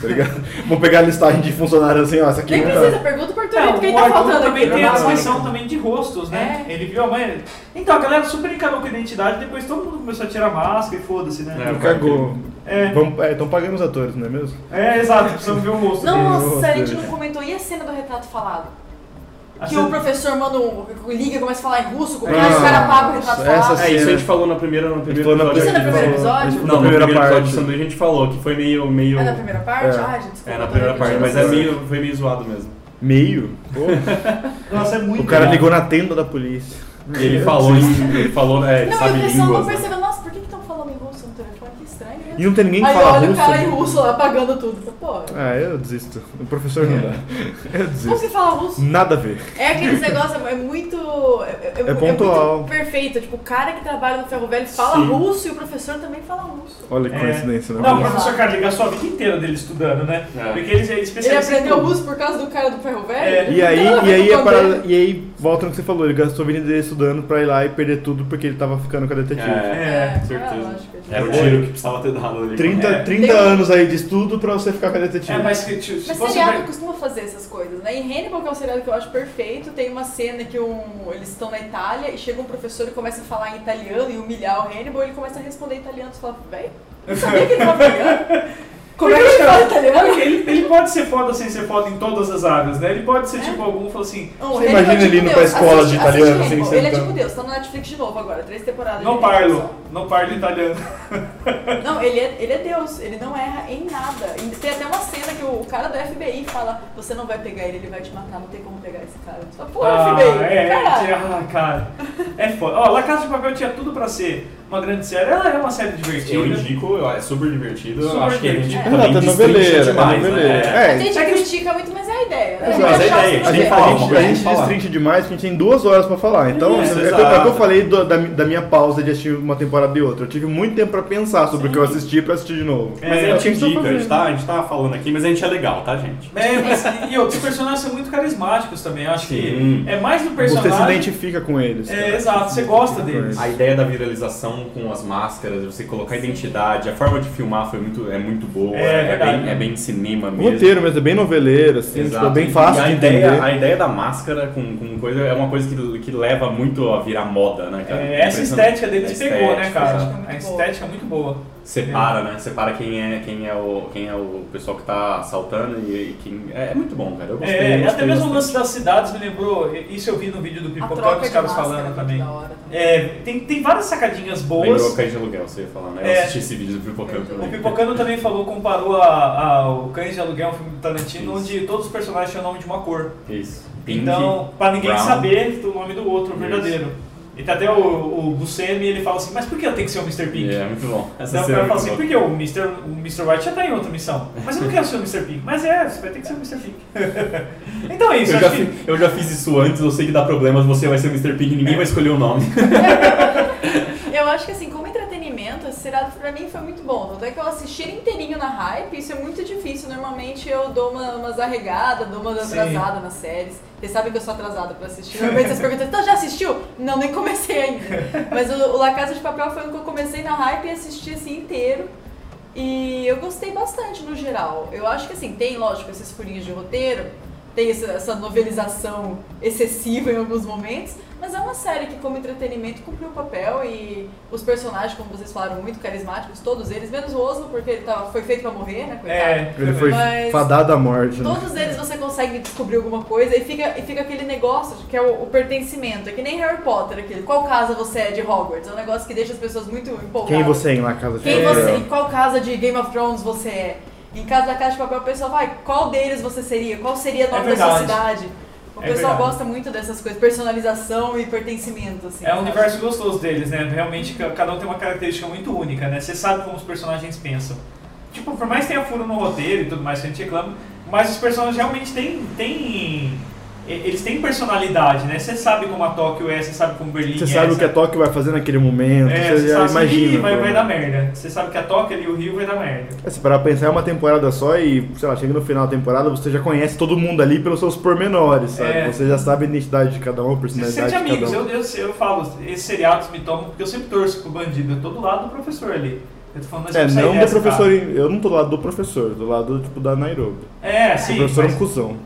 D: [laughs] tá ligado? Vou pegar a listagem de funcionários assim, ó, essa aqui
C: Nem
D: não
C: precisa,
D: tá.
C: pergunta pro
B: Não,
C: Arthurito quem
B: o
C: tá
B: Arthur
C: faltando
B: Então, também
C: aqui.
B: tem a
C: Mônica.
B: descrição também de rostos, né?
C: É.
B: Ele viu a mãe. ele- Então, a galera super encarou com a identidade, depois todo mundo começou a tirar máscara e foda-se,
E: É.
B: né?
D: Cagou.
B: É.
D: Estão pagando os atores, não é mesmo?
B: É, exato, precisamos ver o rosto. dele.
D: Meu
C: Nossa, a gente
D: Deus.
C: não comentou. E a cena do retrato falado?
B: A
C: Que
B: cena-
C: o professor manda um. liga e começa a falar em russo, com o cara,
D: Nossa,
C: o cara paga o retrato
D: Ah, essa
C: falado.
E: É isso, a
D: Cena.
E: gente falou na primeira, no primeiro
D: falou na
E: episódio. né?
C: Isso
E: a gente
C: é no primeiro
E: falou-
C: episódio?
E: Não, no
D: primeira
E: primeiro episódio
D: parte.
E: do sanduíche a gente falou, que foi meio... meio...
C: É na primeira parte?
D: É.
C: Ah, gente, desculpa.
E: É, na
C: tô
E: primeira parte,
C: repetindo
E: mas é
C: vocês.
E: meio, foi meio zoado mesmo.
D: Meio?
E: [laughs]
B: Nossa, é muito
D: o cara
B: legal.
D: ligou na tenda da polícia.
E: E ele falou, em, ele falou, é, ele
C: Não, e
E: sabe
C: o pessoal não
E: línguas. né?
C: percebeu, nossa, por que estão falando em russo no telefone? Que estranho, né?
D: E não tem ninguém que
C: Aí
D: fala
C: olha o
D: russo.
C: cara
D: né?
C: em russo lá apagando tudo. Pô,
D: Ah, eu desisto. O professor
E: É.
D: não dá. Eu
C: como
D: desisto.
C: que fala russo?
D: Nada a ver.
C: É aqueles negócios, é muito. É, é- é
D: pontual.
C: muito perfeito. Tipo, o cara que trabalha no ferro velho fala
E: Sim.
C: russo e o professor também fala russo.
D: Olha que
B: É.
D: coincidência, né?
B: Não, o
D: Mas-
B: professor cara gastou a vida inteira dele estudando, né?
E: É.
B: Porque ele é
C: Ele
B: especialista. em
C: aprendeu
B: tudo.
C: russo por causa do cara do ferro velho?
B: É.
D: assim E aí,
C: Não,
D: e aí
C: não
D: a parada,
C: deve.
D: e aí volta no que você falou, ele gastou a vida dele estudando pra ir lá e perder tudo porque ele tava ficando com a detetive.
E: É,
B: É,
C: com
E: certeza.
C: Ah, lógico.
E: Era o tiro que precisava ter dado ali.
D: 30,
B: É.
D: 30
C: Tem um-
D: anos aí de estudo pra você ficar com a detetive.
B: É, mas que, tipo, se
C: Mas é
B: fosse.
C: seriado costuma fazer essas coisas, né? Em Hannibal, que é um seriado que eu acho perfeito, tem uma cena que um, eles estão na Itália e chega um professor e começa a falar em italiano e humilhar o Hannibal e ele começa a responder em italiano. Você fala, véi, não sabia que ele
B: [laughs]
C: tava italiano.
B: Como é
C: Por
B: que
C: que ele fala
B: chama?
C: italiano?
B: Ele, ele pode ser foda sem ser foda em todas as áreas, né? Ele pode ser
C: É.
B: tipo algum, fala assim,
C: Não, o
D: Você
C: Hannibal é
D: imagina
C: tipo
D: ele indo
C: Deus.
D: pra escola
C: Assiste-
D: de italiano,
C: assiste
D: assim,
C: Hannibal.
D: sentando.
C: Ele é tipo Deus, tá no Netflix de novo agora, três temporadas.
B: não
C: de
B: parlo,
C: reprodução.
B: não parlo italiano.
C: Não, ele é, ele é Deus, ele não erra em nada. E Tem até uma cena que o, o cara do FBI fala: Você não vai pegar ele, ele vai te matar, não tem como pegar esse cara. Você fala, porra, FBI,
B: é, é,
C: caralho.
B: tinha- ah, cara. É foda. Ó, La Casa de Papel tinha tudo pra ser uma grande série. Ela é uma série divertida.
E: Eu indico, eu- é super divertido.
B: Super
E: eu acho que a gente
B: divertido.
D: Não,
E: também
D: tá
E: destrincha
D: noveleira, tá
E: demais,
D: noveleira.
E: né?
C: A
D: É,
C: gente
B: É que-
C: critica muito, mas é a ideia. Né?
E: Mas
C: Não
E: é a
C: achar
E: ideia,
C: isso
E: a gente
C: pra
E: fala,
D: a
C: gente.
D: gente,
E: vamos
D: a
E: ver,
D: gente
E: vamos falar.
D: destrincha demais porque a gente tem duas horas pra falar. Então,
E: Isso,
D: é, o que eu- é o que eu
E: exato.
D: falei do- da, mi- da minha pausa de assistir uma temporada e outra. Eu tive muito tempo pra pensar sobre o que eu assisti pra assistir de novo.
E: Mas
D: É o
E: a
D: que eu
E: gente
D: tô
E: indica, a
D: fazendo.
E: gente, tá, a gente tá falando aqui, mas a gente é legal, tá, gente?
B: É, mas, e outros personagens são muito carismáticos também. Eu Acho
E: Sim.
B: que é mais do
D: Você se
B: personagem.
D: identifica com eles.
B: É, exato, você gosta deles.
E: A ideia da viralização com as máscaras, você colocar a identidade, a forma de filmar foi muito, é muito boa,
B: É,
E: é,
B: verdade.
E: bem, é bem cinema
D: O
E: mesmo.
D: roteiro mesmo, é bem noveleiro, assim, tipo,
E: Exato.
D: é bem
E: e
D: fácil
E: a
D: de
E: ideia,
D: entender.
E: A ideia da máscara com, com coisa é uma coisa que, que leva muito a virar moda, né, cara?
B: É, essa
E: Impressionante.
B: estética deles
E: A
B: pegou, né,
E: estética, exato.
B: cara?
C: muito
B: A
C: boa.
B: estética é muito boa.
E: Separa, né? Separa quem é, quem é, o, quem é o pessoal que tá assaltando e, e quem. É, é muito bom, cara. Eu gostei.
B: É,
E: eu gostei
B: até mesmo o
E: bastante.
B: lance das cidades me lembrou. Isso eu vi no vídeo do
C: A
B: Pipocó
C: troca
B: que os
C: de
B: caras
C: máscara é
B: falando
C: muito
B: também.
C: da hora também.
B: É, tem, tem várias sacadinhas
E: Lembrou
B: boas.
E: a Cães de Aluguel, você ia falar, né? Eu
B: É.
E: assisti esse vídeo do Pipocão
B: O
E: também.
B: Pipocano também falou, comparou a, a, o Cães de Aluguel, um filme do Tarantino,
E: Isso.
B: onde todos os personagens tinham nome de uma cor.
E: Isso.
B: então, pra ninguém
E: Brown.
B: saber do nome do outro, o
E: Isso.
B: verdadeiro. E tá até o, o Buscemi, ele fala assim, mas por que eu tenho que ser o Mr. Pink?
E: É, muito bom. Essa
B: Então o
E: cena
B: cara
E: é
B: fala
E: muito
B: assim,
E: boa.
B: porque o Mr. o Mr. White já tá em outra missão. Mas eu não quero ser o Mr. Pink. Mas é, você vai ter que ser o Mr. Pink. [laughs] então é isso,
E: Eu
B: acho
E: já,
B: que. É.
E: fi- eu já fiz isso antes, eu sei que dá problemas, você vai ser o Mr. Pig e ninguém vai escolher o nome.
C: Eu acho que assim, como entretenimento, esse seriado pra mim foi muito bom. Tanto é que eu assisti ele inteirinho na hype, isso é muito difícil. Normalmente eu dou uma, umas arregadas, dou umas
B: Sim.
C: atrasadas nas séries. Vocês sabem que eu sou atrasada pra assistir. Normalmente vocês perguntam, então já assistiu? Não, nem comecei ainda. Mas o, o La Casa de Papel foi um que eu comecei na hype e assisti assim inteiro. E eu gostei bastante no geral. Eu acho que assim, tem, lógico, esses furinhos de roteiro, tem essa, essa novelização excessiva em alguns momentos, mas é uma série que, como entretenimento, cumpriu o papel e os personagens, como vocês falaram, muito carismáticos, todos eles, menos o Oslo, porque ele tava, foi feito pra morrer, né? Coitado.
B: É,
D: Ele foi
C: Mas-
D: fadado à morte, né?
C: Todos eles você consegue descobrir alguma coisa e fica, e fica aquele negócio que é o, o pertencimento. É que nem Harry Potter, aquele. Qual casa você é de Hogwarts? É um negócio que deixa as pessoas muito empolgadas.
D: Quem você é em La Casa de
C: Quem
D: Papel?
C: você, em qual casa de Game of Thrones você é? Em casa da Casa de Papel, o pessoal vai, qual deles você seria? Qual seria o
B: É
C: nome da
B: verdade.
C: sua cidade? O
B: É
C: pessoal
B: verdade.
C: gosta muito dessas coisas, personalização e pertencimento, assim.
B: É um
C: sabe?
B: universo gostoso deles, né? Realmente ca- cada um tem uma característica muito única, né? Você sabe como os personagens pensam. Tipo, por mais que tenha furo no roteiro e tudo mais que a gente reclama, mas os personagens realmente têm. têm e- eles têm personalidade, né? Você sabe como a Tóquio é, você sabe como Berlim
D: Você
B: é.
D: sabe o que a Tóquio vai fazer naquele momento,
B: é,
D: você
B: você
D: já
B: sabe imagina,
D: imagina. né?
B: vai, vai
D: pelo
B: dar
D: menos.
B: merda. Você sabe que a Tóquio e o Rio vai dar merda.
D: É, se parar pra pensar, é uma temporada só e, sei lá, chega no final da temporada, você já conhece todo mundo ali pelos seus pormenores, sabe?
B: É.
D: Você já sabe a identidade de cada um, a
B: Você se
D: personalidade
B: sente
D: de cada
B: amigos,
D: um.
B: eu, eu, eu falo, esses seriados me tomam, porque eu sempre torço pro bandido, eu tô do lado do professor ali. Eu tô falando, mas
D: É,
B: eu saí
D: não do
B: dessa,
D: professor.
B: cara.
D: em- Eu não tô do lado do professor, do lado, tipo, da Nairobi.
B: É, sim.
D: o professor é
B: mas-
D: um cuzão.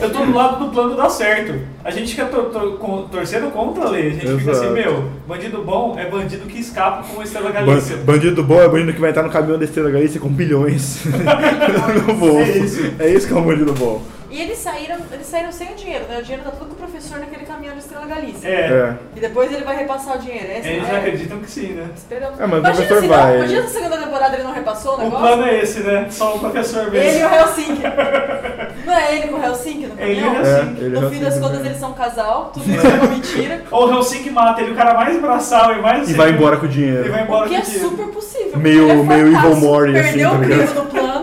B: Eu tô do lado do plano dar certo. A gente fica tor- tor- com- torcendo contra a lei. A gente fica
D: Exato.
B: assim, meu, bandido bom é bandido que escapa com a Estrela Galícia.
D: Ban- Bandido bom é bandido que vai entrar no caminhão da Estrela Galícia com bilhões [laughs] no bolso.
B: É isso.
D: É isso que é um bandido bom.
C: E eles saíram, eles saíram sem o dinheiro, né? O dinheiro tá tudo com o professor naquele caminhão da Estrela Galícia.
B: É,
D: É.
C: E depois ele vai repassar o dinheiro. Essa
B: eles
C: é,
B: acreditam que sim, né?
C: Esperamos.
D: É, mas o
C: imagina
D: professor
C: se
D: vai.
C: Não, imagina se na segunda temporada ele não repassou o
B: O
C: um negócio.
B: plano é esse, né? Só o professor
C: Ele e
B: mesmo.
C: o Helsinki. não é ele com o Helsinki no
B: É ele e o
C: caminhão?
B: Helsinki.
D: É, ele
C: Assim, no fim das
D: raciocina
C: contas
D: bem.
C: eles são um casal, tudo isso é uma mentira.
B: Ou o Helsinki mata ele, é o cara mais braçal e mais.
D: E vai
B: assim,
D: embora com o
B: E
D: dinheiro.
B: vai
C: O
B: embora
C: que é
B: com dinheiro.
C: super possível.
D: Meio-
C: porque ele é
D: meio Evil
C: fantástico,
D: Morty, assim,
C: Perdeu
D: tá
C: o
D: ligado?
C: primo do plano.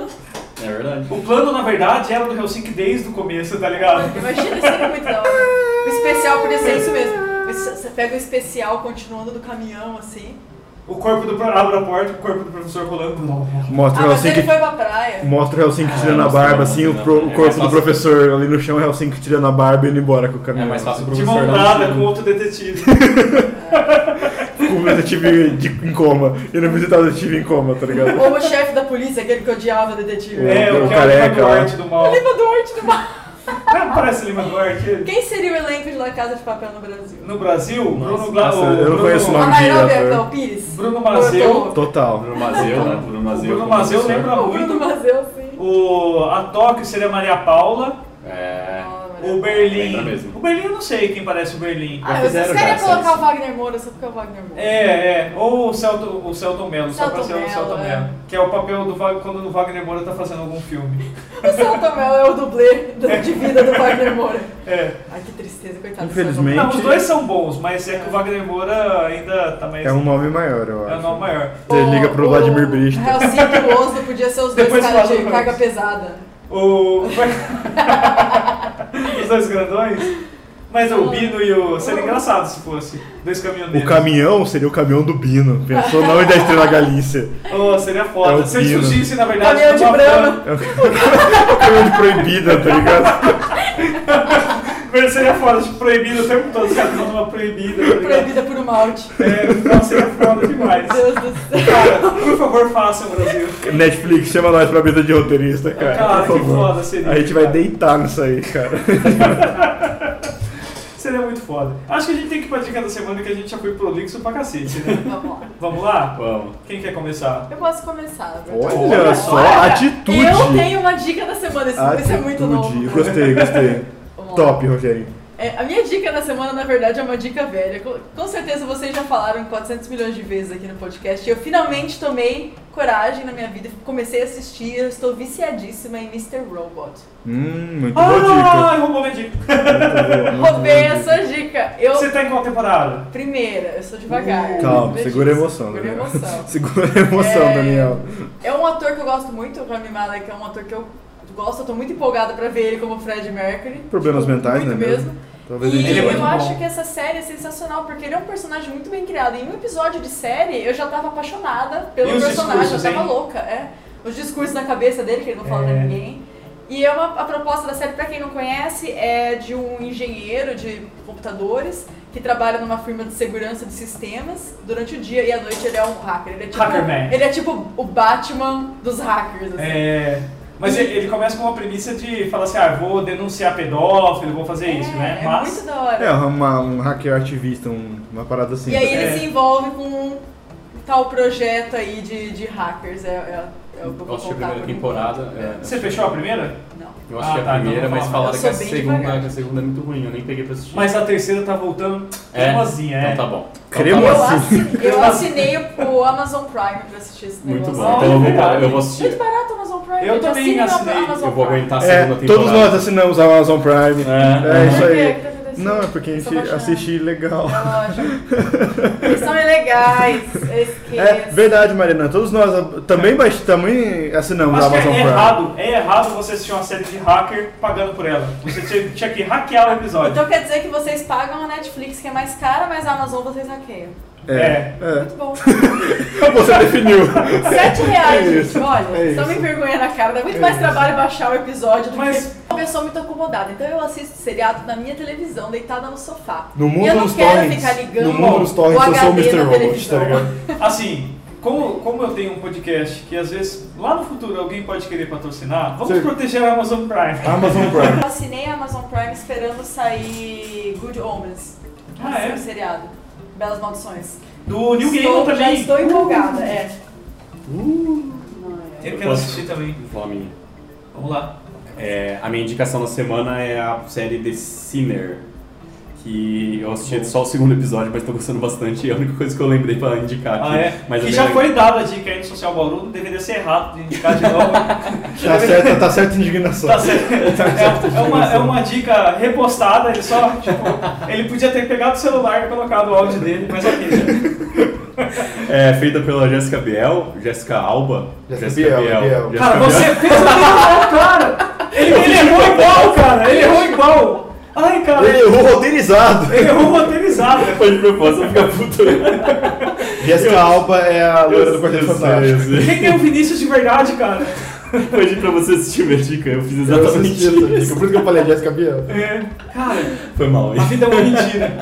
E: É verdade.
B: O plano, na verdade, era do Helsinki desde o começo, tá ligado?
C: Imagina, isso é muito da hora. O especial podia ser isso mesmo. Você você pega o especial continuando do caminhão, assim.
B: O corpo do. pro- Abre a porta, o corpo do professor rolando.
D: Mostra
C: Ah,
D: o
C: mas ele
D: Helsinki.
C: foi pra praia.
D: Mostra o Helsinki
B: Ah, é
D: tirando a
E: nossa,
D: barba,
E: não,
D: assim, o,
B: né?
E: não,
D: pro-
E: é
D: o
E: mais
D: corpo do
E: fácil.
D: professor ali no chão, o Helsinki tirando a barba e indo embora com o caminhão.
E: É mais fácil pro
B: De
E: professor
B: mão
E: dar um
B: dada
E: tiro.
B: com outro detetive.
D: Com o detetive de, em coma. E não visitar o detetive em coma, tá ligado?
C: [laughs] Ou o chefe da polícia, aquele que odiava o detetive. um
D: É.
B: É,
D: o
B: o que é
D: careca
B: o Lima
D: lá.
B: Duarte do mal.
C: O Lima Duarte do Mar.
B: Não parece Lima Duarte? ele?
C: Quem seria o elenco de La Casa de Papel no Brasil?
B: No Brasil, Bruno Gla...
D: Nossa,
B: o
D: eu não
B: Bruno-
D: conheço o
C: A
D: nome.
C: Nairobi
D: diretor.
C: é o Pires?
B: Bruno Mazeu.
D: Total.
E: Bruno Mazeu, né? Bruno Mazeu.
B: Bruno
E: como
B: Mazeu
E: professor.
B: lembra-
C: O Bruno Mazeu, sim.
B: O... A Tóquio seria Maria Paula.
E: É.
B: O Berlim.
E: Lembra mesmo.
B: O Berlim eu não sei quem parece o Berlim.
C: Ah, vocês
E: fizeram
C: querem
E: graça
C: colocar
E: isso.
C: o Wagner Moura só porque é o Wagner Moura.
B: É, é. Ou o Celton, o Celton Mello, só pra
C: Celton
B: ser o Celton
C: Mello,
B: Mello. Que é o papel do Wagner quando o Wagner Moura tá fazendo algum filme.
C: O Celto Mel é o dublê do- de vida do Wagner Moura.
B: É.
C: Ai, que tristeza, coitado. do
D: Infelizmente.
B: Não,
C: Celton
B: os
D: Gente.
B: dois são bons, mas é que o Wagner Moura ainda tá mais.
D: É um nome maior, eu acho.
B: é um nome maior.
C: Mel.
D: Você liga pro
C: O-
D: Vladimir Brist.
C: O Helsinki e o Oslo podia ser os dois
B: Depois
C: caras
B: fala
C: de
B: pra
C: carga
B: nós.
C: pesada.
B: O. [laughs] Os dois grandões? Mas o Bino e o. Seria engraçado se fosse. Dois caminhoneiros.
D: O caminhão seria o caminhão do Bino. Pensou o nome da Estrela Galícia.
B: Oh, seria
D: É
B: foda.
D: o
B: Se ele
D: Bino.
B: surgisse, na verdade,
C: Caminhão de
B: numa
C: Brahma.
D: É o caminhão de proibida, tá ligado?
B: van- Seria foda, tipo, proibido o tempo todo, os caras usando uma proibida. tá ligado?
C: Proibida por um malte.
B: É, não, seria foda demais.
C: Deus do céu.
B: Cara, por favor, faça, Brasil.
D: Netflix, chama nós pra mesa de roteirista, cara.
B: Cara,
D: por
B: que
D: favor.
B: foda seria.
D: A gente vai
B: cara.
D: deitar nisso aí, cara.
B: Seria muito foda. Acho que a gente tem que ir pra dica da semana que a gente já foi prolixo pra cacete, né?
C: Vamos lá.
B: Vamos lá?
E: Vamos.
B: Quem quer começar?
C: Eu posso começar. né?
D: Olha só,
C: Olha,
D: atitude.
C: Eu tenho uma dica da semana, isso,
D: Ah,
C: isso é muito
D: Atitude.
C: novo.
D: Gostei, gostei.
C: [laughs] Vamos lá.
D: Top, Rogério.
C: É, a minha dica da semana, na verdade, é uma dica velha. Com, com certeza vocês já falaram 400 milhões de vezes aqui no podcast. E eu finalmente tomei coragem na minha vida, e comecei a assistir. Eu estou viciadíssima em Mr. Robot.
D: Hum, muito boa dica.
B: Ah, roubou minha dica.
D: Muito boa, muito
C: [laughs] Roubei
D: boa
C: a
D: dica.
C: sua dica. Eu,
B: Você tá em qual temporada?
C: primeira, eu sou devagar.
D: Calma,
C: Lembra
D: segura a
C: disso?
D: emoção,
C: Segura a
D: Daniel.
C: emoção.
D: [laughs] Segura a emoção,
C: É.
D: Daniel.
C: É um ator que eu gosto muito, o Rami Malek é um ator que eu gosto, eu tô muito empolgada pra ver ele como Fred Mercury.
D: Problemas
C: Tipo,
D: mentais,
C: muito
D: né, mesmo? Talvez a
C: E
D: gente
B: Ele é
C: eu
B: muito bom.
C: acho que essa série é sensacional, porque ele é um personagem muito bem criado. Em um episódio de série, eu já tava apaixonada pelo
B: E os
C: personagem, eu
B: discursos,
C: tava
B: hein?
C: louca. É. Os discursos na cabeça dele, que ele não fala
B: É.
C: pra ninguém. E é uma, a proposta da série, pra quem não conhece, é de um engenheiro de computadores que trabalha numa firma de segurança de sistemas durante o dia e à noite ele é um hacker. Ele é tipo,
B: Hackerman.
C: Ele é tipo o Batman dos hackers, assim.
B: É, mas ele, ele começa com uma premissa de falar assim, ah, vou denunciar pedófilo, vou fazer isso, né?
C: É
B: Mas
C: muito da hora.
D: É, uma, um hacker ativista, um- uma parada assim.
C: E aí ele
B: É.
C: se envolve com um tal projeto aí de, de hackers. É, é, é o que eu vou
E: Gosto de
C: contar
E: primeira
C: por
E: temporada.
C: enquanto.
E: é.
B: você fechou a primeira?
C: Não.
E: Eu acho
B: Ah,
E: que é
B: tá,
E: a
B: então
E: primeira,
B: não
E: mas
B: fala.
E: falaram
C: Eu
E: que é a,
C: sou bem
E: segunda,
C: devagar.
E: que a segunda é muito ruim, eu nem peguei pra assistir.
B: Mas a terceira tá voltando
E: é?
B: cremosinha, é.
E: Então tá bom.
D: Cremosinha.
C: Eu,
D: Nossa.
C: assi- [laughs] eu assinei o o Amazon Prime pra assistir esse
E: Muito
C: negócio.
E: bom.
B: Nossa.
E: Então eu vou,
B: Verdade.
E: eu vou
C: Muito
E: assistir.
C: barato o Amazon Prime.
B: Eu
C: gente.
B: também
C: Assinem o
B: assinei.
C: Amazon
E: Eu vou
C: Prime.
E: aguentar a
D: É,
E: segunda temporada.
D: todos nós assinamos a Amazon Prime. É,
E: É.
D: isso
C: Por que que tá
D: aí.
C: acontecendo?
D: Não, é porque a
C: Só
D: gente
C: baixar.
D: assiste legal.
C: É lógico. Eles são ilegais. Eu esqueço.
D: É verdade, Marina. Todos nós ah, também, baix- também assinamos a
B: Acho que
D: Amazon
B: é
D: Prime.
B: errado, é errado você assistir uma série de hacker pagando por ela. Você tinha, tinha que hackear o episódio.
C: Então quer dizer que vocês pagam a Netflix, que é mais cara, mas a Amazon vocês hackeiam.
D: É. é.
C: Muito bom.
D: Você definiu.
C: [laughs] Sete reais,
D: É
C: gente. Olha,
D: é
C: estão
D: isso.
C: me
D: É
C: envergonhando a cara. Dá muito mais trabalho baixar o episódio do
B: Mas-
C: que uma pessoa muito acomodada. Então eu assisto seriado na minha televisão, deitada no sofá.
D: No
C: e eu
D: mundo
C: não
D: dos
C: quero
D: torrents.
C: ficar ligando
D: No mundo dos torrents,
C: o
D: eu sou o
C: HD
D: Mr.
C: na
D: Robot, tá
C: televisão.
D: ligado?
B: Assim, como, como eu tenho um podcast que às vezes lá no futuro alguém pode querer patrocinar, vamos
D: Sim. Ah.
B: proteger a Amazon Prime.
D: Amazon Prime.
C: Eu assinei a Amazon Prime esperando sair Good Omens.
B: Ah, é?
C: Assim, o seriado. Belas Maldições.
B: Do New
C: estou,
B: Game
C: já
B: também.
C: estou empolgada, é.
B: Eu quero assistir também.
E: Vou falar a minha.
B: Vamos lá.
E: É, a minha indicação da semana é a série The Sinner, que eu assisti só o segundo episódio, mas tô gostando bastante. É a única coisa que eu lembrei pra indicar aqui.
B: Ah, é?
E: Mas
B: que
E: é
B: já
E: bem-
B: foi dada a dica aí no Social Bauru, deveria ser errado de indicar de novo.
D: Tá certa, tá certa indignação.
B: Tá certo. É, é uma, é uma dica repostada, ele só, tipo, ele podia ter pegado o celular e colocado o áudio dele, mas ok.
E: É feita pela Jéssica Biel, Jéssica Alba.
D: Jéssica Biel, Biel.
E: Jéssica
B: Cara, você fez o cara! Ele, ele errou igual, cara! Ele errou igual! Ai, cara!
D: Ele
B: Ele
D: errou roteirizado.
B: errou roteirizado!
E: Foi de propósito, fica puto.
D: Jessica Alba é a loira do Quarteto Fantástico.
B: Quem que é o Vinícius de verdade, cara?
E: Pedi pra você assistir minha dica, eu fiz
D: Eu assisti essa
E: exatamente
D: dica,
E: isso.
D: por isso que eu falei Jessica Biel.
B: É, cara,
E: Foi mal,
B: a
E: hein?
B: vida é uma mentira.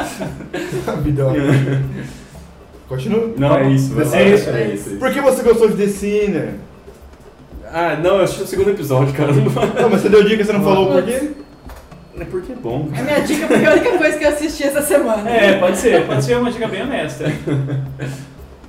D: A vida é uma coisa. Continua.
E: Não, é isso, vai lá.
B: É isso,
E: é isso.
D: Por que você gostou de The Sinner?
E: Ah, não, eu assisti o segundo episódio, cara.
D: Não, mas você deu dica, você não falou por quê?
E: É porque é bom,
C: É minha dica porque é a única coisa que eu assisti essa semana.
B: É, pode ser, pode ser uma dica bem honesta.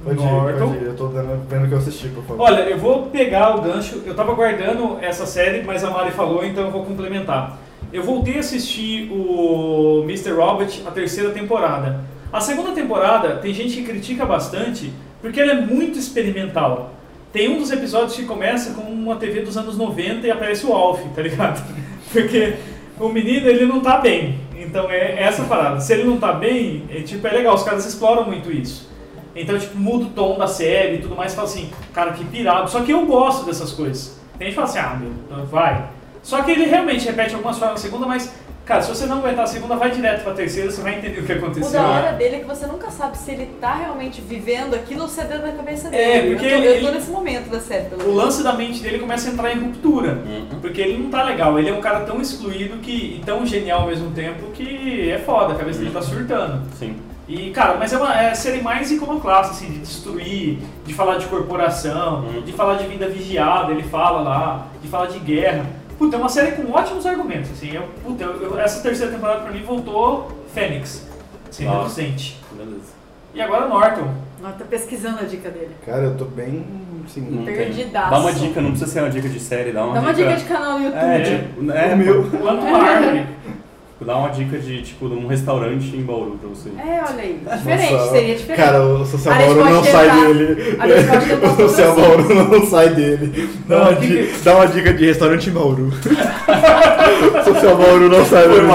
D: Pode ir,
B: Norton.
D: pode ir. Eu tô dando- vendo o que eu assisti, por favor.
B: Olha, eu vou pegar o gancho. Eu tava guardando essa série, mas a Mari falou, então eu vou complementar. Eu voltei a assistir o Mr. Robot, a terceira temporada. A segunda temporada, tem gente que critica bastante, porque ela é muito experimental. Tem um dos episódios que começa com uma TV dos anos 90 e aparece o Alf, tá ligado? [laughs] Porque o menino, ele não tá bem. Então é essa parada. Se ele não tá bem, é, tipo, é legal, os caras exploram muito isso. Então, tipo, muda o tom da série e tudo mais, fala assim, cara, que pirado. Só que eu gosto dessas coisas. Tem gente que fala assim, ah, meu, vai. Só que ele realmente repete algumas frases na segunda, mas, cara, se você não aguentar a segunda, vai direto pra terceira, você vai entender o que
C: O
B: aconteceu.
C: da hora dele é que você nunca sabe se ele tá realmente vivendo aquilo ou se é dentro da cabeça dele.
B: É, porque
C: eu, tô, eu tô
B: ele-
C: nesse momento da série, pelo
B: O
C: menos.
B: lance da mente dele começa a entrar em ruptura. Porque ele não tá legal, ele é um cara tão excluído que, e tão genial ao mesmo tempo que é foda, a cabeça dele tá surtando.
E: Sim.
B: E, cara, mas é uma é série mais iconoclasta, assim, de destruir, de falar de corporação,
E: Uhum.
B: de falar de vida vigiada, ele fala lá, de falar de guerra. Puta, é uma série com ótimos argumentos, assim. Eu, puta, eu- eu- essa terceira temporada pra mim voltou Fênix, assim,
E: Ah.
B: reducente.
E: Beleza.
B: E agora Norton.
C: Nossa, tô pesquisando a dica dele.
D: Cara, eu tô bem. Sim.
E: Não tem.
C: Perdidaço.
E: Dá uma dica, não precisa ser uma dica de série, dá uma
C: Dá uma dica de canal no YouTube.
E: É, tipo, é,
D: O meu.
B: O Anto Árvore.
E: Dá uma dica de, tipo, de um restaurante em Bauru pra você.
C: É, olha aí. Diferente,
D: Nossa,
C: seria diferente.
D: Cara, o Social
C: A gente
D: Bauru não
C: pode
D: sai
C: tentar-
D: dele.
C: a
D: [laughs]
C: gente pode tentar
D: O Social
C: outras
D: Bauru não sai dele. Dá uma,
B: Não, que
D: di- dá uma dica de restaurante em Bauru. O Social Bauru não sai dele.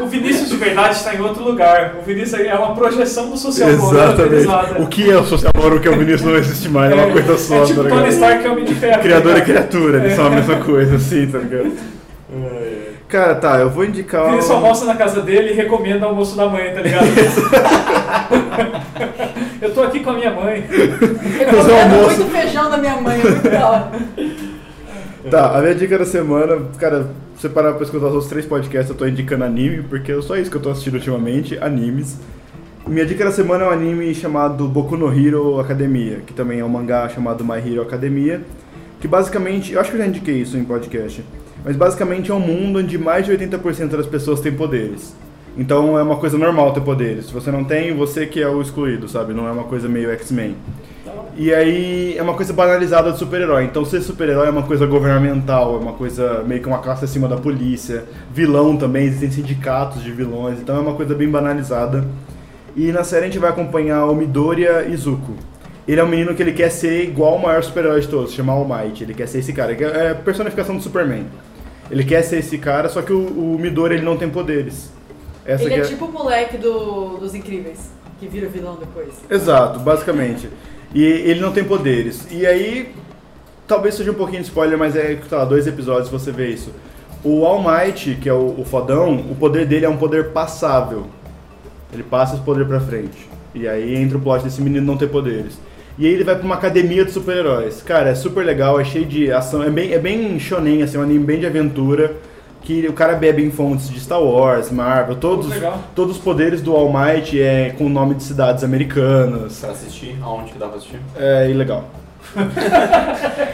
B: O Vinícius de verdade está em outro lugar. O Vinícius é uma projeção do social
D: Exatamente. O que é o Social Bauru que é o ministro não existe mais? É uma coisa só,
B: É tipo
D: tá
B: Tony
D: ligado?
B: Stark é o Homem de Ferro.
D: Criador é
B: tá
D: e
B: ligado?
D: criatura, eles são a mesma coisa, assim, tá ligado? Cara, tá, eu vou indicar.
B: Ele só
D: um-
B: almoça na casa dele e recomenda almoço da mãe, tá
D: [laughs]
B: ligado? Eu tô aqui com a minha mãe.
C: Eu
D: Fazer um almoço.
C: muito feijão da minha mãe, é muito da hora.
D: Tá, a minha dica da semana, cara, se você parar pra escutar os outros três podcasts, eu tô indicando anime, porque é só isso que eu tô assistindo ultimamente, animes. Minha dica da semana é um anime chamado Boku no Hero Academia, que também é um mangá chamado My Hero Academia, que basicamente, eu acho que eu já indiquei isso em podcast, mas basicamente é um mundo onde mais de 80% das pessoas têm poderes. Então é uma coisa normal ter poderes. Se você não tem, você que é o excluído, sabe? Não é uma coisa meio X-Men. E aí é uma coisa banalizada de super-herói. Então ser super-herói é uma coisa governamental, é uma coisa meio que uma classe acima da polícia. Vilão também, existem sindicatos de vilões, então é uma coisa bem banalizada. E na série a gente vai acompanhar o Midoriya Izuku. Ele é um menino que ele quer ser igual o maior super-herói de todos, chamar All Might. Ele quer ser esse cara, que é a personificação do Superman. Ele quer ser esse cara, só que o, o Midoriya ele não tem poderes. Essa
C: Ele
D: que
C: é tipo o moleque do, dos incríveis, que vira vilão depois.
D: Exato, basicamente. E ele não tem poderes. E aí, talvez seja um pouquinho de spoiler, mas é, sei lá, dois episódios você vê isso. O All Might, que é o, o fodão, o poder dele é um poder passável. Ele passa esse poder pra frente. E aí entra o plot desse menino não ter poderes. E aí ele vai pra uma academia de super-heróis. Cara, é super legal, é cheio de ação. É bem, é bem shonen, assim, um anime bem de aventura. Que o cara bebe em fontes de Star Wars, Marvel, todos,
F: Legal.
D: todos os poderes do All Might é com o nome de cidades americanas.
E: Pra assistir, aonde que dá pra assistir?
D: É
E: [laughs]
D: ilegal.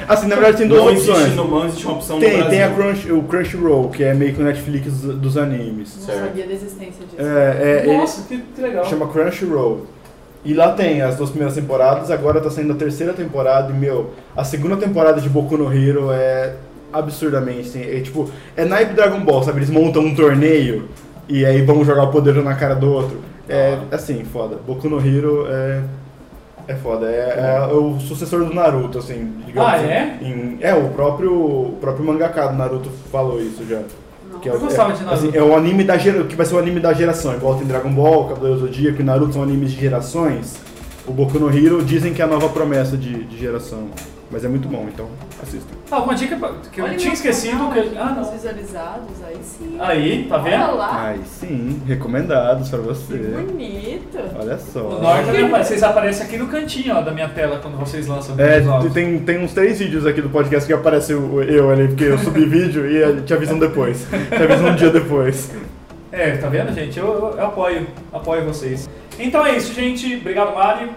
D: assim, na verdade tem duas
E: não
D: opções.
E: existe, no- não existe uma opção no
D: Tem,
E: Brasil.
D: tem a Crunch, o Crunchyroll, que é meio que o Netflix dos
C: Não
D: animes.
E: Certo.
C: sabia da existência disso.
D: É, é, ele-
F: Nossa, que, que legal.
D: Chama Crunchyroll. E lá tem as duas primeiras temporadas, agora tá saindo a terceira temporada e, meu, a segunda temporada de Boku no Hero é absurdamente, assim, é tipo, é naipe Dragon Ball, sabe? Eles montam um torneio e aí vão jogar o poder um na cara do outro. É, assim, foda. Boku no Hero é... É foda, é, é o sucessor do Naruto, assim, digamos
F: Ah,
D: assim.
F: é?
D: Em- é, o próprio, o próprio mangaka do Naruto falou isso já. Que é,
F: Eu
D: o-
F: gostava
D: é,
F: de Naruto.
D: assim, é o anime da gera, que vai ser o anime da geração. Igual tem Dragon Ball, Cavaleiros do Zodíaco e Naruto são animes de gerações. O Boku no Hero dizem que é a nova promessa de, de geração. Mas é muito bom, então assista.
F: Ah, uma dica pra- que eu
C: Olha é
F: tinha
C: meu
F: esquecido.
C: canal,
F: Que... Ah,
C: Os
F: não.
C: visualizados, aí sim.
F: Aí, tá
C: Olha
F: vendo?
C: lá,
D: Ai, sim, recomendados pra
C: que
D: você.
C: bonito.
D: Olha
F: O
D: só.
F: Norte também aparece. vocês aparecem aqui no cantinho ó, da minha tela quando vocês lançam
D: É,
F: os
D: tu-
F: jogos.
D: tem, tem uns três vídeos aqui do podcast que aparece o- o- eu ali, porque eu subi vídeo e te
F: [laughs]
D: avisam depois. Te avisam um dia depois.
F: É, tá vendo, gente? Eu, eu- eu apoio, apoio vocês. Então é isso, gente. Obrigado, Mário.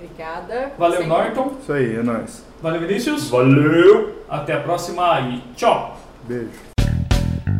C: Obrigada.
F: Valeu,
C: Sempre.
F: Norton.
D: Isso aí, é nóis.
F: Valeu, Vinícius.
E: Valeu!
F: Até a próxima e tchau!
D: Beijo.